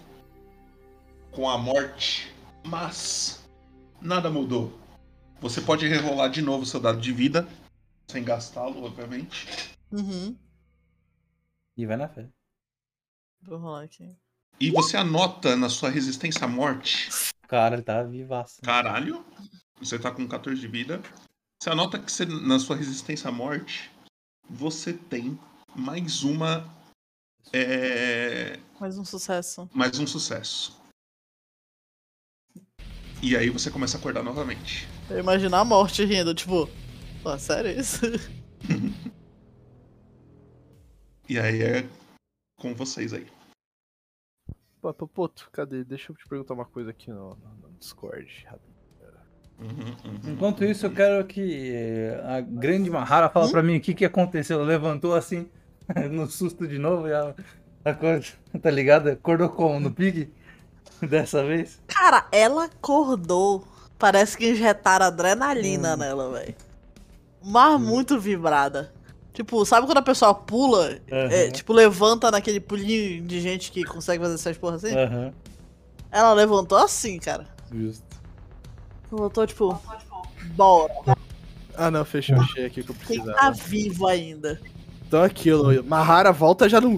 [SPEAKER 2] com a morte, mas nada mudou. Você pode rerolar de novo seu dado de vida, sem gastá-lo, obviamente.
[SPEAKER 6] Uhum.
[SPEAKER 1] E vai na fé.
[SPEAKER 6] Vou rolar aqui.
[SPEAKER 2] E você anota na sua resistência à morte.
[SPEAKER 1] Cara, ele tá vivaço.
[SPEAKER 2] Caralho! Você tá com 14 de vida. Você anota que você- na sua resistência à morte, você tem mais uma. é,
[SPEAKER 6] Mais um sucesso.
[SPEAKER 2] mais um sucesso. E aí você começa a acordar novamente.
[SPEAKER 6] Eu imagino a morte rindo, tipo. Pô, sério isso?
[SPEAKER 2] E aí é com vocês aí.
[SPEAKER 7] Pô, pô, Poto, cadê? Deixa eu te perguntar uma coisa aqui no, no- no Discord. rapidinho.
[SPEAKER 2] Uhum,
[SPEAKER 1] Enquanto isso, eu quero que eh, a grande Mahara fala pra mim o que, que aconteceu. Ela levantou assim, no susto de novo, e ela acorda, tá ligado? Acordou como? No pig? Dessa vez?
[SPEAKER 6] Cara, ela acordou. Parece que injetaram adrenalina nela, velho. Mas muito vibrada. Tipo, sabe quando a pessoa pula? é,
[SPEAKER 1] Aham.
[SPEAKER 6] tipo, levanta naquele pulinho de gente que consegue fazer essas porras assim?
[SPEAKER 1] Aham,
[SPEAKER 6] Ela levantou assim, cara.
[SPEAKER 1] justo.
[SPEAKER 6] Levantou, tipo, bora.
[SPEAKER 7] Ah não, fechou, achei aqui o que eu
[SPEAKER 6] Quem tá
[SPEAKER 7] precisava.
[SPEAKER 6] vivo ainda?
[SPEAKER 7] Então aquilo, Mahara volta já não.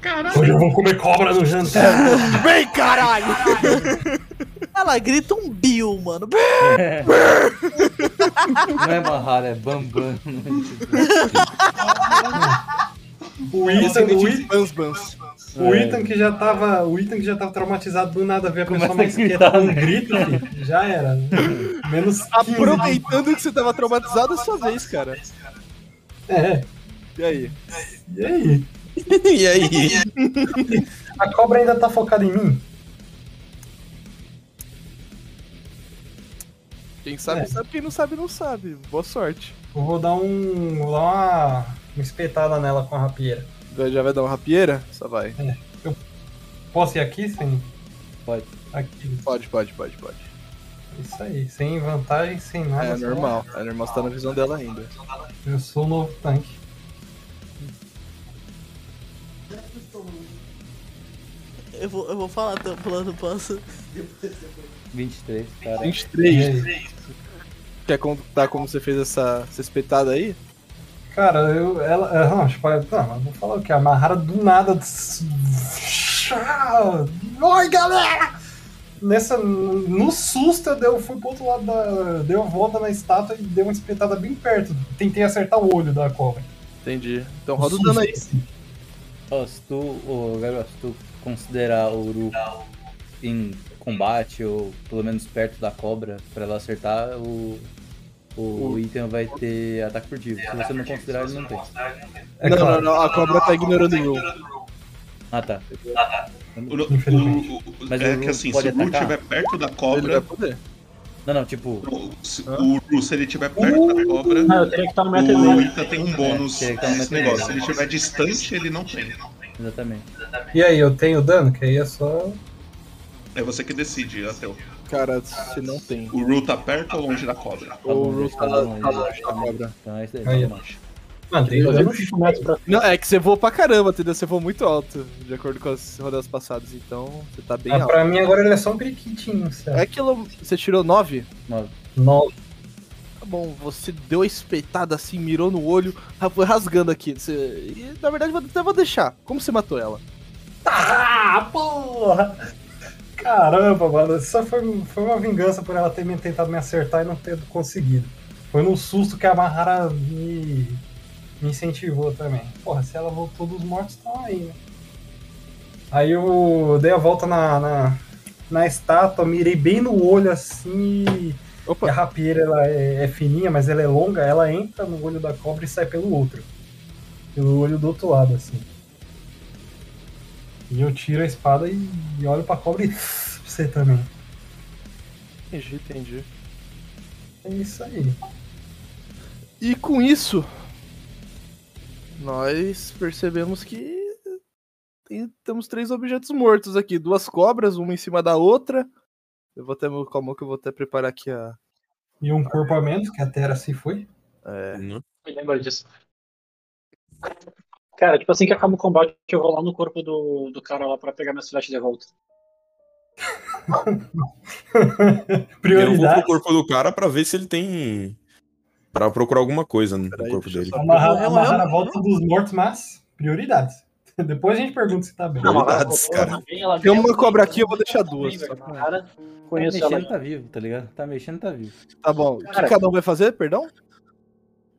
[SPEAKER 6] Caralho.
[SPEAKER 5] Hoje eu vou comer cobra no jantar.
[SPEAKER 6] Vem, caralho! Ela grita um Bill, mano.
[SPEAKER 1] Não é Mahara, é Bambam.
[SPEAKER 5] O Ethan, o Ethan-
[SPEAKER 7] é
[SPEAKER 5] é.
[SPEAKER 7] Bans, bans.
[SPEAKER 5] o Ethan que já tava. O Ethan que já tava traumatizado do nada ver a
[SPEAKER 1] Começa
[SPEAKER 5] pessoa
[SPEAKER 1] a
[SPEAKER 5] mais
[SPEAKER 1] gritar,
[SPEAKER 5] quieta com um
[SPEAKER 1] né?
[SPEAKER 5] grito, filho, já era. né? Menos 15.
[SPEAKER 7] Aproveitando que você tava traumatizado é sua vez, cara.
[SPEAKER 5] É.
[SPEAKER 7] E aí?
[SPEAKER 5] E aí?
[SPEAKER 7] E aí?
[SPEAKER 5] A cobra ainda tá focada em mim?
[SPEAKER 7] Quem sabe
[SPEAKER 5] É.
[SPEAKER 7] sabe, quem não sabe não sabe. Boa sorte.
[SPEAKER 5] Eu vou dar um. Vou dar uma, uma espetada nela com a rapieira.
[SPEAKER 7] Já- Já vai dar uma rapieira? Só vai.
[SPEAKER 5] Posso ir aqui, sem?
[SPEAKER 1] Pode.
[SPEAKER 5] Aqui.
[SPEAKER 7] Pode, pode, pode, pode.
[SPEAKER 5] Isso aí, sem vantagem, sem nada.
[SPEAKER 7] é
[SPEAKER 5] só-
[SPEAKER 7] normal, é normal, você tá na visão dela ainda.
[SPEAKER 5] Eu sou o novo tanque.
[SPEAKER 6] Eu vou, eu vou falar teu plano, posso?
[SPEAKER 1] 23, cara.
[SPEAKER 7] 23. Quer contar como você fez essa, essa espetada aí?
[SPEAKER 5] Cara, eu. Ela. é, Não, tipo, é, não, eu vou falar o que? A Mahara do nada. des- Oi, galera! Nessa. No susto, eu dei- eu fui pro outro lado da. Dei uma volta na estátua e dei uma espetada bem perto. Tentei acertar o olho da cobra.
[SPEAKER 7] Entendi. Então roda o dano aí.
[SPEAKER 1] Ó, se tu, ô, Gabriel, se tu considerar o Uru em combate ou pelo menos perto da cobra pra ela acertar, o, o, o item vai ter ataque furtivo. Se você não considerar, ele não tem.
[SPEAKER 5] É
[SPEAKER 7] não, não, não, a cobra tá ignorando o roll.
[SPEAKER 1] Ah, tá.
[SPEAKER 2] O, o-
[SPEAKER 1] Infelizmente.
[SPEAKER 2] o- o-
[SPEAKER 1] Mas
[SPEAKER 2] é
[SPEAKER 1] o
[SPEAKER 2] que assim, se
[SPEAKER 1] pode
[SPEAKER 2] o Ru
[SPEAKER 1] atacar?
[SPEAKER 2] estiver perto da cobra.
[SPEAKER 7] Ele vai poder.
[SPEAKER 1] Não, não, tipo.
[SPEAKER 2] Se, o Ru, se ele estiver perto da cobra.
[SPEAKER 4] Ah, eu teria que estar no metro
[SPEAKER 2] o
[SPEAKER 7] Hum.
[SPEAKER 4] dele.
[SPEAKER 2] Ita tem um bônus
[SPEAKER 1] É, teria que estar no
[SPEAKER 2] nesse
[SPEAKER 1] metro
[SPEAKER 2] negócio. Se
[SPEAKER 1] dele.
[SPEAKER 2] ele estiver distante, ele não tem.
[SPEAKER 1] Exatamente. Tá
[SPEAKER 5] E aí, eu tenho dano? Que aí é só.
[SPEAKER 2] É você que decide, Ateu.
[SPEAKER 7] Cara, se não tem.
[SPEAKER 2] O Ru tá perto ou longe da cobra?
[SPEAKER 7] O roll tá tá longe da cobra.
[SPEAKER 1] Então é isso aí,
[SPEAKER 5] Aí.
[SPEAKER 1] vamos lá.
[SPEAKER 5] Mano, Ah, tem um dano.
[SPEAKER 7] Não, é que você voa pra caramba, entendeu? Você voa muito alto, de acordo com as rodadas passadas. Então, você tá bem
[SPEAKER 5] Ah, pra
[SPEAKER 7] alto.
[SPEAKER 5] mim agora ele é só um periquitinho,
[SPEAKER 7] É
[SPEAKER 5] certo?
[SPEAKER 7] aquilo. Você tirou 9?
[SPEAKER 1] Nove.
[SPEAKER 5] Nove.
[SPEAKER 7] Tá bom, você deu a espetada assim, mirou no olho, ra- foi rasgando aqui. Você- e, na verdade, vou- até vou deixar. Como você matou ela?
[SPEAKER 5] Ah, porra! Caramba, mano, isso só foi, foi uma vingança por ela ter me tentado me acertar e não ter conseguido. Foi num susto que a Mahara me, me incentivou também. Porra, se ela voltou dos mortos, estão aí, né? Aí eu dei a volta na, na, na estátua, mirei bem no olho assim. e- E a rapieira ela é, é fininha, mas ela é longa, ela entra no olho da cobra e sai pelo outro. Pelo olho do outro lado, assim. E eu tiro a espada e, e olho pra cobra e você também.
[SPEAKER 7] Entendi, entendi.
[SPEAKER 5] É isso aí.
[SPEAKER 7] E com isso, nós percebemos que tem- temos três objetos mortos aqui. Duas cobras, uma em cima da outra. Eu vou até. Calma que eu vou até preparar aqui a.
[SPEAKER 5] E um corpamento, que a Terra se foi.
[SPEAKER 7] É.
[SPEAKER 4] Me lembro disso. Cara, tipo assim que acaba o combate, eu vou lá no corpo do, do cara lá pra pegar minhas flechas de volta.
[SPEAKER 3] Eu vou
[SPEAKER 5] Prioridade.
[SPEAKER 3] pro corpo do cara pra ver se ele tem. Pra procurar alguma coisa no corpo dele.
[SPEAKER 5] Amarrar, amarrar na volta dos mortos, mas prioridades. Depois a gente pergunta se tá bem.
[SPEAKER 3] Prioridades, cara.
[SPEAKER 7] Tem uma cobra aqui, eu vou deixar duas. só pra-
[SPEAKER 1] Conheço
[SPEAKER 7] Conheço
[SPEAKER 1] tá
[SPEAKER 7] ela.
[SPEAKER 1] mexendo, tá vivo, tá ligado? Tá mexendo, tá vivo.
[SPEAKER 7] Tá bom. O
[SPEAKER 1] Cara,
[SPEAKER 7] que cada um vai fazer, perdão?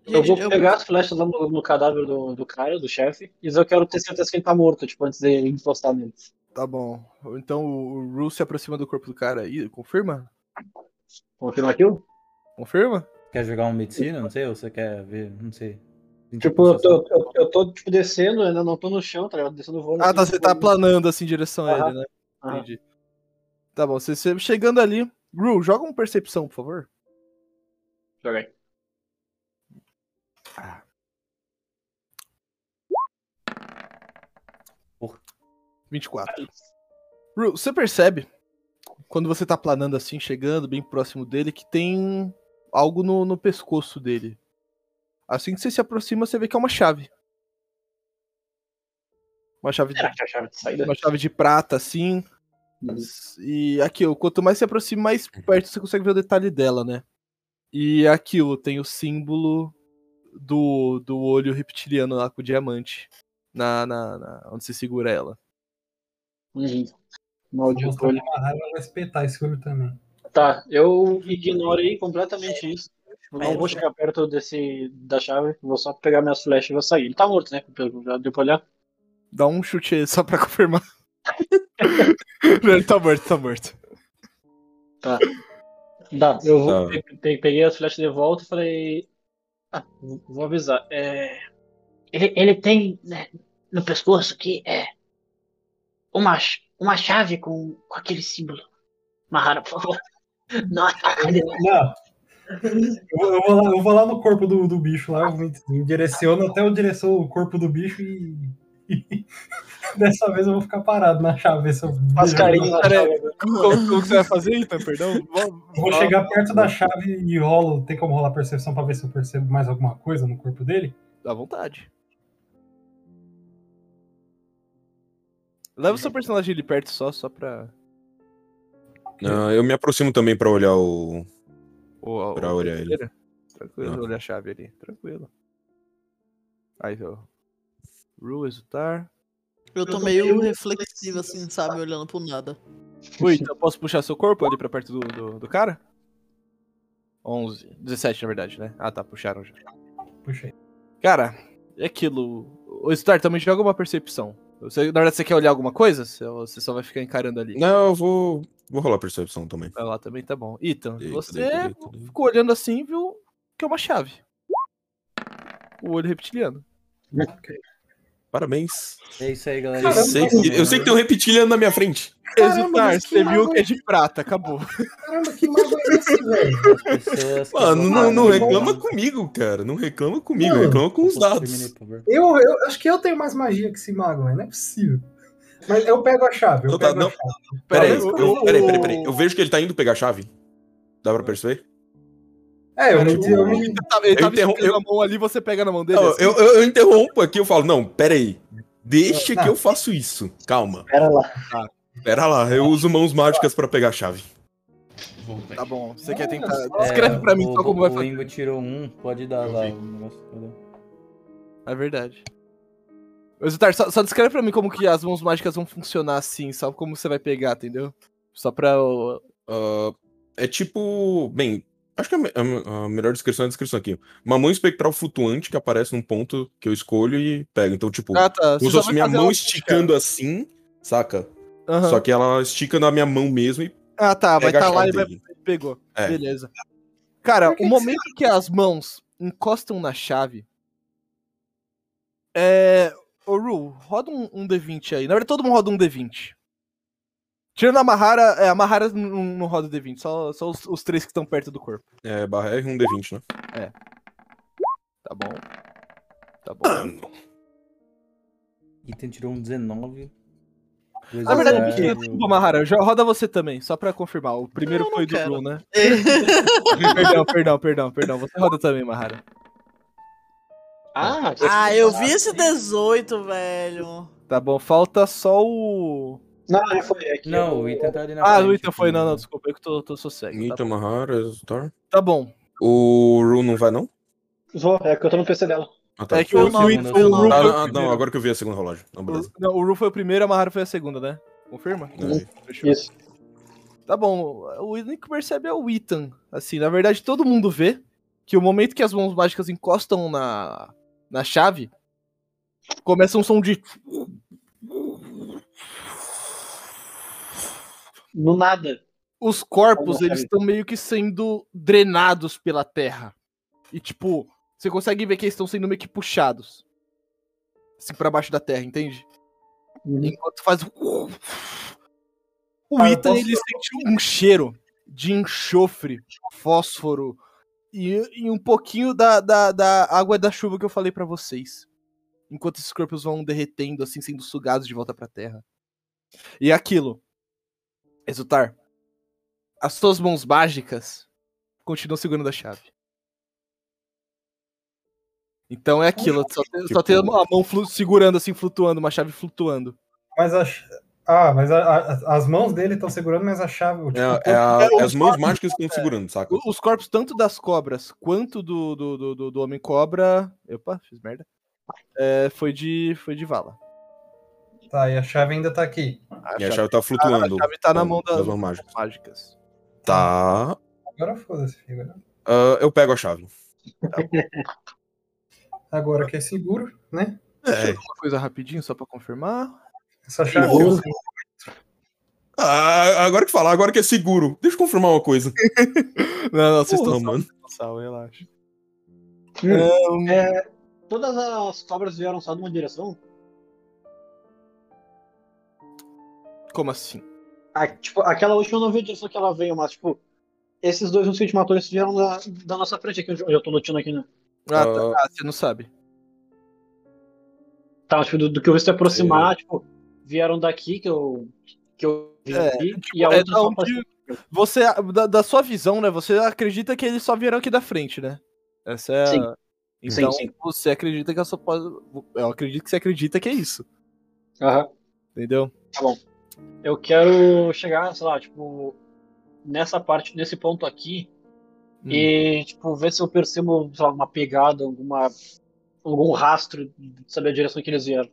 [SPEAKER 4] Eu vou pegar as flechas lá no, no cadáver do, do cara, do chefe, e eu quero ter certeza que ele tá morto, tipo, antes de encostar nele.
[SPEAKER 7] Tá bom. Então o Ru se aproxima do corpo do cara aí, confirma?
[SPEAKER 4] Confirma aquilo?
[SPEAKER 7] Confirma?
[SPEAKER 1] Quer jogar um medicina? Não sei, ou você quer ver, não sei.
[SPEAKER 4] Tipo, eu tô, eu, eu tô tipo, descendo, ainda não tô no chão, tá ligado? Descendo voando.
[SPEAKER 7] Ah,
[SPEAKER 4] assim,
[SPEAKER 7] tá, você
[SPEAKER 4] tipo,
[SPEAKER 7] tá planando assim em direção a ele, né?
[SPEAKER 4] Aham.
[SPEAKER 7] Entendi. Tá bom, você, você chegando ali. Ru, joga uma percepção, por favor.
[SPEAKER 4] Joga aí.
[SPEAKER 7] Ah.
[SPEAKER 1] Porra.
[SPEAKER 7] 24. Ru, você percebe, quando você tá planando assim, chegando bem próximo dele, que tem algo no, no pescoço dele. Assim que você se aproxima, você vê que é uma chave. Uma chave de,
[SPEAKER 4] Será que é a chave de saída?
[SPEAKER 7] uma chave de prata, assim. E aqui, ó, quanto mais se aproxima, mais perto você consegue ver o detalhe dela, né? E aqui ó, tem o símbolo do, do olho reptiliano lá com o diamante. Na, na, na- onde você segura ela.
[SPEAKER 4] Maldito
[SPEAKER 5] Mostrar pra amarrar, ela vai espetar esse olho também.
[SPEAKER 4] Tá, eu ignorei completamente isso. Eu não
[SPEAKER 5] Merda.
[SPEAKER 4] vou chegar perto desse da chave, vou só pegar minhas flechas e vou sair. Ele tá morto, né? Pelo- Já deu pra olhar.
[SPEAKER 7] Dá um chute aí só pra confirmar. Não, ele tá morto, tá morto.
[SPEAKER 4] Tá. Dá, eu vou,
[SPEAKER 7] Tá.
[SPEAKER 4] pe- pe- peguei as flechas de volta e falei. Ah, vou vou avisar. É,
[SPEAKER 14] Ele, ele tem né, no pescoço aqui é uma, ch- uma chave com, com aquele símbolo. Mahara, por favor. Não atrapalhe.
[SPEAKER 5] Não. Eu, eu vou lá, eu vou lá no corpo do, do bicho lá, eu me me direciono até eu direciono o corpo do bicho e. Dessa vez eu vou ficar parado na chave. ver Se eu
[SPEAKER 7] Faz carinho na chave. Como, como que você vai fazer, então? Perdão?
[SPEAKER 5] Eu vou chegar perto da chave e rolo. Tem como rolar percepção pra ver se eu percebo mais alguma coisa no corpo dele?
[SPEAKER 7] Dá vontade. Leva o seu personagem ali perto só, só pra.
[SPEAKER 3] Ah, eu me aproximo também pra olhar o.
[SPEAKER 7] O,
[SPEAKER 3] pra olhar ele.
[SPEAKER 7] Tranquilo,
[SPEAKER 3] Ah.
[SPEAKER 7] olha a chave ali. Tranquilo. Aí, ó. Rule exultar.
[SPEAKER 6] Eu tô meio reflexivo, assim, sabe? Olhando pro nada.
[SPEAKER 7] Ui, então eu posso puxar seu corpo ali pra perto do, do, do cara? 11. 17, na verdade, né? Ah, tá, puxaram já.
[SPEAKER 5] Puxei.
[SPEAKER 7] Cara, é aquilo. O Star também joga uma percepção. Você, na verdade, você quer olhar alguma coisa? Você- Você só vai ficar encarando ali.
[SPEAKER 3] Não, eu vou. Vou rolar percepção também.
[SPEAKER 7] Vai lá também, tá bom. Ethan, você
[SPEAKER 3] deita, deita,
[SPEAKER 7] ficou olhando assim e viu que é uma chave. O olho reptiliano.
[SPEAKER 3] Parabéns.
[SPEAKER 1] É isso aí, galera.
[SPEAKER 3] Eu sei, que, eu sei que tem um reptiliano na minha frente.
[SPEAKER 7] Exultar, você viu que é de prata, acabou.
[SPEAKER 5] Caramba, que mago é esse, velho?
[SPEAKER 3] Mano, não,
[SPEAKER 1] Ah,
[SPEAKER 3] não reclama comigo, cara. Não reclama comigo,
[SPEAKER 5] Mano.
[SPEAKER 3] reclama com os dados.
[SPEAKER 5] Eu, eu acho que eu tenho mais magia que esse mago, mas não é possível. Mas eu pego a chave. Eu
[SPEAKER 3] Então tá,
[SPEAKER 5] pego a
[SPEAKER 3] não.
[SPEAKER 5] chave.
[SPEAKER 3] Peraí,
[SPEAKER 5] Talvez
[SPEAKER 3] eu-
[SPEAKER 5] quando-
[SPEAKER 3] peraí, peraí, peraí. Eu vejo que ele tá indo pegar a chave. Dá pra perceber?
[SPEAKER 5] É, eu,
[SPEAKER 3] Tipo,
[SPEAKER 5] eu,
[SPEAKER 7] Ele tava, ele
[SPEAKER 3] Eu
[SPEAKER 7] tava
[SPEAKER 3] interrom-
[SPEAKER 7] escondendo
[SPEAKER 3] eu-
[SPEAKER 7] a mão ali, você pega na mão dele.
[SPEAKER 3] Não,
[SPEAKER 7] assim.
[SPEAKER 3] eu, eu, eu interrompo aqui, eu falo, não, peraí. Deixa
[SPEAKER 7] Não.
[SPEAKER 3] que eu faço isso. Calma.
[SPEAKER 4] Pera lá.
[SPEAKER 3] Pera lá, eu uso mãos mágicas pra pegar a chave.
[SPEAKER 7] Tá bom, você quer tentar.
[SPEAKER 1] É,
[SPEAKER 7] Escreve pra mim
[SPEAKER 1] o,
[SPEAKER 7] só como vai
[SPEAKER 1] o
[SPEAKER 7] fazer.
[SPEAKER 1] Ingo tirou um, pode dar lá o negócio. entendeu?
[SPEAKER 7] É verdade. Mas, Otário, só, só descreve pra mim como que as mãos mágicas vão funcionar assim, só como você vai pegar, entendeu? Só pra. eu-
[SPEAKER 3] Ah, é tipo. Bem, acho que a, me- a me- a melhor descrição é a descrição aqui. Uma mão espectral flutuante que aparece num ponto que eu escolho e pego. Então, tipo,
[SPEAKER 7] Ah, tá. Você
[SPEAKER 3] como se
[SPEAKER 7] só
[SPEAKER 3] fosse
[SPEAKER 7] vai
[SPEAKER 3] minha
[SPEAKER 7] fazer
[SPEAKER 3] mão
[SPEAKER 7] ela
[SPEAKER 3] esticando assim, saca?
[SPEAKER 7] Aham.
[SPEAKER 3] Só que ela estica na minha mão mesmo e.
[SPEAKER 7] Ah, tá, vai
[SPEAKER 3] pega a
[SPEAKER 7] tá lá
[SPEAKER 3] chave
[SPEAKER 7] e vai.
[SPEAKER 3] dele.
[SPEAKER 7] Pegou.
[SPEAKER 3] É.
[SPEAKER 7] Beleza. Cara, o momento que as mãos encostam na chave. É. Ô, Ru, roda um, um D20 aí. Na verdade, todo mundo roda um D20. Tirando a Mahara, é, a Mahara não, não roda o D20, só, só os, os três que estão perto do corpo.
[SPEAKER 3] É, barra R1 D20, né?
[SPEAKER 7] É. Tá bom. Tá bom.
[SPEAKER 1] Ethan tirou um 19. dois
[SPEAKER 7] Na verdade,
[SPEAKER 1] azar,
[SPEAKER 7] mentira,
[SPEAKER 1] o-
[SPEAKER 7] desculpa, Mahara, já roda você também, só pra confirmar. O primeiro foi do Ru, né? perdão, perdão, perdão, perdão. Você roda também, Mahara.
[SPEAKER 4] Ah,
[SPEAKER 6] Ah, eu vi esse 18, velho.
[SPEAKER 7] Tá bom, falta só o.
[SPEAKER 4] Não, ele foi aqui.
[SPEAKER 1] Não, o Ethan tá ali na
[SPEAKER 7] Ah,
[SPEAKER 1] frente.
[SPEAKER 7] o Ethan foi, não, não, desculpa, eu que tô, tô sossego.
[SPEAKER 3] Eita, Mahara, Thor.
[SPEAKER 7] Tá bom.
[SPEAKER 3] O Ru não vai, não?
[SPEAKER 4] Vou, é que eu tô no PC dela.
[SPEAKER 3] Ah, tá.
[SPEAKER 7] É que o Foi o Ru- segundo, foi o Ru-
[SPEAKER 3] Ah,
[SPEAKER 7] foi
[SPEAKER 3] ah,
[SPEAKER 7] o
[SPEAKER 3] não,
[SPEAKER 7] primeiro.
[SPEAKER 3] agora que eu vi a segunda rolagem. Não, beleza.
[SPEAKER 7] Não, o Ru foi o primeiro, a Mahara foi a segunda, né? Confirma?
[SPEAKER 4] Isso.
[SPEAKER 7] Tá bom, o único que percebe é o Ethan. Assim, na verdade, todo mundo vê que o momento que as mãos mágicas encostam na, na chave, começa um som de.
[SPEAKER 4] No nada.
[SPEAKER 7] Os corpos,
[SPEAKER 4] Como
[SPEAKER 7] eles
[SPEAKER 4] chave?
[SPEAKER 7] estão meio que sendo drenados pela terra. E, tipo, você consegue ver que eles estão sendo meio que puxados. Assim, pra baixo da terra, entende? Enquanto faz. o- O
[SPEAKER 4] Ah, Uhum. eu
[SPEAKER 7] Ethan,
[SPEAKER 4] posso-
[SPEAKER 7] ele sentiu um cheiro de enxofre, fósforo e, e um pouquinho da, da, da água da chuva que eu falei pra vocês. Enquanto esses corpos vão derretendo, assim, sendo sugados de volta pra terra. E aquilo. Exultar. As suas mãos mágicas continuam segurando a chave. Então é aquilo, só tem, só tem a
[SPEAKER 3] Tipo-
[SPEAKER 7] mão flu- segurando, assim, flutuando, uma chave flutuando.
[SPEAKER 5] Mas a. ch- Ah, mas a- a- as mãos dele estão segurando, mas a chave. o- tipo,
[SPEAKER 3] É, é a- é as mãos mágicas que estão segurando, saca?
[SPEAKER 7] O- Os corpos, tanto das cobras quanto do, do, do, do- do Homem-Cobra. Opa, fiz merda. É, foi, de, foi de vala.
[SPEAKER 5] Tá, e a chave ainda tá aqui.
[SPEAKER 3] E a chave tá flutuando.
[SPEAKER 7] A chave tá na mão da-
[SPEAKER 3] das mãos mágicas.
[SPEAKER 7] mágicas.
[SPEAKER 3] Tá.
[SPEAKER 5] Agora foda-se, filho. né?
[SPEAKER 3] Ah, eu pego a chave.
[SPEAKER 5] Agora que é seguro, né?
[SPEAKER 3] É.
[SPEAKER 7] Deixa eu ver uma coisa rapidinho, só pra confirmar.
[SPEAKER 5] Essa chave.
[SPEAKER 3] Boa. Ah, agora que falar, agora que é seguro. Deixa eu confirmar uma coisa.
[SPEAKER 7] não, não, vocês
[SPEAKER 3] Porra,
[SPEAKER 7] estão
[SPEAKER 3] mano.
[SPEAKER 7] salvo, relaxa.
[SPEAKER 4] É, todas as cobras vieram só numa direção?
[SPEAKER 7] Como assim?
[SPEAKER 4] Ah, tipo, aquela última eu não vi a direção que ela veio, mas, tipo, esses dois que a gente matou, eles vieram da, da nossa frente aqui, onde onde eu tô lutando aqui, né?
[SPEAKER 7] Ah, tá, ah, você não sabe.
[SPEAKER 4] Tá, tipo, do, do que eu vi se aproximar, tipo, vieram daqui que eu. Que eu vi
[SPEAKER 7] É,
[SPEAKER 4] aqui,
[SPEAKER 7] tipo,
[SPEAKER 4] e a
[SPEAKER 7] é
[SPEAKER 4] outra
[SPEAKER 7] da
[SPEAKER 4] só
[SPEAKER 7] onde-
[SPEAKER 4] passou.
[SPEAKER 7] Você, da, da sua visão, né? Você acredita que eles só vieram aqui da frente, né? Essa é. a-
[SPEAKER 4] Sim.
[SPEAKER 7] Então,
[SPEAKER 4] Sim, sim.
[SPEAKER 7] você acredita que eu só posso. Eu acredito que você acredita que é isso.
[SPEAKER 4] Aham.
[SPEAKER 7] Entendeu?
[SPEAKER 4] Tá bom. Eu quero chegar, sei lá, tipo, nessa parte, nesse ponto aqui,
[SPEAKER 7] Hum.
[SPEAKER 4] e, tipo, ver se eu percebo, sei lá, uma pegada, alguma. algum rastro, saber a direção que eles vieram.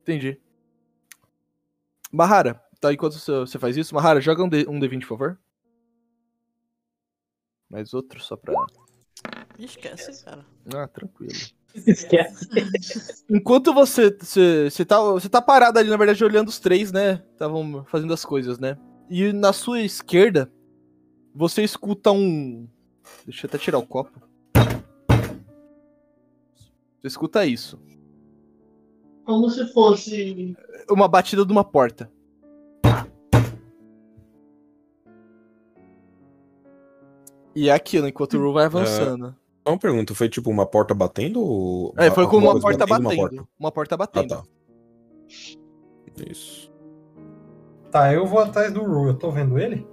[SPEAKER 7] Entendi. Mahara, tá, enquanto você- você faz isso, Mahara, joga um, D, um D20, por favor. Mais outro, só pra.
[SPEAKER 6] Esquece, cara.
[SPEAKER 7] Ah, tranquilo.
[SPEAKER 4] Esquece.
[SPEAKER 7] Enquanto você, você, você, tá, você tá parado ali, na verdade, olhando os três, né? Estavam fazendo as coisas, né? E na sua esquerda, você escuta um. Deixa eu até tirar o copo. Você escuta isso.
[SPEAKER 4] Como se fosse.
[SPEAKER 7] Uma batida de uma porta. E é aquilo, enquanto o Ru vai avançando.
[SPEAKER 3] Só uma pergunta, foi tipo uma porta batendo ou.
[SPEAKER 7] É, foi com
[SPEAKER 3] alguma
[SPEAKER 7] uma
[SPEAKER 3] coisa
[SPEAKER 7] porta batendo.
[SPEAKER 3] uma
[SPEAKER 7] Uma porta, Ah, tá. batendo.
[SPEAKER 3] porta? Isso.
[SPEAKER 5] Tá, eu vou atrás do Ru. Eu tô vendo ele?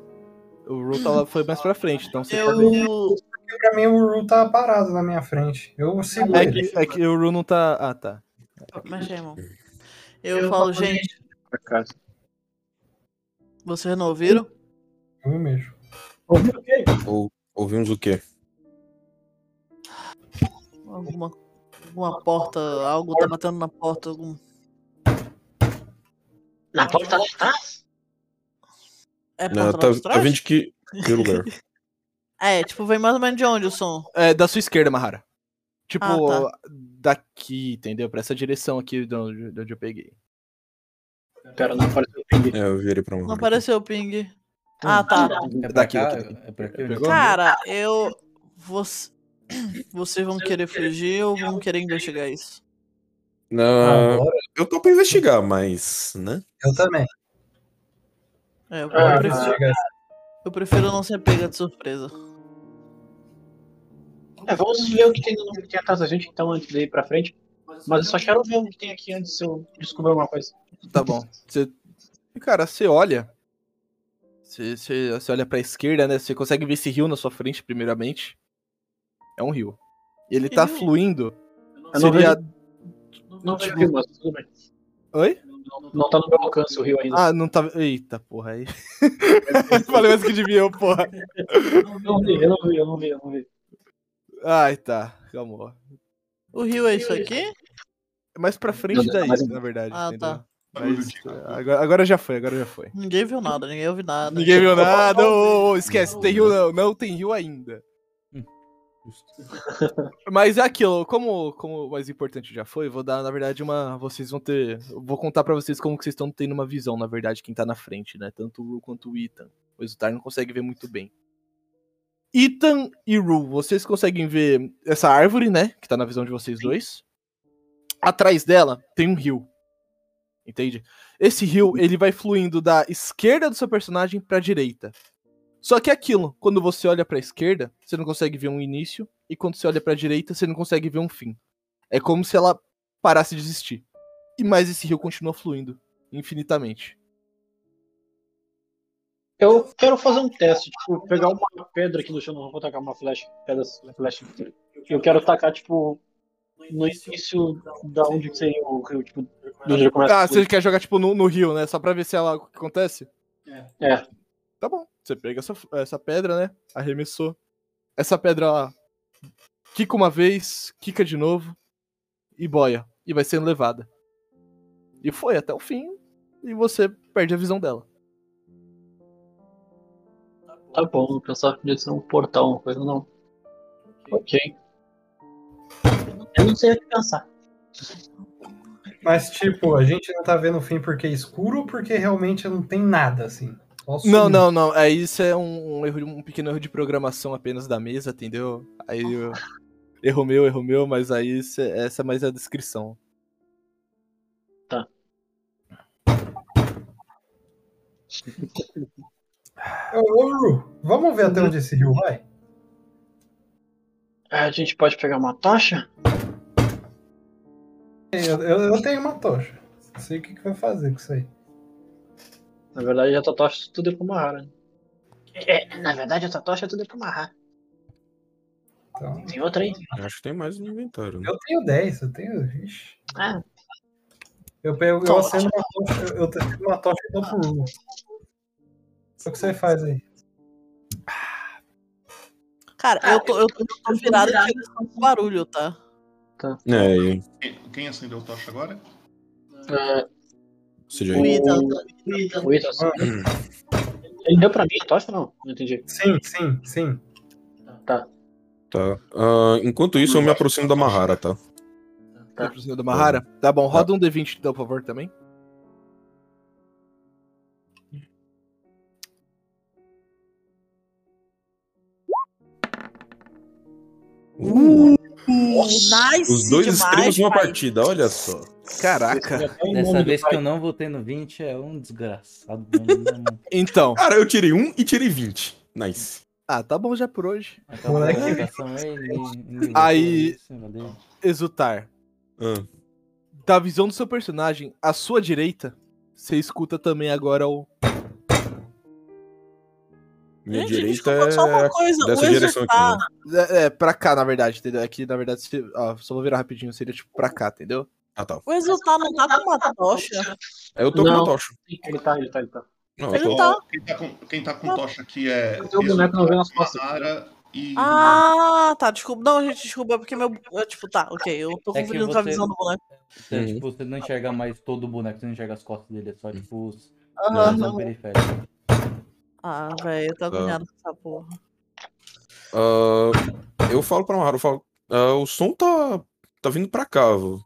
[SPEAKER 7] O Ru tá lá- foi mais pra frente, então você pode.
[SPEAKER 6] Eu.
[SPEAKER 5] Porque pra mim o Ru tá parado na minha frente. Eu sigo
[SPEAKER 7] É
[SPEAKER 5] ele.
[SPEAKER 7] que, é que o Ru não tá. Ah, tá.
[SPEAKER 6] Mas, irmão. Eu, falo, gente, vocês não ouviram?
[SPEAKER 5] Eu mesmo.
[SPEAKER 3] Ou, ouvimos o quê?
[SPEAKER 6] Alguma, alguma porta, algo tá batendo na porta. Algum...
[SPEAKER 4] Na porta lá atrás?
[SPEAKER 6] É
[SPEAKER 3] Ah,
[SPEAKER 6] porta
[SPEAKER 3] tá,
[SPEAKER 6] lá de
[SPEAKER 3] tá
[SPEAKER 6] trás?
[SPEAKER 3] vendo de que, que lugar?
[SPEAKER 6] É, tipo, vem mais ou menos de onde o som?
[SPEAKER 7] É da sua esquerda, Mahara. Tipo,
[SPEAKER 6] Ah,
[SPEAKER 7] daqui, entendeu? Pra essa direção aqui de onde, de onde eu peguei.
[SPEAKER 4] Pera, não apareceu o ping.
[SPEAKER 3] É, eu virei pra uma.
[SPEAKER 6] Não apareceu o ping. Ah, tá.
[SPEAKER 3] Hum.
[SPEAKER 1] É pra
[SPEAKER 7] daqui,
[SPEAKER 1] cá,
[SPEAKER 7] daqui.
[SPEAKER 1] é pra aqui.
[SPEAKER 7] Pegou?
[SPEAKER 6] Cara, eu. Você... Vocês vão querer fugir ou vão querer investigar isso?
[SPEAKER 3] Ah, eu tô pra investigar, mas. né?
[SPEAKER 5] Eu também.
[SPEAKER 6] É, eu,
[SPEAKER 5] Ah,
[SPEAKER 6] prefiro,
[SPEAKER 5] investigar.
[SPEAKER 6] eu prefiro não ser pega de surpresa.
[SPEAKER 4] É, vamos ver o que tem, o que tem atrás da gente, então, antes de ir pra frente. Mas eu só quero ver o que tem aqui antes se eu descobrir alguma coisa.
[SPEAKER 7] Tá bom. Você, cara, você olha. Você, você, você olha pra esquerda, né? Você consegue ver esse rio na sua frente, primeiramente. É um rio. E ele tá fluindo.
[SPEAKER 4] Eu não
[SPEAKER 7] Seria.
[SPEAKER 4] vejo- Não vejo filme, mas tudo bem.
[SPEAKER 7] Oi?
[SPEAKER 4] Não, não tá no meu alcance o rio ainda.
[SPEAKER 7] Ah, não tá. Eita, porra aí. Falei mais que devia, eu, porra.
[SPEAKER 4] Eu não vi, eu não vi, eu não vi, eu não vi.
[SPEAKER 7] Ai, tá. Calma. É
[SPEAKER 6] O rio é isso aqui?
[SPEAKER 7] Mais pra
[SPEAKER 6] Não,
[SPEAKER 7] frente
[SPEAKER 6] não,
[SPEAKER 7] daí,
[SPEAKER 6] mas-
[SPEAKER 7] na verdade.
[SPEAKER 6] Ah,
[SPEAKER 7] entendeu?
[SPEAKER 6] tá.
[SPEAKER 7] Mas, agora, agora já foi, agora já foi.
[SPEAKER 6] Ninguém viu nada, ninguém ouviu nada.
[SPEAKER 7] Ninguém viu nada. ô, ô, ô, esquece, tem rio não. Não tem rio ainda. Mas é aquilo, como, como o mais importante já foi, vou dar, na verdade, uma. Vocês vão ter. eu Vou contar pra vocês como que vocês estão tendo uma visão, na verdade, quem tá na frente, né? Tanto o Ru quanto o Ethan. O Exultar não consegue ver muito bem. Ethan e Ru, vocês conseguem ver essa árvore, né? Que tá na visão de vocês dois. Atrás dela tem um rio. Entende? Esse rio, ele vai fluindo da esquerda do seu personagem pra direita. Só que é aquilo, quando você olha pra esquerda, você não consegue ver um início, e quando você olha pra direita, você não consegue ver um fim. É como se ela parasse de existir. E mais esse rio continua fluindo infinitamente.
[SPEAKER 4] Eu quero fazer um teste, tipo, pegar uma pedra aqui no chão, não vou tacar uma flecha, pedra, flecha. Eu quero tacar, tipo, no início da onde que seria o rio, tipo, de onde ele começa.
[SPEAKER 7] Ah, você quer jogar tipo no, no rio, né? Só pra ver se ela o que acontece?
[SPEAKER 4] É.
[SPEAKER 7] Tá bom. Você pega essa, essa pedra, né? Arremessou. Essa pedra ela Quica uma vez, quica de novo. E boia. E vai sendo levada. E foi até o fim. E você perde a visão dela.
[SPEAKER 4] Tá bom, eu pensava que podia ser um portal, uma coisa não. Ok. Eu não sei o que pensar.
[SPEAKER 5] Mas, tipo, a gente não tá vendo o fim porque é escuro ou porque realmente não tem nada, assim? Só
[SPEAKER 7] Não,
[SPEAKER 5] sumiu.
[SPEAKER 7] não, não. É, isso é um, um erro, de- um pequeno erro de programação apenas da mesa, entendeu? Aí eu... erro meu, erro meu, mas aí cê- essa é mais a descrição.
[SPEAKER 5] Ô, ô, Ru, vamos ver até onde esse rio vai?
[SPEAKER 4] É, A gente pode pegar uma tocha?
[SPEAKER 5] Eu, eu, eu tenho uma tocha. Não sei o que, que vai fazer com isso aí.
[SPEAKER 4] Na verdade, já tá tocha tudo é pra amarrar, né? É, na verdade, essa tocha é tudo é pra amarrar. Tem outra aí?
[SPEAKER 3] Acho que tem mais no inventário. Né?
[SPEAKER 5] Então, Eu tenho 10, eu tenho. Ixi.
[SPEAKER 4] Ah,
[SPEAKER 5] Eu, pego, eu acendo uma tocha, eu tenho uma tocha e dou pro Ru. O que você faz aí?
[SPEAKER 6] Cara, eu tô, eu tô, eu tô virado em direção ao barulho, tá?
[SPEAKER 3] É,
[SPEAKER 2] Quem- Quem acendeu a tocha agora?
[SPEAKER 3] você já...
[SPEAKER 2] O
[SPEAKER 6] tá.
[SPEAKER 2] Ethan.
[SPEAKER 4] Ah,
[SPEAKER 3] tá.
[SPEAKER 4] O Ethan. Ele deu pra mim a tocha não? Não entendi.
[SPEAKER 5] Sim, sim, sim.
[SPEAKER 4] Tá.
[SPEAKER 3] Tá. Ah, enquanto isso, eu me aproximo da Mahara, tá?
[SPEAKER 7] Tá pro senhor da Mahara? Tá bom, roda um D20 então, por favor, também.
[SPEAKER 6] nice
[SPEAKER 3] Uh, Os dois
[SPEAKER 6] demais,
[SPEAKER 3] extremos de uma
[SPEAKER 6] pai.
[SPEAKER 3] partida, olha só.
[SPEAKER 7] Caraca.
[SPEAKER 4] um
[SPEAKER 1] Dessa vez que eu não votei no 20 é um desgraçado.
[SPEAKER 7] Então.
[SPEAKER 3] Cara, eu tirei um e tirei 20. Nice.
[SPEAKER 7] Ah, tá bom já por hoje.
[SPEAKER 1] Acabou a votação aí, ninguém- ninguém
[SPEAKER 7] Aí,
[SPEAKER 1] votou, meu Deus.
[SPEAKER 7] exultar.
[SPEAKER 3] Ah,
[SPEAKER 7] Da visão do seu personagem, à sua direita, você escuta também agora o.
[SPEAKER 3] Minha
[SPEAKER 7] Gente,
[SPEAKER 3] direita
[SPEAKER 7] desculpa,
[SPEAKER 3] é
[SPEAKER 7] só uma coisa,
[SPEAKER 3] dessa
[SPEAKER 7] o
[SPEAKER 3] direção aqui.
[SPEAKER 6] tá.
[SPEAKER 3] né?
[SPEAKER 7] É, é, pra cá, na verdade, entendeu? Aqui, na verdade, se- ó, só vou virar rapidinho, seria tipo pra cá, entendeu?
[SPEAKER 3] Ah, tá.
[SPEAKER 6] O Exultar não tá com uma tocha.
[SPEAKER 3] Eu tô com
[SPEAKER 4] Não.
[SPEAKER 3] uma tocha.
[SPEAKER 4] Ele tá, ele tá, ele tá.
[SPEAKER 3] Não,
[SPEAKER 6] Ele
[SPEAKER 3] eu tô...
[SPEAKER 6] tá.
[SPEAKER 2] Quem tá com, quem tá com tocha aqui é.
[SPEAKER 4] O um boneco não vê nas costas.
[SPEAKER 2] Mahara e.
[SPEAKER 6] Ah, tá, desculpa. Não, gente, desculpa, é porque meu. eu, tipo, tá, ok, eu tô
[SPEAKER 1] É que
[SPEAKER 6] confundindo com a
[SPEAKER 1] você-
[SPEAKER 6] visão do boneco.
[SPEAKER 1] Você, tipo, você não enxerga mais todo o boneco, você não enxerga as costas dele, é só tipo os
[SPEAKER 6] Aham.
[SPEAKER 7] Ah,
[SPEAKER 1] a visão periférica.
[SPEAKER 6] Ah, velho, eu tô agoniado com essa porra.
[SPEAKER 3] Ah, eu falo pra Mahara, eu falo. ah, o som tá. tá vindo pra cá. vô.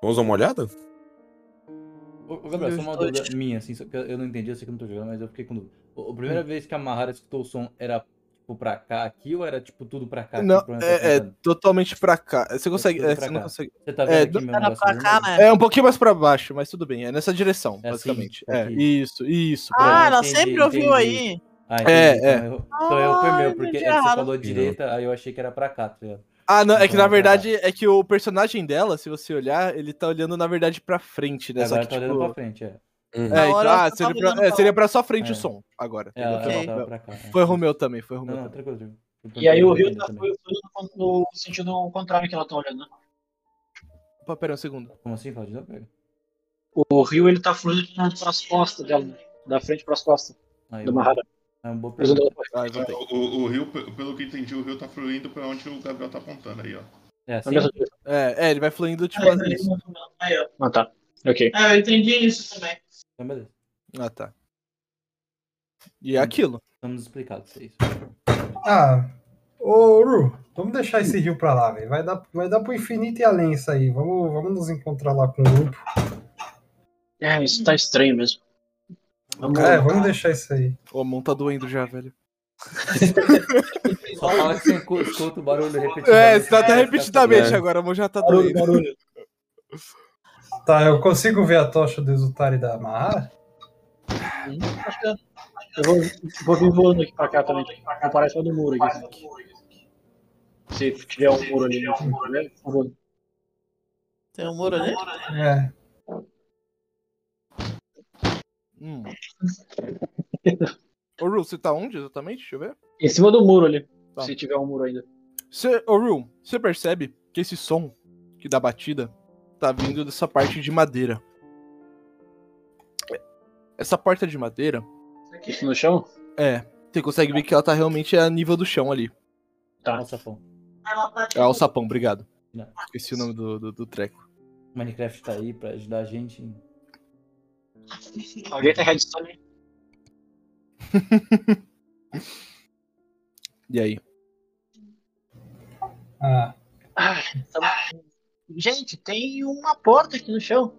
[SPEAKER 3] Vamos dar uma olhada?
[SPEAKER 1] Ô, ô, Gabriel, só uma
[SPEAKER 6] Meus dois.
[SPEAKER 1] dúvida minha, assim, só que eu eu não entendi, eu sei que eu não tô jogando, mas eu fiquei com dúvida. Ô, A primeira vez que a Mahara escutou o som era tipo pra cá aqui ou era tipo tudo pra cá?
[SPEAKER 7] Não,
[SPEAKER 1] aqui, pra onde tá
[SPEAKER 7] é, é
[SPEAKER 1] apontando?
[SPEAKER 7] totalmente pra cá. Você consegue.
[SPEAKER 1] tudo
[SPEAKER 7] é,
[SPEAKER 1] pra
[SPEAKER 7] você, não
[SPEAKER 1] cá.
[SPEAKER 7] consegue.
[SPEAKER 1] Você tá
[SPEAKER 7] é,
[SPEAKER 1] vendo aqui
[SPEAKER 7] do-
[SPEAKER 1] meu negócio vermelho?
[SPEAKER 6] né?
[SPEAKER 7] É um pouquinho mais pra baixo, mas tudo bem. É nessa direção,
[SPEAKER 1] É assim,
[SPEAKER 7] basicamente. É,
[SPEAKER 1] aqui.
[SPEAKER 7] isso, isso. por
[SPEAKER 6] Ah,
[SPEAKER 7] aí.
[SPEAKER 6] ela sempre ouviu aí.
[SPEAKER 1] Ah,
[SPEAKER 7] É,
[SPEAKER 1] entendi,
[SPEAKER 7] é.
[SPEAKER 1] Então, eu, então eu foi
[SPEAKER 6] Ah,
[SPEAKER 1] meu,
[SPEAKER 6] entendi
[SPEAKER 1] porque é que você
[SPEAKER 6] errado.
[SPEAKER 1] falou direita, aí eu achei que era pra cá, tá ligado?
[SPEAKER 7] Ah, não, é que
[SPEAKER 1] Então,
[SPEAKER 7] na
[SPEAKER 1] é pra
[SPEAKER 7] verdade é que o personagem dela, se você olhar, ele tá olhando na verdade pra frente, né? Só
[SPEAKER 1] Agora
[SPEAKER 7] que,
[SPEAKER 1] tá olhando
[SPEAKER 7] tipo...
[SPEAKER 1] pra frente, é.
[SPEAKER 7] É,
[SPEAKER 1] Na
[SPEAKER 7] então,
[SPEAKER 1] hora ela
[SPEAKER 7] ah,
[SPEAKER 1] só
[SPEAKER 7] seria,
[SPEAKER 1] tava
[SPEAKER 7] pra,
[SPEAKER 1] olhando
[SPEAKER 7] é,
[SPEAKER 1] pra
[SPEAKER 7] seria
[SPEAKER 1] lá.
[SPEAKER 7] pra sua frente
[SPEAKER 1] É.
[SPEAKER 7] o som agora.
[SPEAKER 1] É,
[SPEAKER 7] entendeu?
[SPEAKER 1] ela
[SPEAKER 7] Foi
[SPEAKER 1] tava
[SPEAKER 7] mal,
[SPEAKER 1] pra cá,
[SPEAKER 7] foi-
[SPEAKER 1] é.
[SPEAKER 7] Foi Romeu também, foi Romeu
[SPEAKER 1] Não, não,
[SPEAKER 7] também.
[SPEAKER 1] tranquilo, tranquilo.
[SPEAKER 4] E aí o rio tá fluindo no, no sentido contrário que ela tá olhando, né?
[SPEAKER 7] Opa, pera um segundo.
[SPEAKER 1] Como assim? Fala de novo, pega.
[SPEAKER 4] O rio ele tá fluindo para as costas dela, né? da frente para as costas
[SPEAKER 1] Aí,
[SPEAKER 4] do Mahara.
[SPEAKER 1] É uma boa
[SPEAKER 4] Mas eu
[SPEAKER 1] pergunta.
[SPEAKER 4] não-
[SPEAKER 2] O, o- o rio, pe- pelo que entendi, o rio tá fluindo pra onde o Gabriel tá apontando aí, ó.
[SPEAKER 1] É,
[SPEAKER 4] sim.
[SPEAKER 7] É, é, ele vai fluindo tipo isso.
[SPEAKER 4] Ah, tá. Ok.
[SPEAKER 14] Ah, eu entendi isso também.
[SPEAKER 1] Então, beleza.
[SPEAKER 7] Ah, tá. E é aquilo.
[SPEAKER 1] Estamos explicados, é isso.
[SPEAKER 5] Ah, ô Ru, vamos deixar esse rio pra lá, velho. Vai dar, vai dar pro infinito e além isso aí. Vamos, vamos nos encontrar lá com o grupo.
[SPEAKER 4] É, isso tá estranho mesmo.
[SPEAKER 5] é, vamos deixar isso aí.
[SPEAKER 7] Ô, a mão tá doendo já, velho.
[SPEAKER 1] Só fala que você enco- escuta o barulho repetidamente.
[SPEAKER 7] É, você tá até repetidamente
[SPEAKER 1] É.
[SPEAKER 7] agora, a mão já tá doendo.
[SPEAKER 5] Tá, eu consigo ver a tocha do Exultari da Mara?
[SPEAKER 4] Acho que é. Eu vou, vou vir voando aqui pra cá também. Aparece todo muro aqui. Se tiver um muro ali, né? Eu vou.
[SPEAKER 6] Tem um muro ali?
[SPEAKER 5] É.
[SPEAKER 7] Hum. Ô, Ru, você tá onde exatamente? Deixa eu ver.
[SPEAKER 4] Em cima do muro ali.
[SPEAKER 7] Tá.
[SPEAKER 4] Se tiver um muro ainda.
[SPEAKER 7] Cê, ô, Ru, você percebe que esse som que dá batida tá vindo dessa parte de madeira. Essa porta de madeira.
[SPEAKER 4] Isso no chão?
[SPEAKER 7] É. Você consegue ver que ela tá realmente a nível do chão ali.
[SPEAKER 4] Tá.
[SPEAKER 1] Alçapão.
[SPEAKER 7] É alçapão, obrigado.
[SPEAKER 1] Não.
[SPEAKER 7] Esqueci o nome do, do, do treco.
[SPEAKER 1] Minecraft tá aí pra ajudar a gente. em-
[SPEAKER 4] Alguém tem redstone aí?
[SPEAKER 7] E aí?
[SPEAKER 5] Ah.
[SPEAKER 4] Gente, tem uma porta aqui no chão.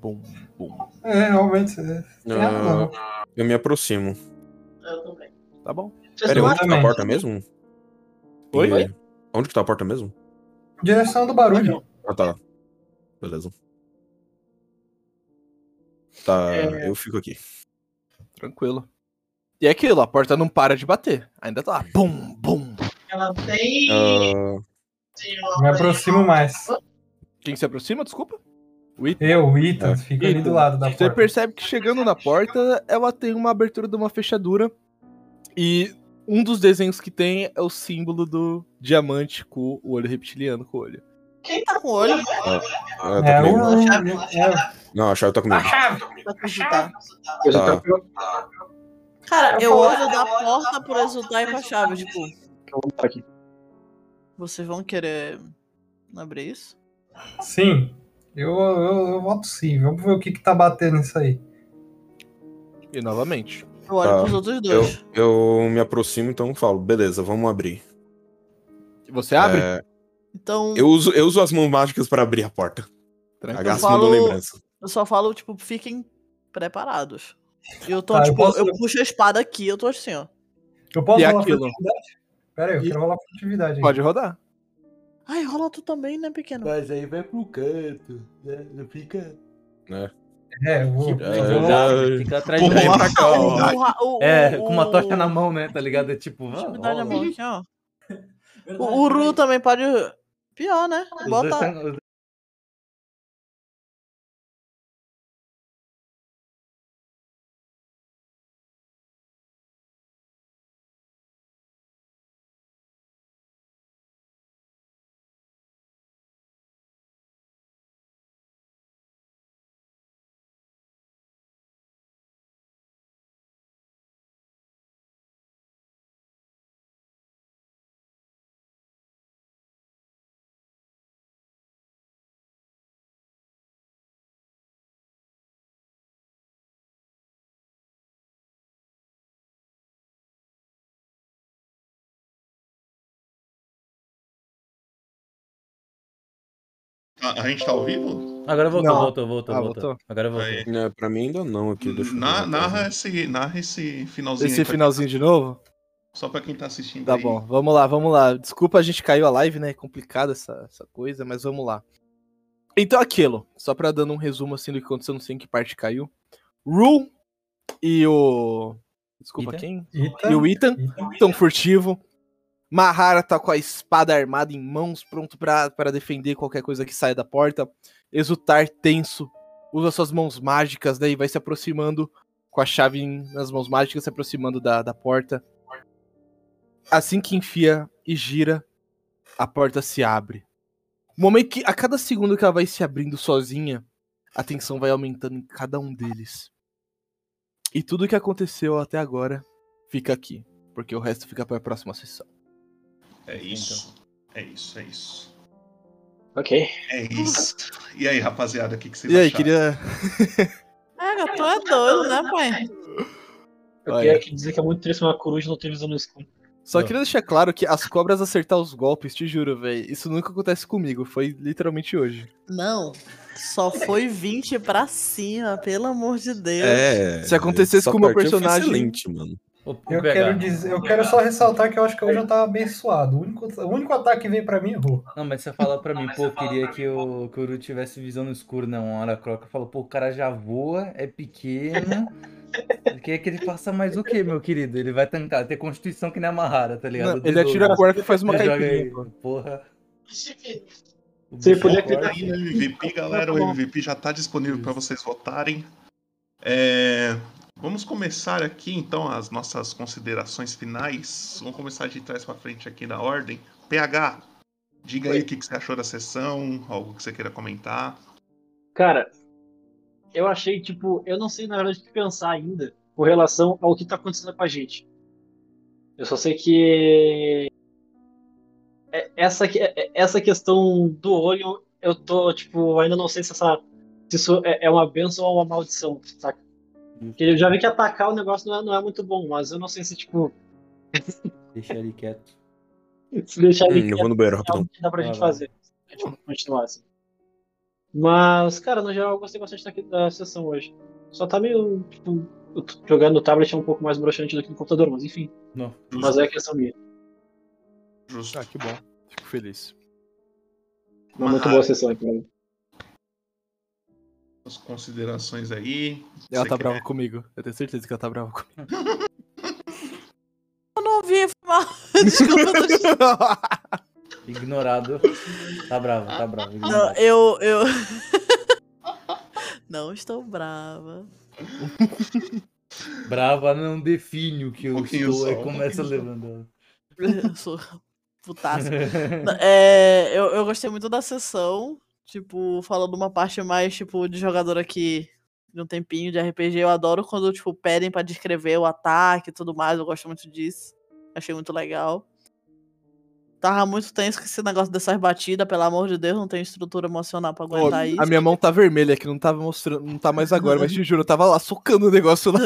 [SPEAKER 7] Bom, bom.
[SPEAKER 5] É, realmente. é.
[SPEAKER 3] Ah, eu me aproximo.
[SPEAKER 4] Eu também.
[SPEAKER 7] Tá bom.
[SPEAKER 3] Peraí, onde que tá a
[SPEAKER 5] Exatamente.
[SPEAKER 3] porta mesmo?
[SPEAKER 7] Oi?
[SPEAKER 3] E- Onde que tá a porta mesmo?
[SPEAKER 5] Direção do barulho.
[SPEAKER 3] Ah, tá. Beleza. Tá,
[SPEAKER 7] É.
[SPEAKER 3] eu fico aqui.
[SPEAKER 7] Tranquilo. E é aquilo, a porta não para de bater. Ainda tá lá. Bum, bum.
[SPEAKER 14] Ela tem.
[SPEAKER 3] Ah,
[SPEAKER 5] Me aproximo mais.
[SPEAKER 7] Quem se aproxima, desculpa?
[SPEAKER 5] Eu, o
[SPEAKER 3] É.
[SPEAKER 5] Ethan, fica ali do lado da
[SPEAKER 7] Você
[SPEAKER 5] porta.
[SPEAKER 7] percebe que chegando na porta, ela tem uma abertura de uma fechadura. E um dos desenhos que tem é o símbolo do diamante com o olho reptiliano com o olho.
[SPEAKER 6] Quem tá com o olho?
[SPEAKER 3] Ah, ah, tá
[SPEAKER 5] É,
[SPEAKER 3] comigo.
[SPEAKER 5] o. é-
[SPEAKER 3] Não, a chave tá comigo.
[SPEAKER 6] Pra tu ajudar.
[SPEAKER 3] Tá.
[SPEAKER 6] Cara, eu olho da porta por exultar e com a chave, tipo.
[SPEAKER 4] um
[SPEAKER 6] Vocês vão querer abrir isso?
[SPEAKER 5] Sim, eu, eu, eu voto sim. Vamos ver o que, que tá batendo isso aí.
[SPEAKER 7] E novamente.
[SPEAKER 6] Eu olho
[SPEAKER 3] Tá.
[SPEAKER 6] pros outros dois.
[SPEAKER 3] Eu, eu me aproximo, então falo, beleza, vamos abrir.
[SPEAKER 7] Você abre?
[SPEAKER 3] É,
[SPEAKER 6] Então,
[SPEAKER 3] eu, uso, eu uso as mãos mágicas pra abrir a porta.
[SPEAKER 7] Então
[SPEAKER 3] A Gás
[SPEAKER 6] falo-
[SPEAKER 3] mandou lembrança.
[SPEAKER 6] eu só falo, tipo, fiquem preparados. Eu tô,
[SPEAKER 5] Tá, eu
[SPEAKER 6] tipo,
[SPEAKER 5] posso-
[SPEAKER 6] eu puxo a espada aqui, eu tô assim, ó.
[SPEAKER 5] Eu posso
[SPEAKER 7] E
[SPEAKER 5] rolar
[SPEAKER 7] aquilo?
[SPEAKER 5] furtividade? Pera aí, eu quero rolar furtividade. aí.
[SPEAKER 7] Pode rodar.
[SPEAKER 6] Ai, rola tu também, né, pequeno?
[SPEAKER 1] Mas aí vai pro canto, né? Não fica.
[SPEAKER 5] É, eu vou.
[SPEAKER 3] É,
[SPEAKER 5] eu vou-
[SPEAKER 3] já-
[SPEAKER 1] Tipo, Fica atrás
[SPEAKER 3] Pô,
[SPEAKER 1] de
[SPEAKER 3] lá pra cá, ó.
[SPEAKER 6] O ra- o-
[SPEAKER 1] É,
[SPEAKER 6] o-
[SPEAKER 1] com uma tocha
[SPEAKER 6] o-
[SPEAKER 1] na mão, né? Tá ligado? É tipo. ah,
[SPEAKER 6] Me dá na
[SPEAKER 1] rola.
[SPEAKER 6] mão aqui, ó. O o Uru também pode. Pior, né?
[SPEAKER 1] Os dois tá
[SPEAKER 6] Bota.
[SPEAKER 1] tão- os-
[SPEAKER 2] A, a gente tá ao vivo?
[SPEAKER 1] Agora voltou,
[SPEAKER 7] Não.
[SPEAKER 1] voltou, voltou,
[SPEAKER 7] Ah,
[SPEAKER 1] voltou,
[SPEAKER 7] voltou.
[SPEAKER 1] Agora voltou.
[SPEAKER 2] Aí.
[SPEAKER 3] É, pra mim ainda não aqui. Deixa eu
[SPEAKER 2] Na-
[SPEAKER 3] ver.
[SPEAKER 2] narra, esse, narra tá esse finalzinho então.
[SPEAKER 7] Esse
[SPEAKER 2] aí pra-
[SPEAKER 7] finalzinho de novo?
[SPEAKER 2] só pra quem tá assistindo.
[SPEAKER 7] Tá
[SPEAKER 2] aí.
[SPEAKER 7] bom, vamos lá, vamos lá. Desculpa, a gente caiu a live, né? É complicado essa, essa coisa, mas vamos lá. Então, aquilo. Só pra dando um resumo assim do que aconteceu, não sei em que parte caiu. Rule e o. Desculpa,
[SPEAKER 1] Ethan?
[SPEAKER 7] quem?
[SPEAKER 5] Ethan?
[SPEAKER 7] E o Ethan, tão furtivo. Mahara tá com a espada armada em mãos, pronto pra pra defender qualquer coisa que saia da porta. Exultar tenso, usa suas mãos mágicas, daí vai se aproximando com a chave em- nas mãos mágicas, se aproximando da, da porta. Assim que enfia e gira, a porta se abre. O momento que a cada segundo que ela vai se abrindo sozinha, a tensão vai aumentando em cada um deles. E tudo o que aconteceu até agora fica aqui, porque o resto fica para a próxima sessão.
[SPEAKER 2] É isso. É isso, é isso.
[SPEAKER 4] Ok.
[SPEAKER 2] É isso. E aí, rapaziada, o que, que vocês
[SPEAKER 7] E aí,
[SPEAKER 2] acharam?
[SPEAKER 7] queria.
[SPEAKER 6] Cara, tu é doido, né, pai?
[SPEAKER 4] Eu
[SPEAKER 7] Olha.
[SPEAKER 4] queria que dizer que é muito triste uma coruja não ter visão no escuro.
[SPEAKER 7] Só
[SPEAKER 4] Não.
[SPEAKER 7] queria deixar claro que as cobras acertar os golpes, te juro, velho. Isso nunca acontece comigo, foi literalmente hoje.
[SPEAKER 6] Não. Só foi 20 pra cima, pelo amor de Deus.
[SPEAKER 3] É.
[SPEAKER 7] Se acontecesse
[SPEAKER 3] essa
[SPEAKER 7] com o meu
[SPEAKER 3] parte foi
[SPEAKER 7] personagem-
[SPEAKER 3] Excelente, mano.
[SPEAKER 5] Eu quero, dizer- eu quero só ressaltar que eu acho que hoje eu tava abençoado. O único, o único ataque que veio pra mim errou.
[SPEAKER 1] Não, mas você fala pra mim, pô, eu queria que o, que o Uru tivesse visão no escuro, não. Uma hora croca falou, pô, o cara já voa, é pequeno. Ele quer que ele faça mais o quê, meu querido? Ele vai tancar, ter constituição que nem amarrada, tá ligado?
[SPEAKER 7] Não, ele atira com arco e faz uma
[SPEAKER 1] Ele joga
[SPEAKER 7] caipirinha,
[SPEAKER 1] aí, Porra. bicho
[SPEAKER 2] Você
[SPEAKER 6] tá
[SPEAKER 2] podia
[SPEAKER 1] é forte.
[SPEAKER 2] clicar aí no MVP, galera. O MVP já tá disponível para vocês votarem. É, Vamos começar aqui, então, as nossas considerações finais. Vamos começar de trás para frente aqui na ordem. PH, diga aí o que que você achou da sessão, algo que você queira comentar.
[SPEAKER 4] Cara, eu achei, tipo, eu não sei na verdade o que pensar ainda com relação ao que tá acontecendo com a gente. Eu só sei que. é- Essa, que- é- essa questão do olho, eu tô, tipo, ainda não sei se, essa, se isso é é uma benção ou uma maldição, saca?
[SPEAKER 3] Uhum.
[SPEAKER 4] Porque eu já vi que atacar o negócio não é, não é muito bom, mas eu não sei se, tipo,
[SPEAKER 1] Deixa ele quieto.
[SPEAKER 4] se deixar ele
[SPEAKER 3] Hum, eu
[SPEAKER 4] quieto,
[SPEAKER 3] vou no banheiro rapidão.
[SPEAKER 4] É dá pra gente
[SPEAKER 1] vai.
[SPEAKER 4] fazer. A gente continuar assim. Mas, cara, no geral eu gostei bastante daqui- da sessão hoje. Só tá meio, tipo, eu tô jogando no tablet é um pouco mais broxante do que no computador, mas enfim.
[SPEAKER 1] Não.
[SPEAKER 4] Mas é questão minha.
[SPEAKER 2] Justo.
[SPEAKER 6] Tá.
[SPEAKER 7] Ah, que bom. Fico feliz.
[SPEAKER 4] Uma muito boa sessão aqui. né?
[SPEAKER 2] As considerações aí.
[SPEAKER 7] Ela
[SPEAKER 2] Você
[SPEAKER 7] tá
[SPEAKER 2] quer-
[SPEAKER 7] brava comigo. Eu tenho certeza que ela tá brava comigo.
[SPEAKER 6] Eu não vi, foi mal. Desculpa.
[SPEAKER 1] Ignorado. Tá bravo, tá bravo.
[SPEAKER 6] Não,
[SPEAKER 1] ignorado.
[SPEAKER 6] eu. eu... Não estou brava.
[SPEAKER 5] é-
[SPEAKER 1] Brava não define o que eu é
[SPEAKER 2] pouquinho
[SPEAKER 1] estou.
[SPEAKER 2] só,
[SPEAKER 1] Aí
[SPEAKER 2] um
[SPEAKER 1] começa
[SPEAKER 2] pouquinho
[SPEAKER 1] levantando.
[SPEAKER 6] Eu sou putaça. Não, é, eu, eu gostei muito da sessão. Tipo, falando uma parte mais, tipo, de jogador aqui de um tempinho de RPG. Eu adoro quando, tipo, pedem pra descrever o ataque e tudo mais. Eu gosto muito disso. Achei muito legal. Tava muito tenso com esse negócio dessas batidas, pelo amor de Deus, não tem estrutura emocional pra
[SPEAKER 7] Ó,
[SPEAKER 6] aguentar isso.
[SPEAKER 7] a minha mão tá vermelha, que não tava mostrando, não tá mais agora, mas te juro, eu tava lá socando o negócio lá.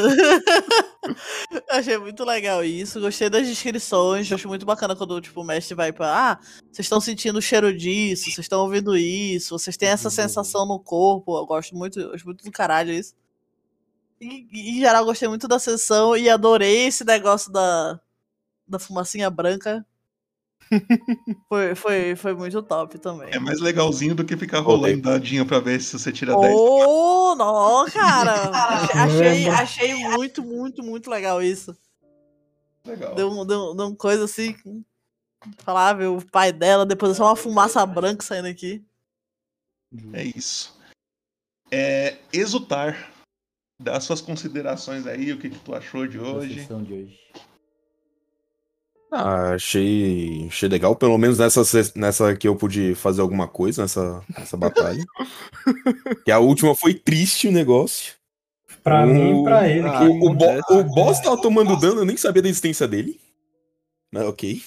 [SPEAKER 6] Achei muito legal isso. Gostei das descrições. Acho muito bacana quando tipo, o mestre vai pra. Ah, vocês estão sentindo o cheiro disso, vocês estão ouvindo isso, vocês têm essa sensação no corpo. Eu gosto muito, eu acho muito do caralho isso. E, e, em geral, gostei muito da sessão e adorei esse negócio da, da fumacinha branca. foi, foi, foi muito top também.
[SPEAKER 2] É mais legalzinho do que ficar rolando dadinho pra ver se você tira 10.
[SPEAKER 6] Ô, não, cara! achei, achei muito, muito, muito legal isso.
[SPEAKER 2] é Legal.
[SPEAKER 6] Deu, um- deu, um- deu uma coisa assim. Falar, ver o pai dela, depois é só uma fumaça branca saindo aqui.
[SPEAKER 2] É isso. É, exultar das suas considerações aí, o que, que tu achou de hoje.
[SPEAKER 1] sessão de hoje.
[SPEAKER 3] Ah, achei, achei legal, pelo menos nessa, se- nessa que eu pude fazer alguma coisa nessa, nessa batalha. que a última foi triste o negócio.
[SPEAKER 5] Pra
[SPEAKER 7] Uh,
[SPEAKER 5] mim e pra ele,
[SPEAKER 7] ah,
[SPEAKER 5] que
[SPEAKER 3] o, o, bo- o boss tava tomando dano, eu nem sabia da existência dele. Mas ok.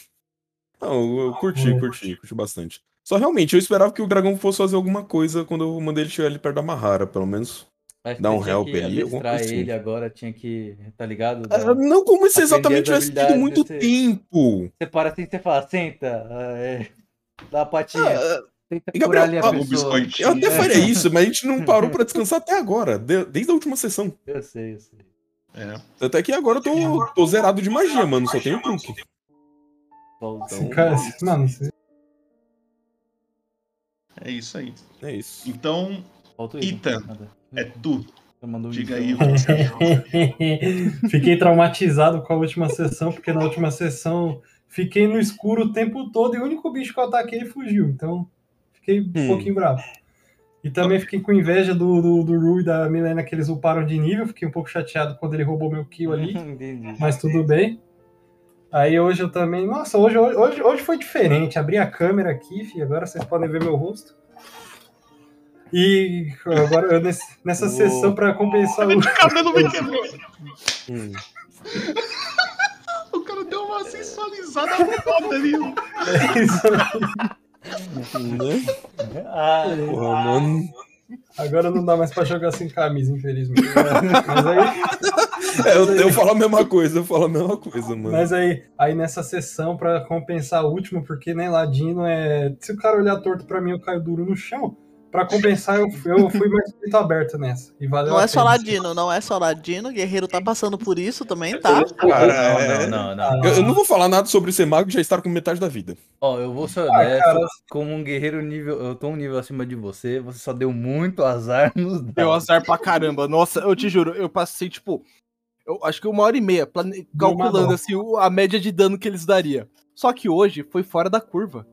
[SPEAKER 3] Não, eu, eu curti, curti, curti bastante. Só realmente, eu esperava que o dragão fosse fazer alguma coisa quando eu mandei ele chegar ali perto da Mahara, pelo menos.
[SPEAKER 1] Acho que
[SPEAKER 3] dar
[SPEAKER 1] você
[SPEAKER 3] um
[SPEAKER 1] tinha
[SPEAKER 3] help
[SPEAKER 1] que
[SPEAKER 3] aí, alguma
[SPEAKER 1] adestrar
[SPEAKER 3] coisa assim.
[SPEAKER 1] ele agora, tinha que. Tá ligado?
[SPEAKER 3] Ah, não como se exatamente
[SPEAKER 1] Aprender as
[SPEAKER 3] tivesse tido muito
[SPEAKER 1] habilidades, você-
[SPEAKER 3] tempo.
[SPEAKER 1] Você para assim e você fala, senta, ah, é, dá a patinha.
[SPEAKER 5] Ah,
[SPEAKER 1] Tenta
[SPEAKER 3] E,
[SPEAKER 1] curar ali
[SPEAKER 3] Gabriel,
[SPEAKER 1] a
[SPEAKER 3] ah,
[SPEAKER 1] pessoa. É,
[SPEAKER 3] eu até faria isso, mas a gente não parou pra descansar até agora, de- desde a última sessão.
[SPEAKER 1] Eu sei, eu sei.
[SPEAKER 2] É.
[SPEAKER 3] Tanto é que agora eu tô, tô zerado de magia, mano, só tenho truque.
[SPEAKER 5] Esse
[SPEAKER 7] então
[SPEAKER 5] cara, esse- mano, esse-
[SPEAKER 2] É isso aí.
[SPEAKER 3] É isso.
[SPEAKER 2] Então, Ita, é tu.
[SPEAKER 1] Mandou
[SPEAKER 2] Diga aí o que você achou.
[SPEAKER 5] fiquei traumatizado com a última sessão, porque na última sessão fiquei no escuro o tempo todo e o único bicho que eu ataquei fugiu. Então, fiquei um
[SPEAKER 3] Hum.
[SPEAKER 5] pouquinho bravo. E também fiquei com inveja do, do, do Rui e da Milena que eles uparam de nível. Fiquei um pouco chateado quando ele roubou meu kill ali.
[SPEAKER 1] Entendi.
[SPEAKER 5] mas tudo bem. Aí hoje eu também. Nossa, hoje, hoje, hoje foi diferente. Abri a câmera aqui, fi, agora vocês podem ver meu rosto. E agora, eu nesse- nessa
[SPEAKER 9] Oh.
[SPEAKER 5] sessão, pra compensar o.
[SPEAKER 2] O cabelo me quebrou.
[SPEAKER 3] Hum.
[SPEAKER 2] O cara deu uma sensualizada foda ali.
[SPEAKER 5] Ah,
[SPEAKER 3] Porra, mano.
[SPEAKER 5] Agora não dá mais pra jogar sem camisa, infelizmente. Mas aí,
[SPEAKER 3] É, eu, eu falo a mesma coisa, eu falo a mesma coisa, mano.
[SPEAKER 5] mas aí, aí nessa sessão, pra compensar o último, porque né, Ladino é. Se o cara olhar torto pra mim, eu caio duro no chão. Pra compensar, eu, eu fui mais peito aberto nessa. E valeu
[SPEAKER 6] Não
[SPEAKER 5] a
[SPEAKER 6] é só
[SPEAKER 5] pena.
[SPEAKER 6] ladino, não é só ladino. Guerreiro tá passando por isso também, tá?
[SPEAKER 3] Cara, não, não. Eu, eu não vou falar nada sobre ser mago, já estar com metade da vida.
[SPEAKER 1] Ó, eu vou ser
[SPEAKER 3] Ah,
[SPEAKER 1] honesto,
[SPEAKER 3] cara.
[SPEAKER 1] como um guerreiro nível. Eu tô um nível acima de você, você só deu muito azar nos dados.
[SPEAKER 7] Deu azar pra caramba. Nossa, eu te juro, eu passei, tipo, eu acho que uma hora e meia, plane- calculando
[SPEAKER 1] dó.
[SPEAKER 7] assim, o- a média de dano que eles daria. Só que hoje foi fora da curva.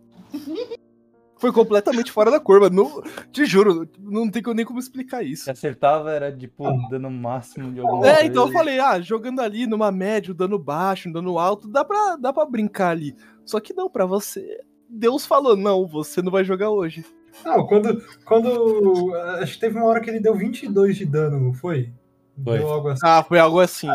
[SPEAKER 7] Foi completamente fora da curva. Não, te juro, não tem co- nem como explicar isso.
[SPEAKER 1] Se acertava, era tipo dando o máximo de alguma
[SPEAKER 7] É, então eu
[SPEAKER 1] coisa.
[SPEAKER 7] falei, ah, jogando ali numa média, um dano baixo, um dano alto, dá pra, dá pra brincar ali. Só que não, pra você. Deus falou, não, você não vai jogar hoje.
[SPEAKER 5] Não, quando, quando. Acho que teve uma hora que ele deu 22 de dano, não foi?
[SPEAKER 7] Foi.
[SPEAKER 5] Deu algo assim.
[SPEAKER 7] Ah, foi algo assim.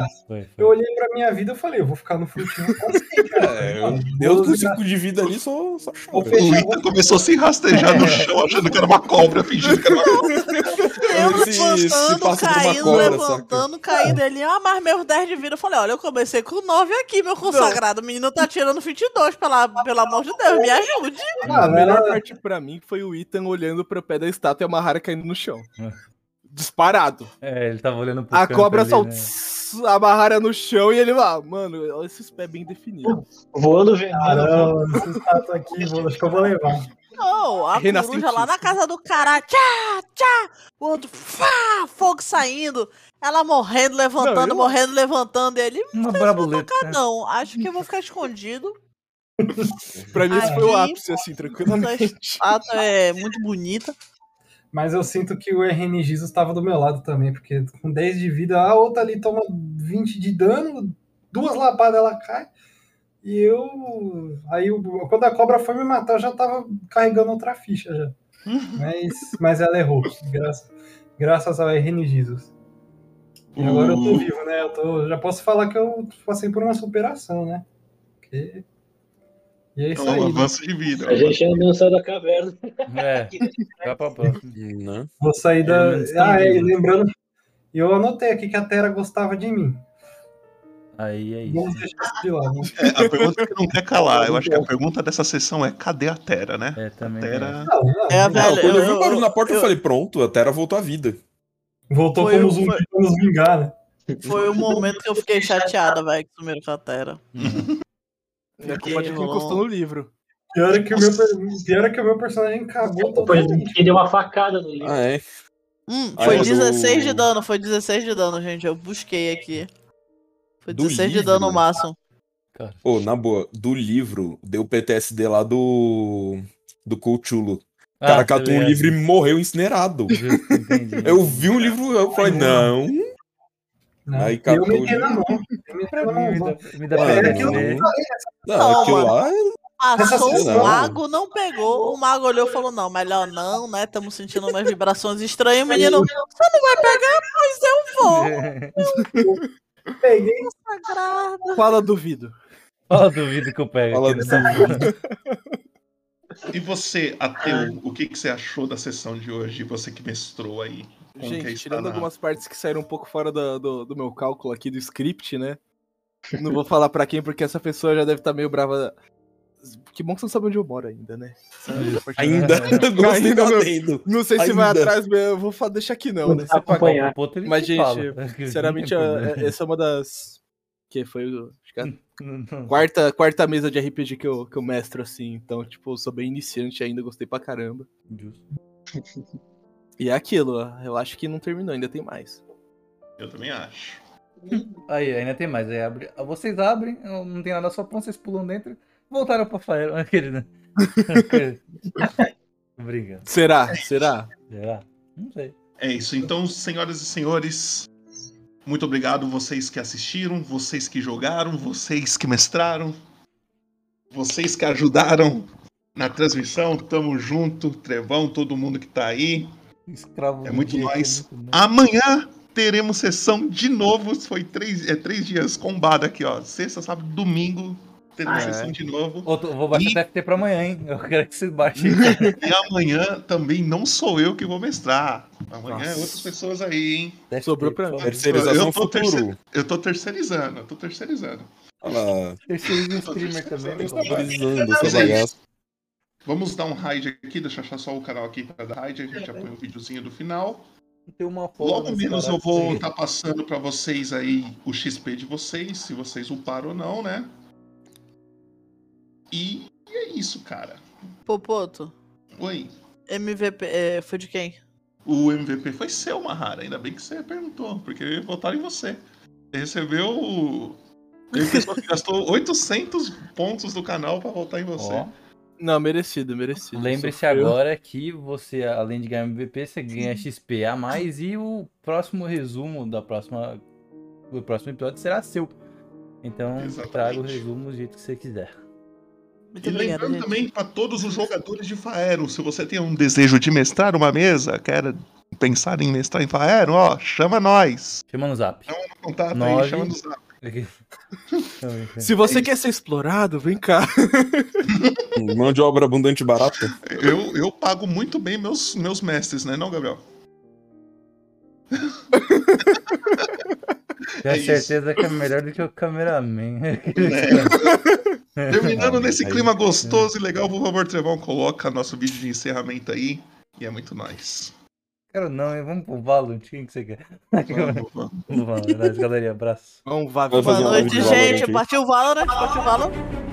[SPEAKER 5] Eu olhei pra minha vida e falei, eu vou ficar no frutinho pra sempre, cara.
[SPEAKER 3] É, Eu com 5 de vida ali só, só
[SPEAKER 5] Vou
[SPEAKER 3] choro.
[SPEAKER 5] fechar-
[SPEAKER 2] O Ita começou a se rastejar no chão, achando que era uma cobra, fingindo que era uma
[SPEAKER 6] Eu
[SPEAKER 2] Se- se
[SPEAKER 6] levantando,
[SPEAKER 2] passa por uma
[SPEAKER 6] caindo,
[SPEAKER 2] cobra,
[SPEAKER 6] levantando, caindo ali. Ah, mas meus 10 de vida. Eu falei, olha, eu comecei com 9 aqui, meu consagrado. O menino tá tirando 22, pela, pelo amor de Deus, me ajude.
[SPEAKER 5] tá Ah,
[SPEAKER 7] a melhor parte pra mim foi o Ethan olhando pro pé da estátua e a Mahara caindo no chão. Disparado.
[SPEAKER 1] É, ele tava olhando pro
[SPEAKER 7] A
[SPEAKER 1] canto
[SPEAKER 7] cobra
[SPEAKER 1] ali,
[SPEAKER 7] só
[SPEAKER 1] né?
[SPEAKER 7] tss, a Mahara no chão e ele lá, mano, olha esses pés bem definidos.
[SPEAKER 4] Voando veneno.
[SPEAKER 5] Caramba, essa estátua aqui, vou- acho que eu vou levar.
[SPEAKER 6] Não, a
[SPEAKER 5] Renascentista.
[SPEAKER 6] coruja lá na casa do cara, tchá, tchá, o outro, fá, fogo saindo, ela morrendo,
[SPEAKER 1] Não,
[SPEAKER 6] levantando,
[SPEAKER 1] eu-
[SPEAKER 6] morrendo, levantando, e ele,
[SPEAKER 1] Uma
[SPEAKER 6] braboleta.
[SPEAKER 7] né?
[SPEAKER 6] não, acho que eu vou ficar escondido.
[SPEAKER 7] Pra mim, isso foi o
[SPEAKER 6] Aqui.
[SPEAKER 7] ápice, assim,
[SPEAKER 6] Essa
[SPEAKER 7] tranquilamente.
[SPEAKER 6] estátua é muito bonita.
[SPEAKER 5] Mas eu sinto que o RNG estava do meu lado também, porque com 10 de vida, a outra ali toma 20 de dano, duas lapadas ela cai. E eu. Aí eu- quando a cobra foi me matar, eu já tava carregando outra ficha já. Mas, mas ela errou, graças, graças ao RN Jesus. E agora eu tô vivo, né? Eu tô- já posso falar que eu passei por uma superação, né? Porque- E é isso aí. né?
[SPEAKER 4] A gente ainda não saiu da caverna.
[SPEAKER 1] É, vai pra próxima.
[SPEAKER 3] Né?
[SPEAKER 5] Vou sair
[SPEAKER 1] Pelo
[SPEAKER 5] da.
[SPEAKER 1] menos tá
[SPEAKER 5] Ah, é,
[SPEAKER 1] vivo.
[SPEAKER 5] lembrando. Eu anotei aqui que a Terra gostava de mim.
[SPEAKER 1] Aí é
[SPEAKER 5] Vamos deixar isso de lado. né?
[SPEAKER 2] É, a pergunta que não quer calar, eu acho que a pergunta dessa sessão é: cadê a Terra, né?
[SPEAKER 1] É, também.
[SPEAKER 2] Terra...
[SPEAKER 6] É a
[SPEAKER 3] Não,
[SPEAKER 6] velha.
[SPEAKER 3] quando Ah, eu vi
[SPEAKER 6] Eu,
[SPEAKER 3] o barulho na porta, eu,
[SPEAKER 6] eu-
[SPEAKER 3] falei, pronto, a Terra voltou à vida.
[SPEAKER 5] Voltou
[SPEAKER 6] Foi
[SPEAKER 5] como
[SPEAKER 6] o-
[SPEAKER 5] zumbi
[SPEAKER 6] foi-
[SPEAKER 5] pra nos vingar, né?
[SPEAKER 6] foi o momento que eu fiquei chateada, velho, que sumiram com a Terra.
[SPEAKER 1] Hum.
[SPEAKER 7] É culpa de quem
[SPEAKER 6] Rolou. um
[SPEAKER 7] encostou no livro.
[SPEAKER 5] Pior é que o meu, per- pior é que o meu personagem cagou totalmente.
[SPEAKER 4] Ele deu uma facada no livro.
[SPEAKER 3] Ah, é?
[SPEAKER 6] Hum,
[SPEAKER 3] Aí
[SPEAKER 6] foi
[SPEAKER 3] eu-
[SPEAKER 6] 16 de dano, foi 16 de dano, gente. Eu busquei aqui. Foi
[SPEAKER 3] Do
[SPEAKER 6] 16 de
[SPEAKER 3] livro?
[SPEAKER 6] dano máximo.
[SPEAKER 3] Ô, na boa, do livro, deu PTSD lá do. do Cthulhu. O
[SPEAKER 1] Ah,
[SPEAKER 3] cara
[SPEAKER 1] tá
[SPEAKER 3] catou um
[SPEAKER 1] ligado.
[SPEAKER 3] livro e morreu incinerado. eu vi um livro, eu falei, não. Aí
[SPEAKER 5] né? Eu
[SPEAKER 3] catou o
[SPEAKER 5] me dei
[SPEAKER 3] livro.
[SPEAKER 5] na mão. Eu me dei na mão.
[SPEAKER 1] Me
[SPEAKER 3] dá
[SPEAKER 5] É,
[SPEAKER 3] pra
[SPEAKER 5] aquilo
[SPEAKER 3] entender.
[SPEAKER 5] que eu falei,
[SPEAKER 3] Não, aquilo
[SPEAKER 6] mano.
[SPEAKER 3] lá.
[SPEAKER 6] Passou
[SPEAKER 3] Essa
[SPEAKER 6] o
[SPEAKER 3] cena-
[SPEAKER 6] mago, não pegou. O mago olhou e falou: Não, melhor não, né? Estamos sentindo umas vibrações estranhas. O menino, você não vai pegar? Pois eu vou.
[SPEAKER 5] Peguei.
[SPEAKER 6] Sagrado.
[SPEAKER 7] Fala, duvido.
[SPEAKER 1] Fala, duvido que eu pego. né? Fala,
[SPEAKER 2] E você, Ateu, o que, que você achou da sessão de hoje? Você que mestrou aí. Como que é
[SPEAKER 7] Gente,
[SPEAKER 2] está
[SPEAKER 7] tirando
[SPEAKER 2] na-
[SPEAKER 7] algumas partes que saíram um pouco fora da- do, do meu cálculo aqui do script, né? Não vou falar pra quem, porque essa pessoa já deve estar meio brava. Que bom que você não sabe onde eu moro ainda, né? Essa- essa parte-
[SPEAKER 3] Ainda? Gostei
[SPEAKER 7] Ainda,
[SPEAKER 3] do
[SPEAKER 7] meu.
[SPEAKER 3] adendo.
[SPEAKER 7] Não sei se vai
[SPEAKER 3] Ainda.
[SPEAKER 7] atrás, mas eu vou fa- deixar aqui não,
[SPEAKER 3] Não
[SPEAKER 7] né?
[SPEAKER 3] tá
[SPEAKER 7] Você paga.
[SPEAKER 3] acompanhar. Ponto ele
[SPEAKER 7] Mas,
[SPEAKER 3] te
[SPEAKER 7] gente,
[SPEAKER 3] fala.
[SPEAKER 7] sinceramente,
[SPEAKER 1] Não tem
[SPEAKER 7] a-
[SPEAKER 1] problema. Hum.
[SPEAKER 7] essa é uma das. Que foi o- acho que é a quarta, quarta mesa de RPG que eu, que eu mestro, assim. Então, tipo, eu sou bem iniciante ainda, gostei pra caramba. E é aquilo, ó, eu acho que não terminou, ainda tem mais.
[SPEAKER 2] Eu também acho.
[SPEAKER 1] Aí, ainda tem mais. Aí abre. Vocês abrem, não não tem nada, só pão, vocês pulam dentro. Voltaram pra Fael. Aquele, né? Obrigado.
[SPEAKER 7] Será? Será?
[SPEAKER 1] Será? Não sei.
[SPEAKER 2] É isso. Então, senhoras e senhores, muito obrigado vocês que assistiram, vocês que jogaram, vocês que mestraram, vocês que ajudaram na transmissão. Tamo junto, Trevão, todo mundo que tá aí.
[SPEAKER 1] Escravo
[SPEAKER 2] É
[SPEAKER 1] do
[SPEAKER 2] muito
[SPEAKER 1] dia, que
[SPEAKER 2] nóis.
[SPEAKER 1] muito nóis.
[SPEAKER 2] Amanhã teremos sessão de novo. Foi três, é, três dias combada aqui, ó. Sexta, sábado, domingo. Teremos
[SPEAKER 1] Ah, é.
[SPEAKER 2] sessão de novo.
[SPEAKER 1] Ô, tu- vou baixar o TFT pra amanhã, hein? Eu quero que vocês baixem.
[SPEAKER 2] e amanhã também não sou eu que vou mestrar. Amanhã é
[SPEAKER 1] Nossa.
[SPEAKER 2] outras pessoas aí, hein?
[SPEAKER 7] Sobrou pra mim.
[SPEAKER 3] Terceirização
[SPEAKER 2] eu tô
[SPEAKER 3] futuro.
[SPEAKER 2] terce- Eu tô terceirizando, eu tô terceirizando.
[SPEAKER 3] Olha lá.
[SPEAKER 1] Terceiriza streamer também. né?
[SPEAKER 3] Valorizando essa
[SPEAKER 2] Mas é
[SPEAKER 3] bagaça.
[SPEAKER 2] isso. Vamos dar um raid aqui, deixa eu achar só o canal aqui pra dar raid, a gente já põe um videozinho do final.
[SPEAKER 1] Tem uma folga
[SPEAKER 2] Logo
[SPEAKER 1] nesse
[SPEAKER 2] menos eu
[SPEAKER 1] horário,
[SPEAKER 2] vou tá
[SPEAKER 1] sim.
[SPEAKER 2] estar passando pra vocês aí o XP de vocês, se vocês uparam ou não, né? E é isso, cara.
[SPEAKER 6] Popoto.
[SPEAKER 2] Oi.
[SPEAKER 6] MVP é, foi de quem?
[SPEAKER 2] O MVP foi seu, Mahara. Ainda bem que você perguntou, porque votaram em você. Você recebeu. o- Teve pessoa que gastou 800 pontos do canal pra votar em você.
[SPEAKER 1] Ó.
[SPEAKER 7] Não, merecido, merecido.
[SPEAKER 1] Lembre-se
[SPEAKER 7] Sofreu.
[SPEAKER 1] agora que você, além de ganhar MVP, você ganha XP a mais e o próximo resumo da próxima, do próximo episódio será seu. Então traga o resumo do jeito que você quiser.
[SPEAKER 2] e lembrando também pra todos os jogadores de Faero, se você tem um desejo de mestrar uma mesa, quer pensar em mestrar em Faero, ó, chama nós.
[SPEAKER 1] Chama no zap.
[SPEAKER 2] Chama no contato aí,
[SPEAKER 1] Nove.
[SPEAKER 2] chama no zap.
[SPEAKER 7] Se você quer ser explorado, vem cá.
[SPEAKER 3] Mão de obra abundante e barata.
[SPEAKER 2] Eu, eu pago muito bem meus, meus mestres, né, não, Gabriel?
[SPEAKER 1] Tenho
[SPEAKER 2] É isso. É.
[SPEAKER 1] certeza que é melhor do que o cameraman.
[SPEAKER 2] Terminando nesse
[SPEAKER 1] Aí-
[SPEAKER 2] clima gostoso e legal, por favor, Trevão, coloca nosso vídeo de encerramento aí. E é muito nóis.
[SPEAKER 1] Cara, não, hein? vamos pro Valorant, quem que você quer?
[SPEAKER 2] Vamos,
[SPEAKER 1] vamos. Valorant, galerinha, abraço.
[SPEAKER 7] Vamos, vai,
[SPEAKER 6] Boa noite, gente. Partiu Valorant, partiu Valorant.